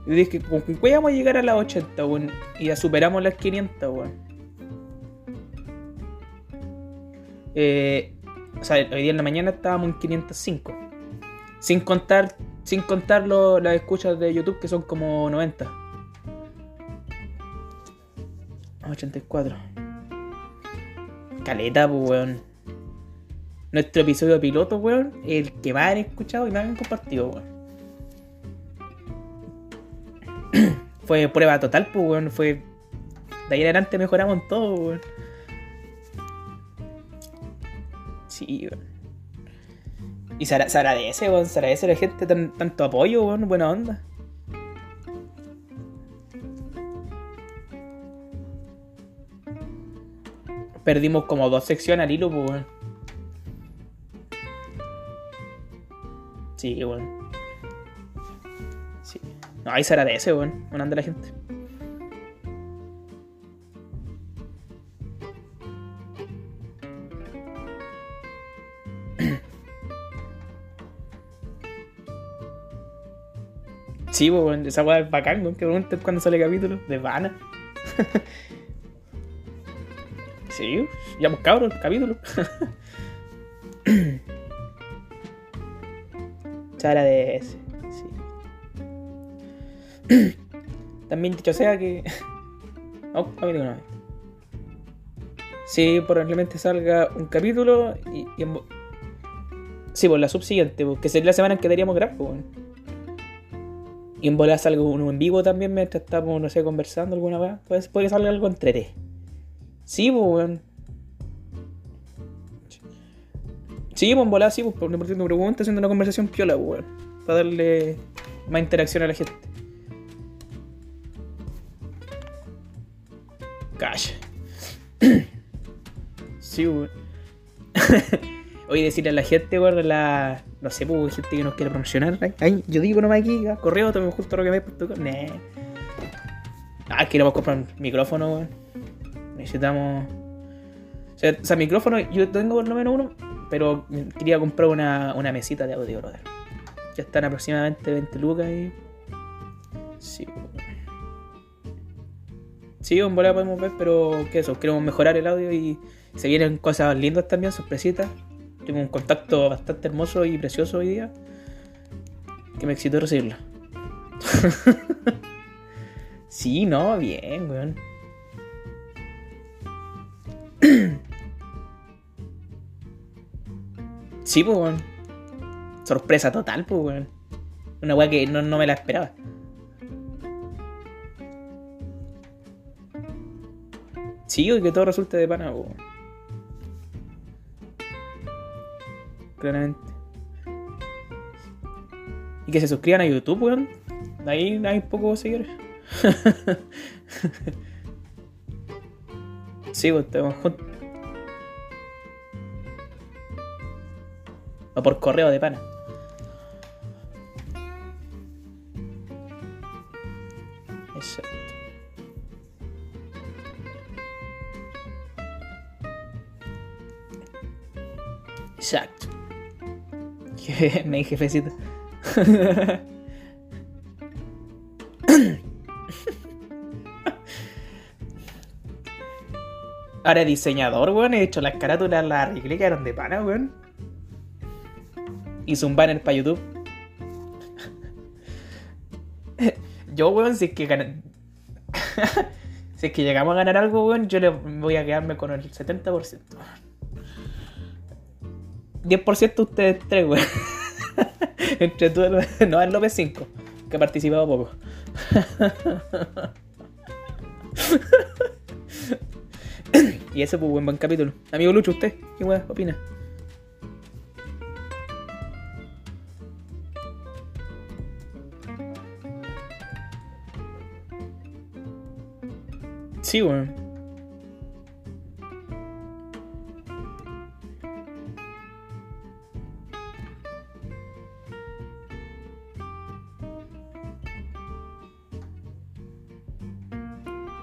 Y dije, ¿con con cuál vamos a llegar a las 80, weón? Y ya superamos las 500, weón. Eh, o sea, hoy día en la mañana estábamos en 505. Sin contar, sin contar lo- las escuchas de YouTube que son como 90. Ah, 84. Caleta, pues, weón. Nuestro episodio piloto, weón. El que más han escuchado y más han compartido, weón. Fue prueba total, pues, weón. Fue. De ahí en adelante mejoramos en todo, weón. Sí, weón. Y se, agra- se agradece, weón. Se agradece a la gente tan- tanto apoyo, weón. Buena onda. Perdimos como dos secciones al hilo, pues, weón. Sí, weón. Sí. No, ahí se agradece, weón. Buena onda la gente. Sí, pues, weón, esa weá es bacán, weón, que pregunten cuándo sale el capítulo. De vana. sí, ya pues cabros, capítulo. Chara de ese, sí. También dicho sea que. oh, No, no me digo nada. Sí, probablemente salga un capítulo y. y en... bo- Sí, pues la subsiguiente, porque sería la semana en que deberíamos grabar, pues, weón. Y en bolas algo uno en vivo también mientras estamos, no sé, conversando alguna vez. Pues puede que salga algo entre tres. Sí, pues, weón. Sí, pues en bolas, sí, pues, por por haciendo preguntas, haciendo una conversación piola, pues, weón. Para darle más interacción a la gente. Calla. sí, weón. Oye, decirle a la gente, weón, a la. No sé, pues, gente que nos quiere promocionar. ay, ay, yo digo nomás aquí, ya, correo, también justo lo que me Nah. Ah, queremos comprar un micrófono, weón. Necesitamos. O sea, o sea, micrófono, yo tengo por lo menos uno, pero quería comprar una, una mesita de audio, brother. Ya están aproximadamente 20 lucas y. Sí, weón. Sí, en bola podemos ver, pero que eso, queremos mejorar el audio y se vienen cosas lindas también, sorpresitas. Tengo un contacto bastante hermoso y precioso hoy día. Que me excitó recibirlo. sí, no, bien, weón. Sí, pues, weón. Sorpresa total, pues, weón. Una weá que no, no me la esperaba. Sí, y que todo resulte de pana, po. Claramente. Y que se suscriban a YouTube, weón. Ahí hay pocos seguidores. sí, pues estamos juntos. O por correo de pana. Eso. Exacto. Que me dije jefecito. Ahora diseñador, weón. He hecho las carátulas, las arreglé, quedaron de pana, weón. Hice un banner para YouTube. Yo, weón, si es que ganan... si es que llegamos a ganar algo, weón, yo le voy a quedarme con el 70%. 10% ustedes tres, güey. Entre tú, el- no, el López 5, que ha participado poco. pues, y ese fue un buen capítulo. Amigo Lucho, ¿usted qué weá opina? Sí, weón.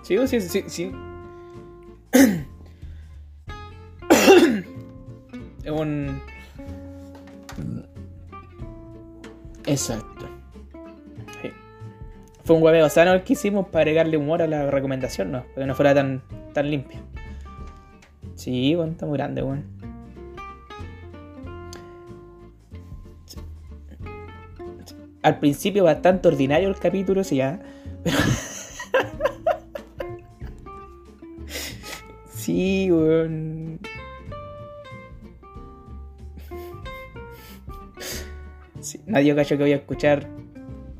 Sí, weón, sí, sí, sí. es un... Exacto. Sí. Fue un hueveo sano el que hicimos para agregarle humor a la recomendación, ¿no? Para que no fuera tan, tan limpia. Sí, bueno, está muy grande, weón. Sí. Al principio bastante ordinario el capítulo, sí, ya. Pero... sí, weón. Sí, nadie cacho que voy a escuchar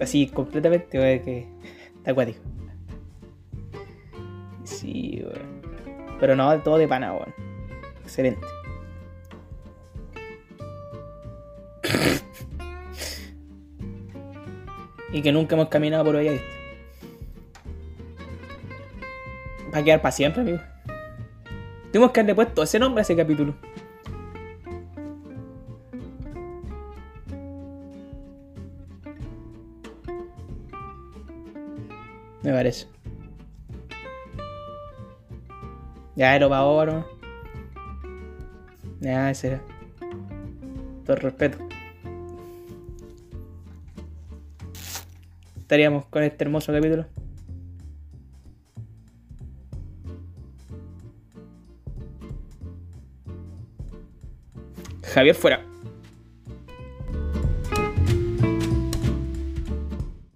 así completamente, weón, que está acuático. Sí, weón. Pero no, todo de pana, weón. Excelente. y que nunca hemos caminado por hoy, ¿viste? Va a quedar para siempre, amigo. Tuvimos que haberle puesto ese nombre a ese capítulo. Me parece. Ya, era para oro. Ya, ese era. Todo el respeto. Estaríamos con este hermoso capítulo. Javier fuera.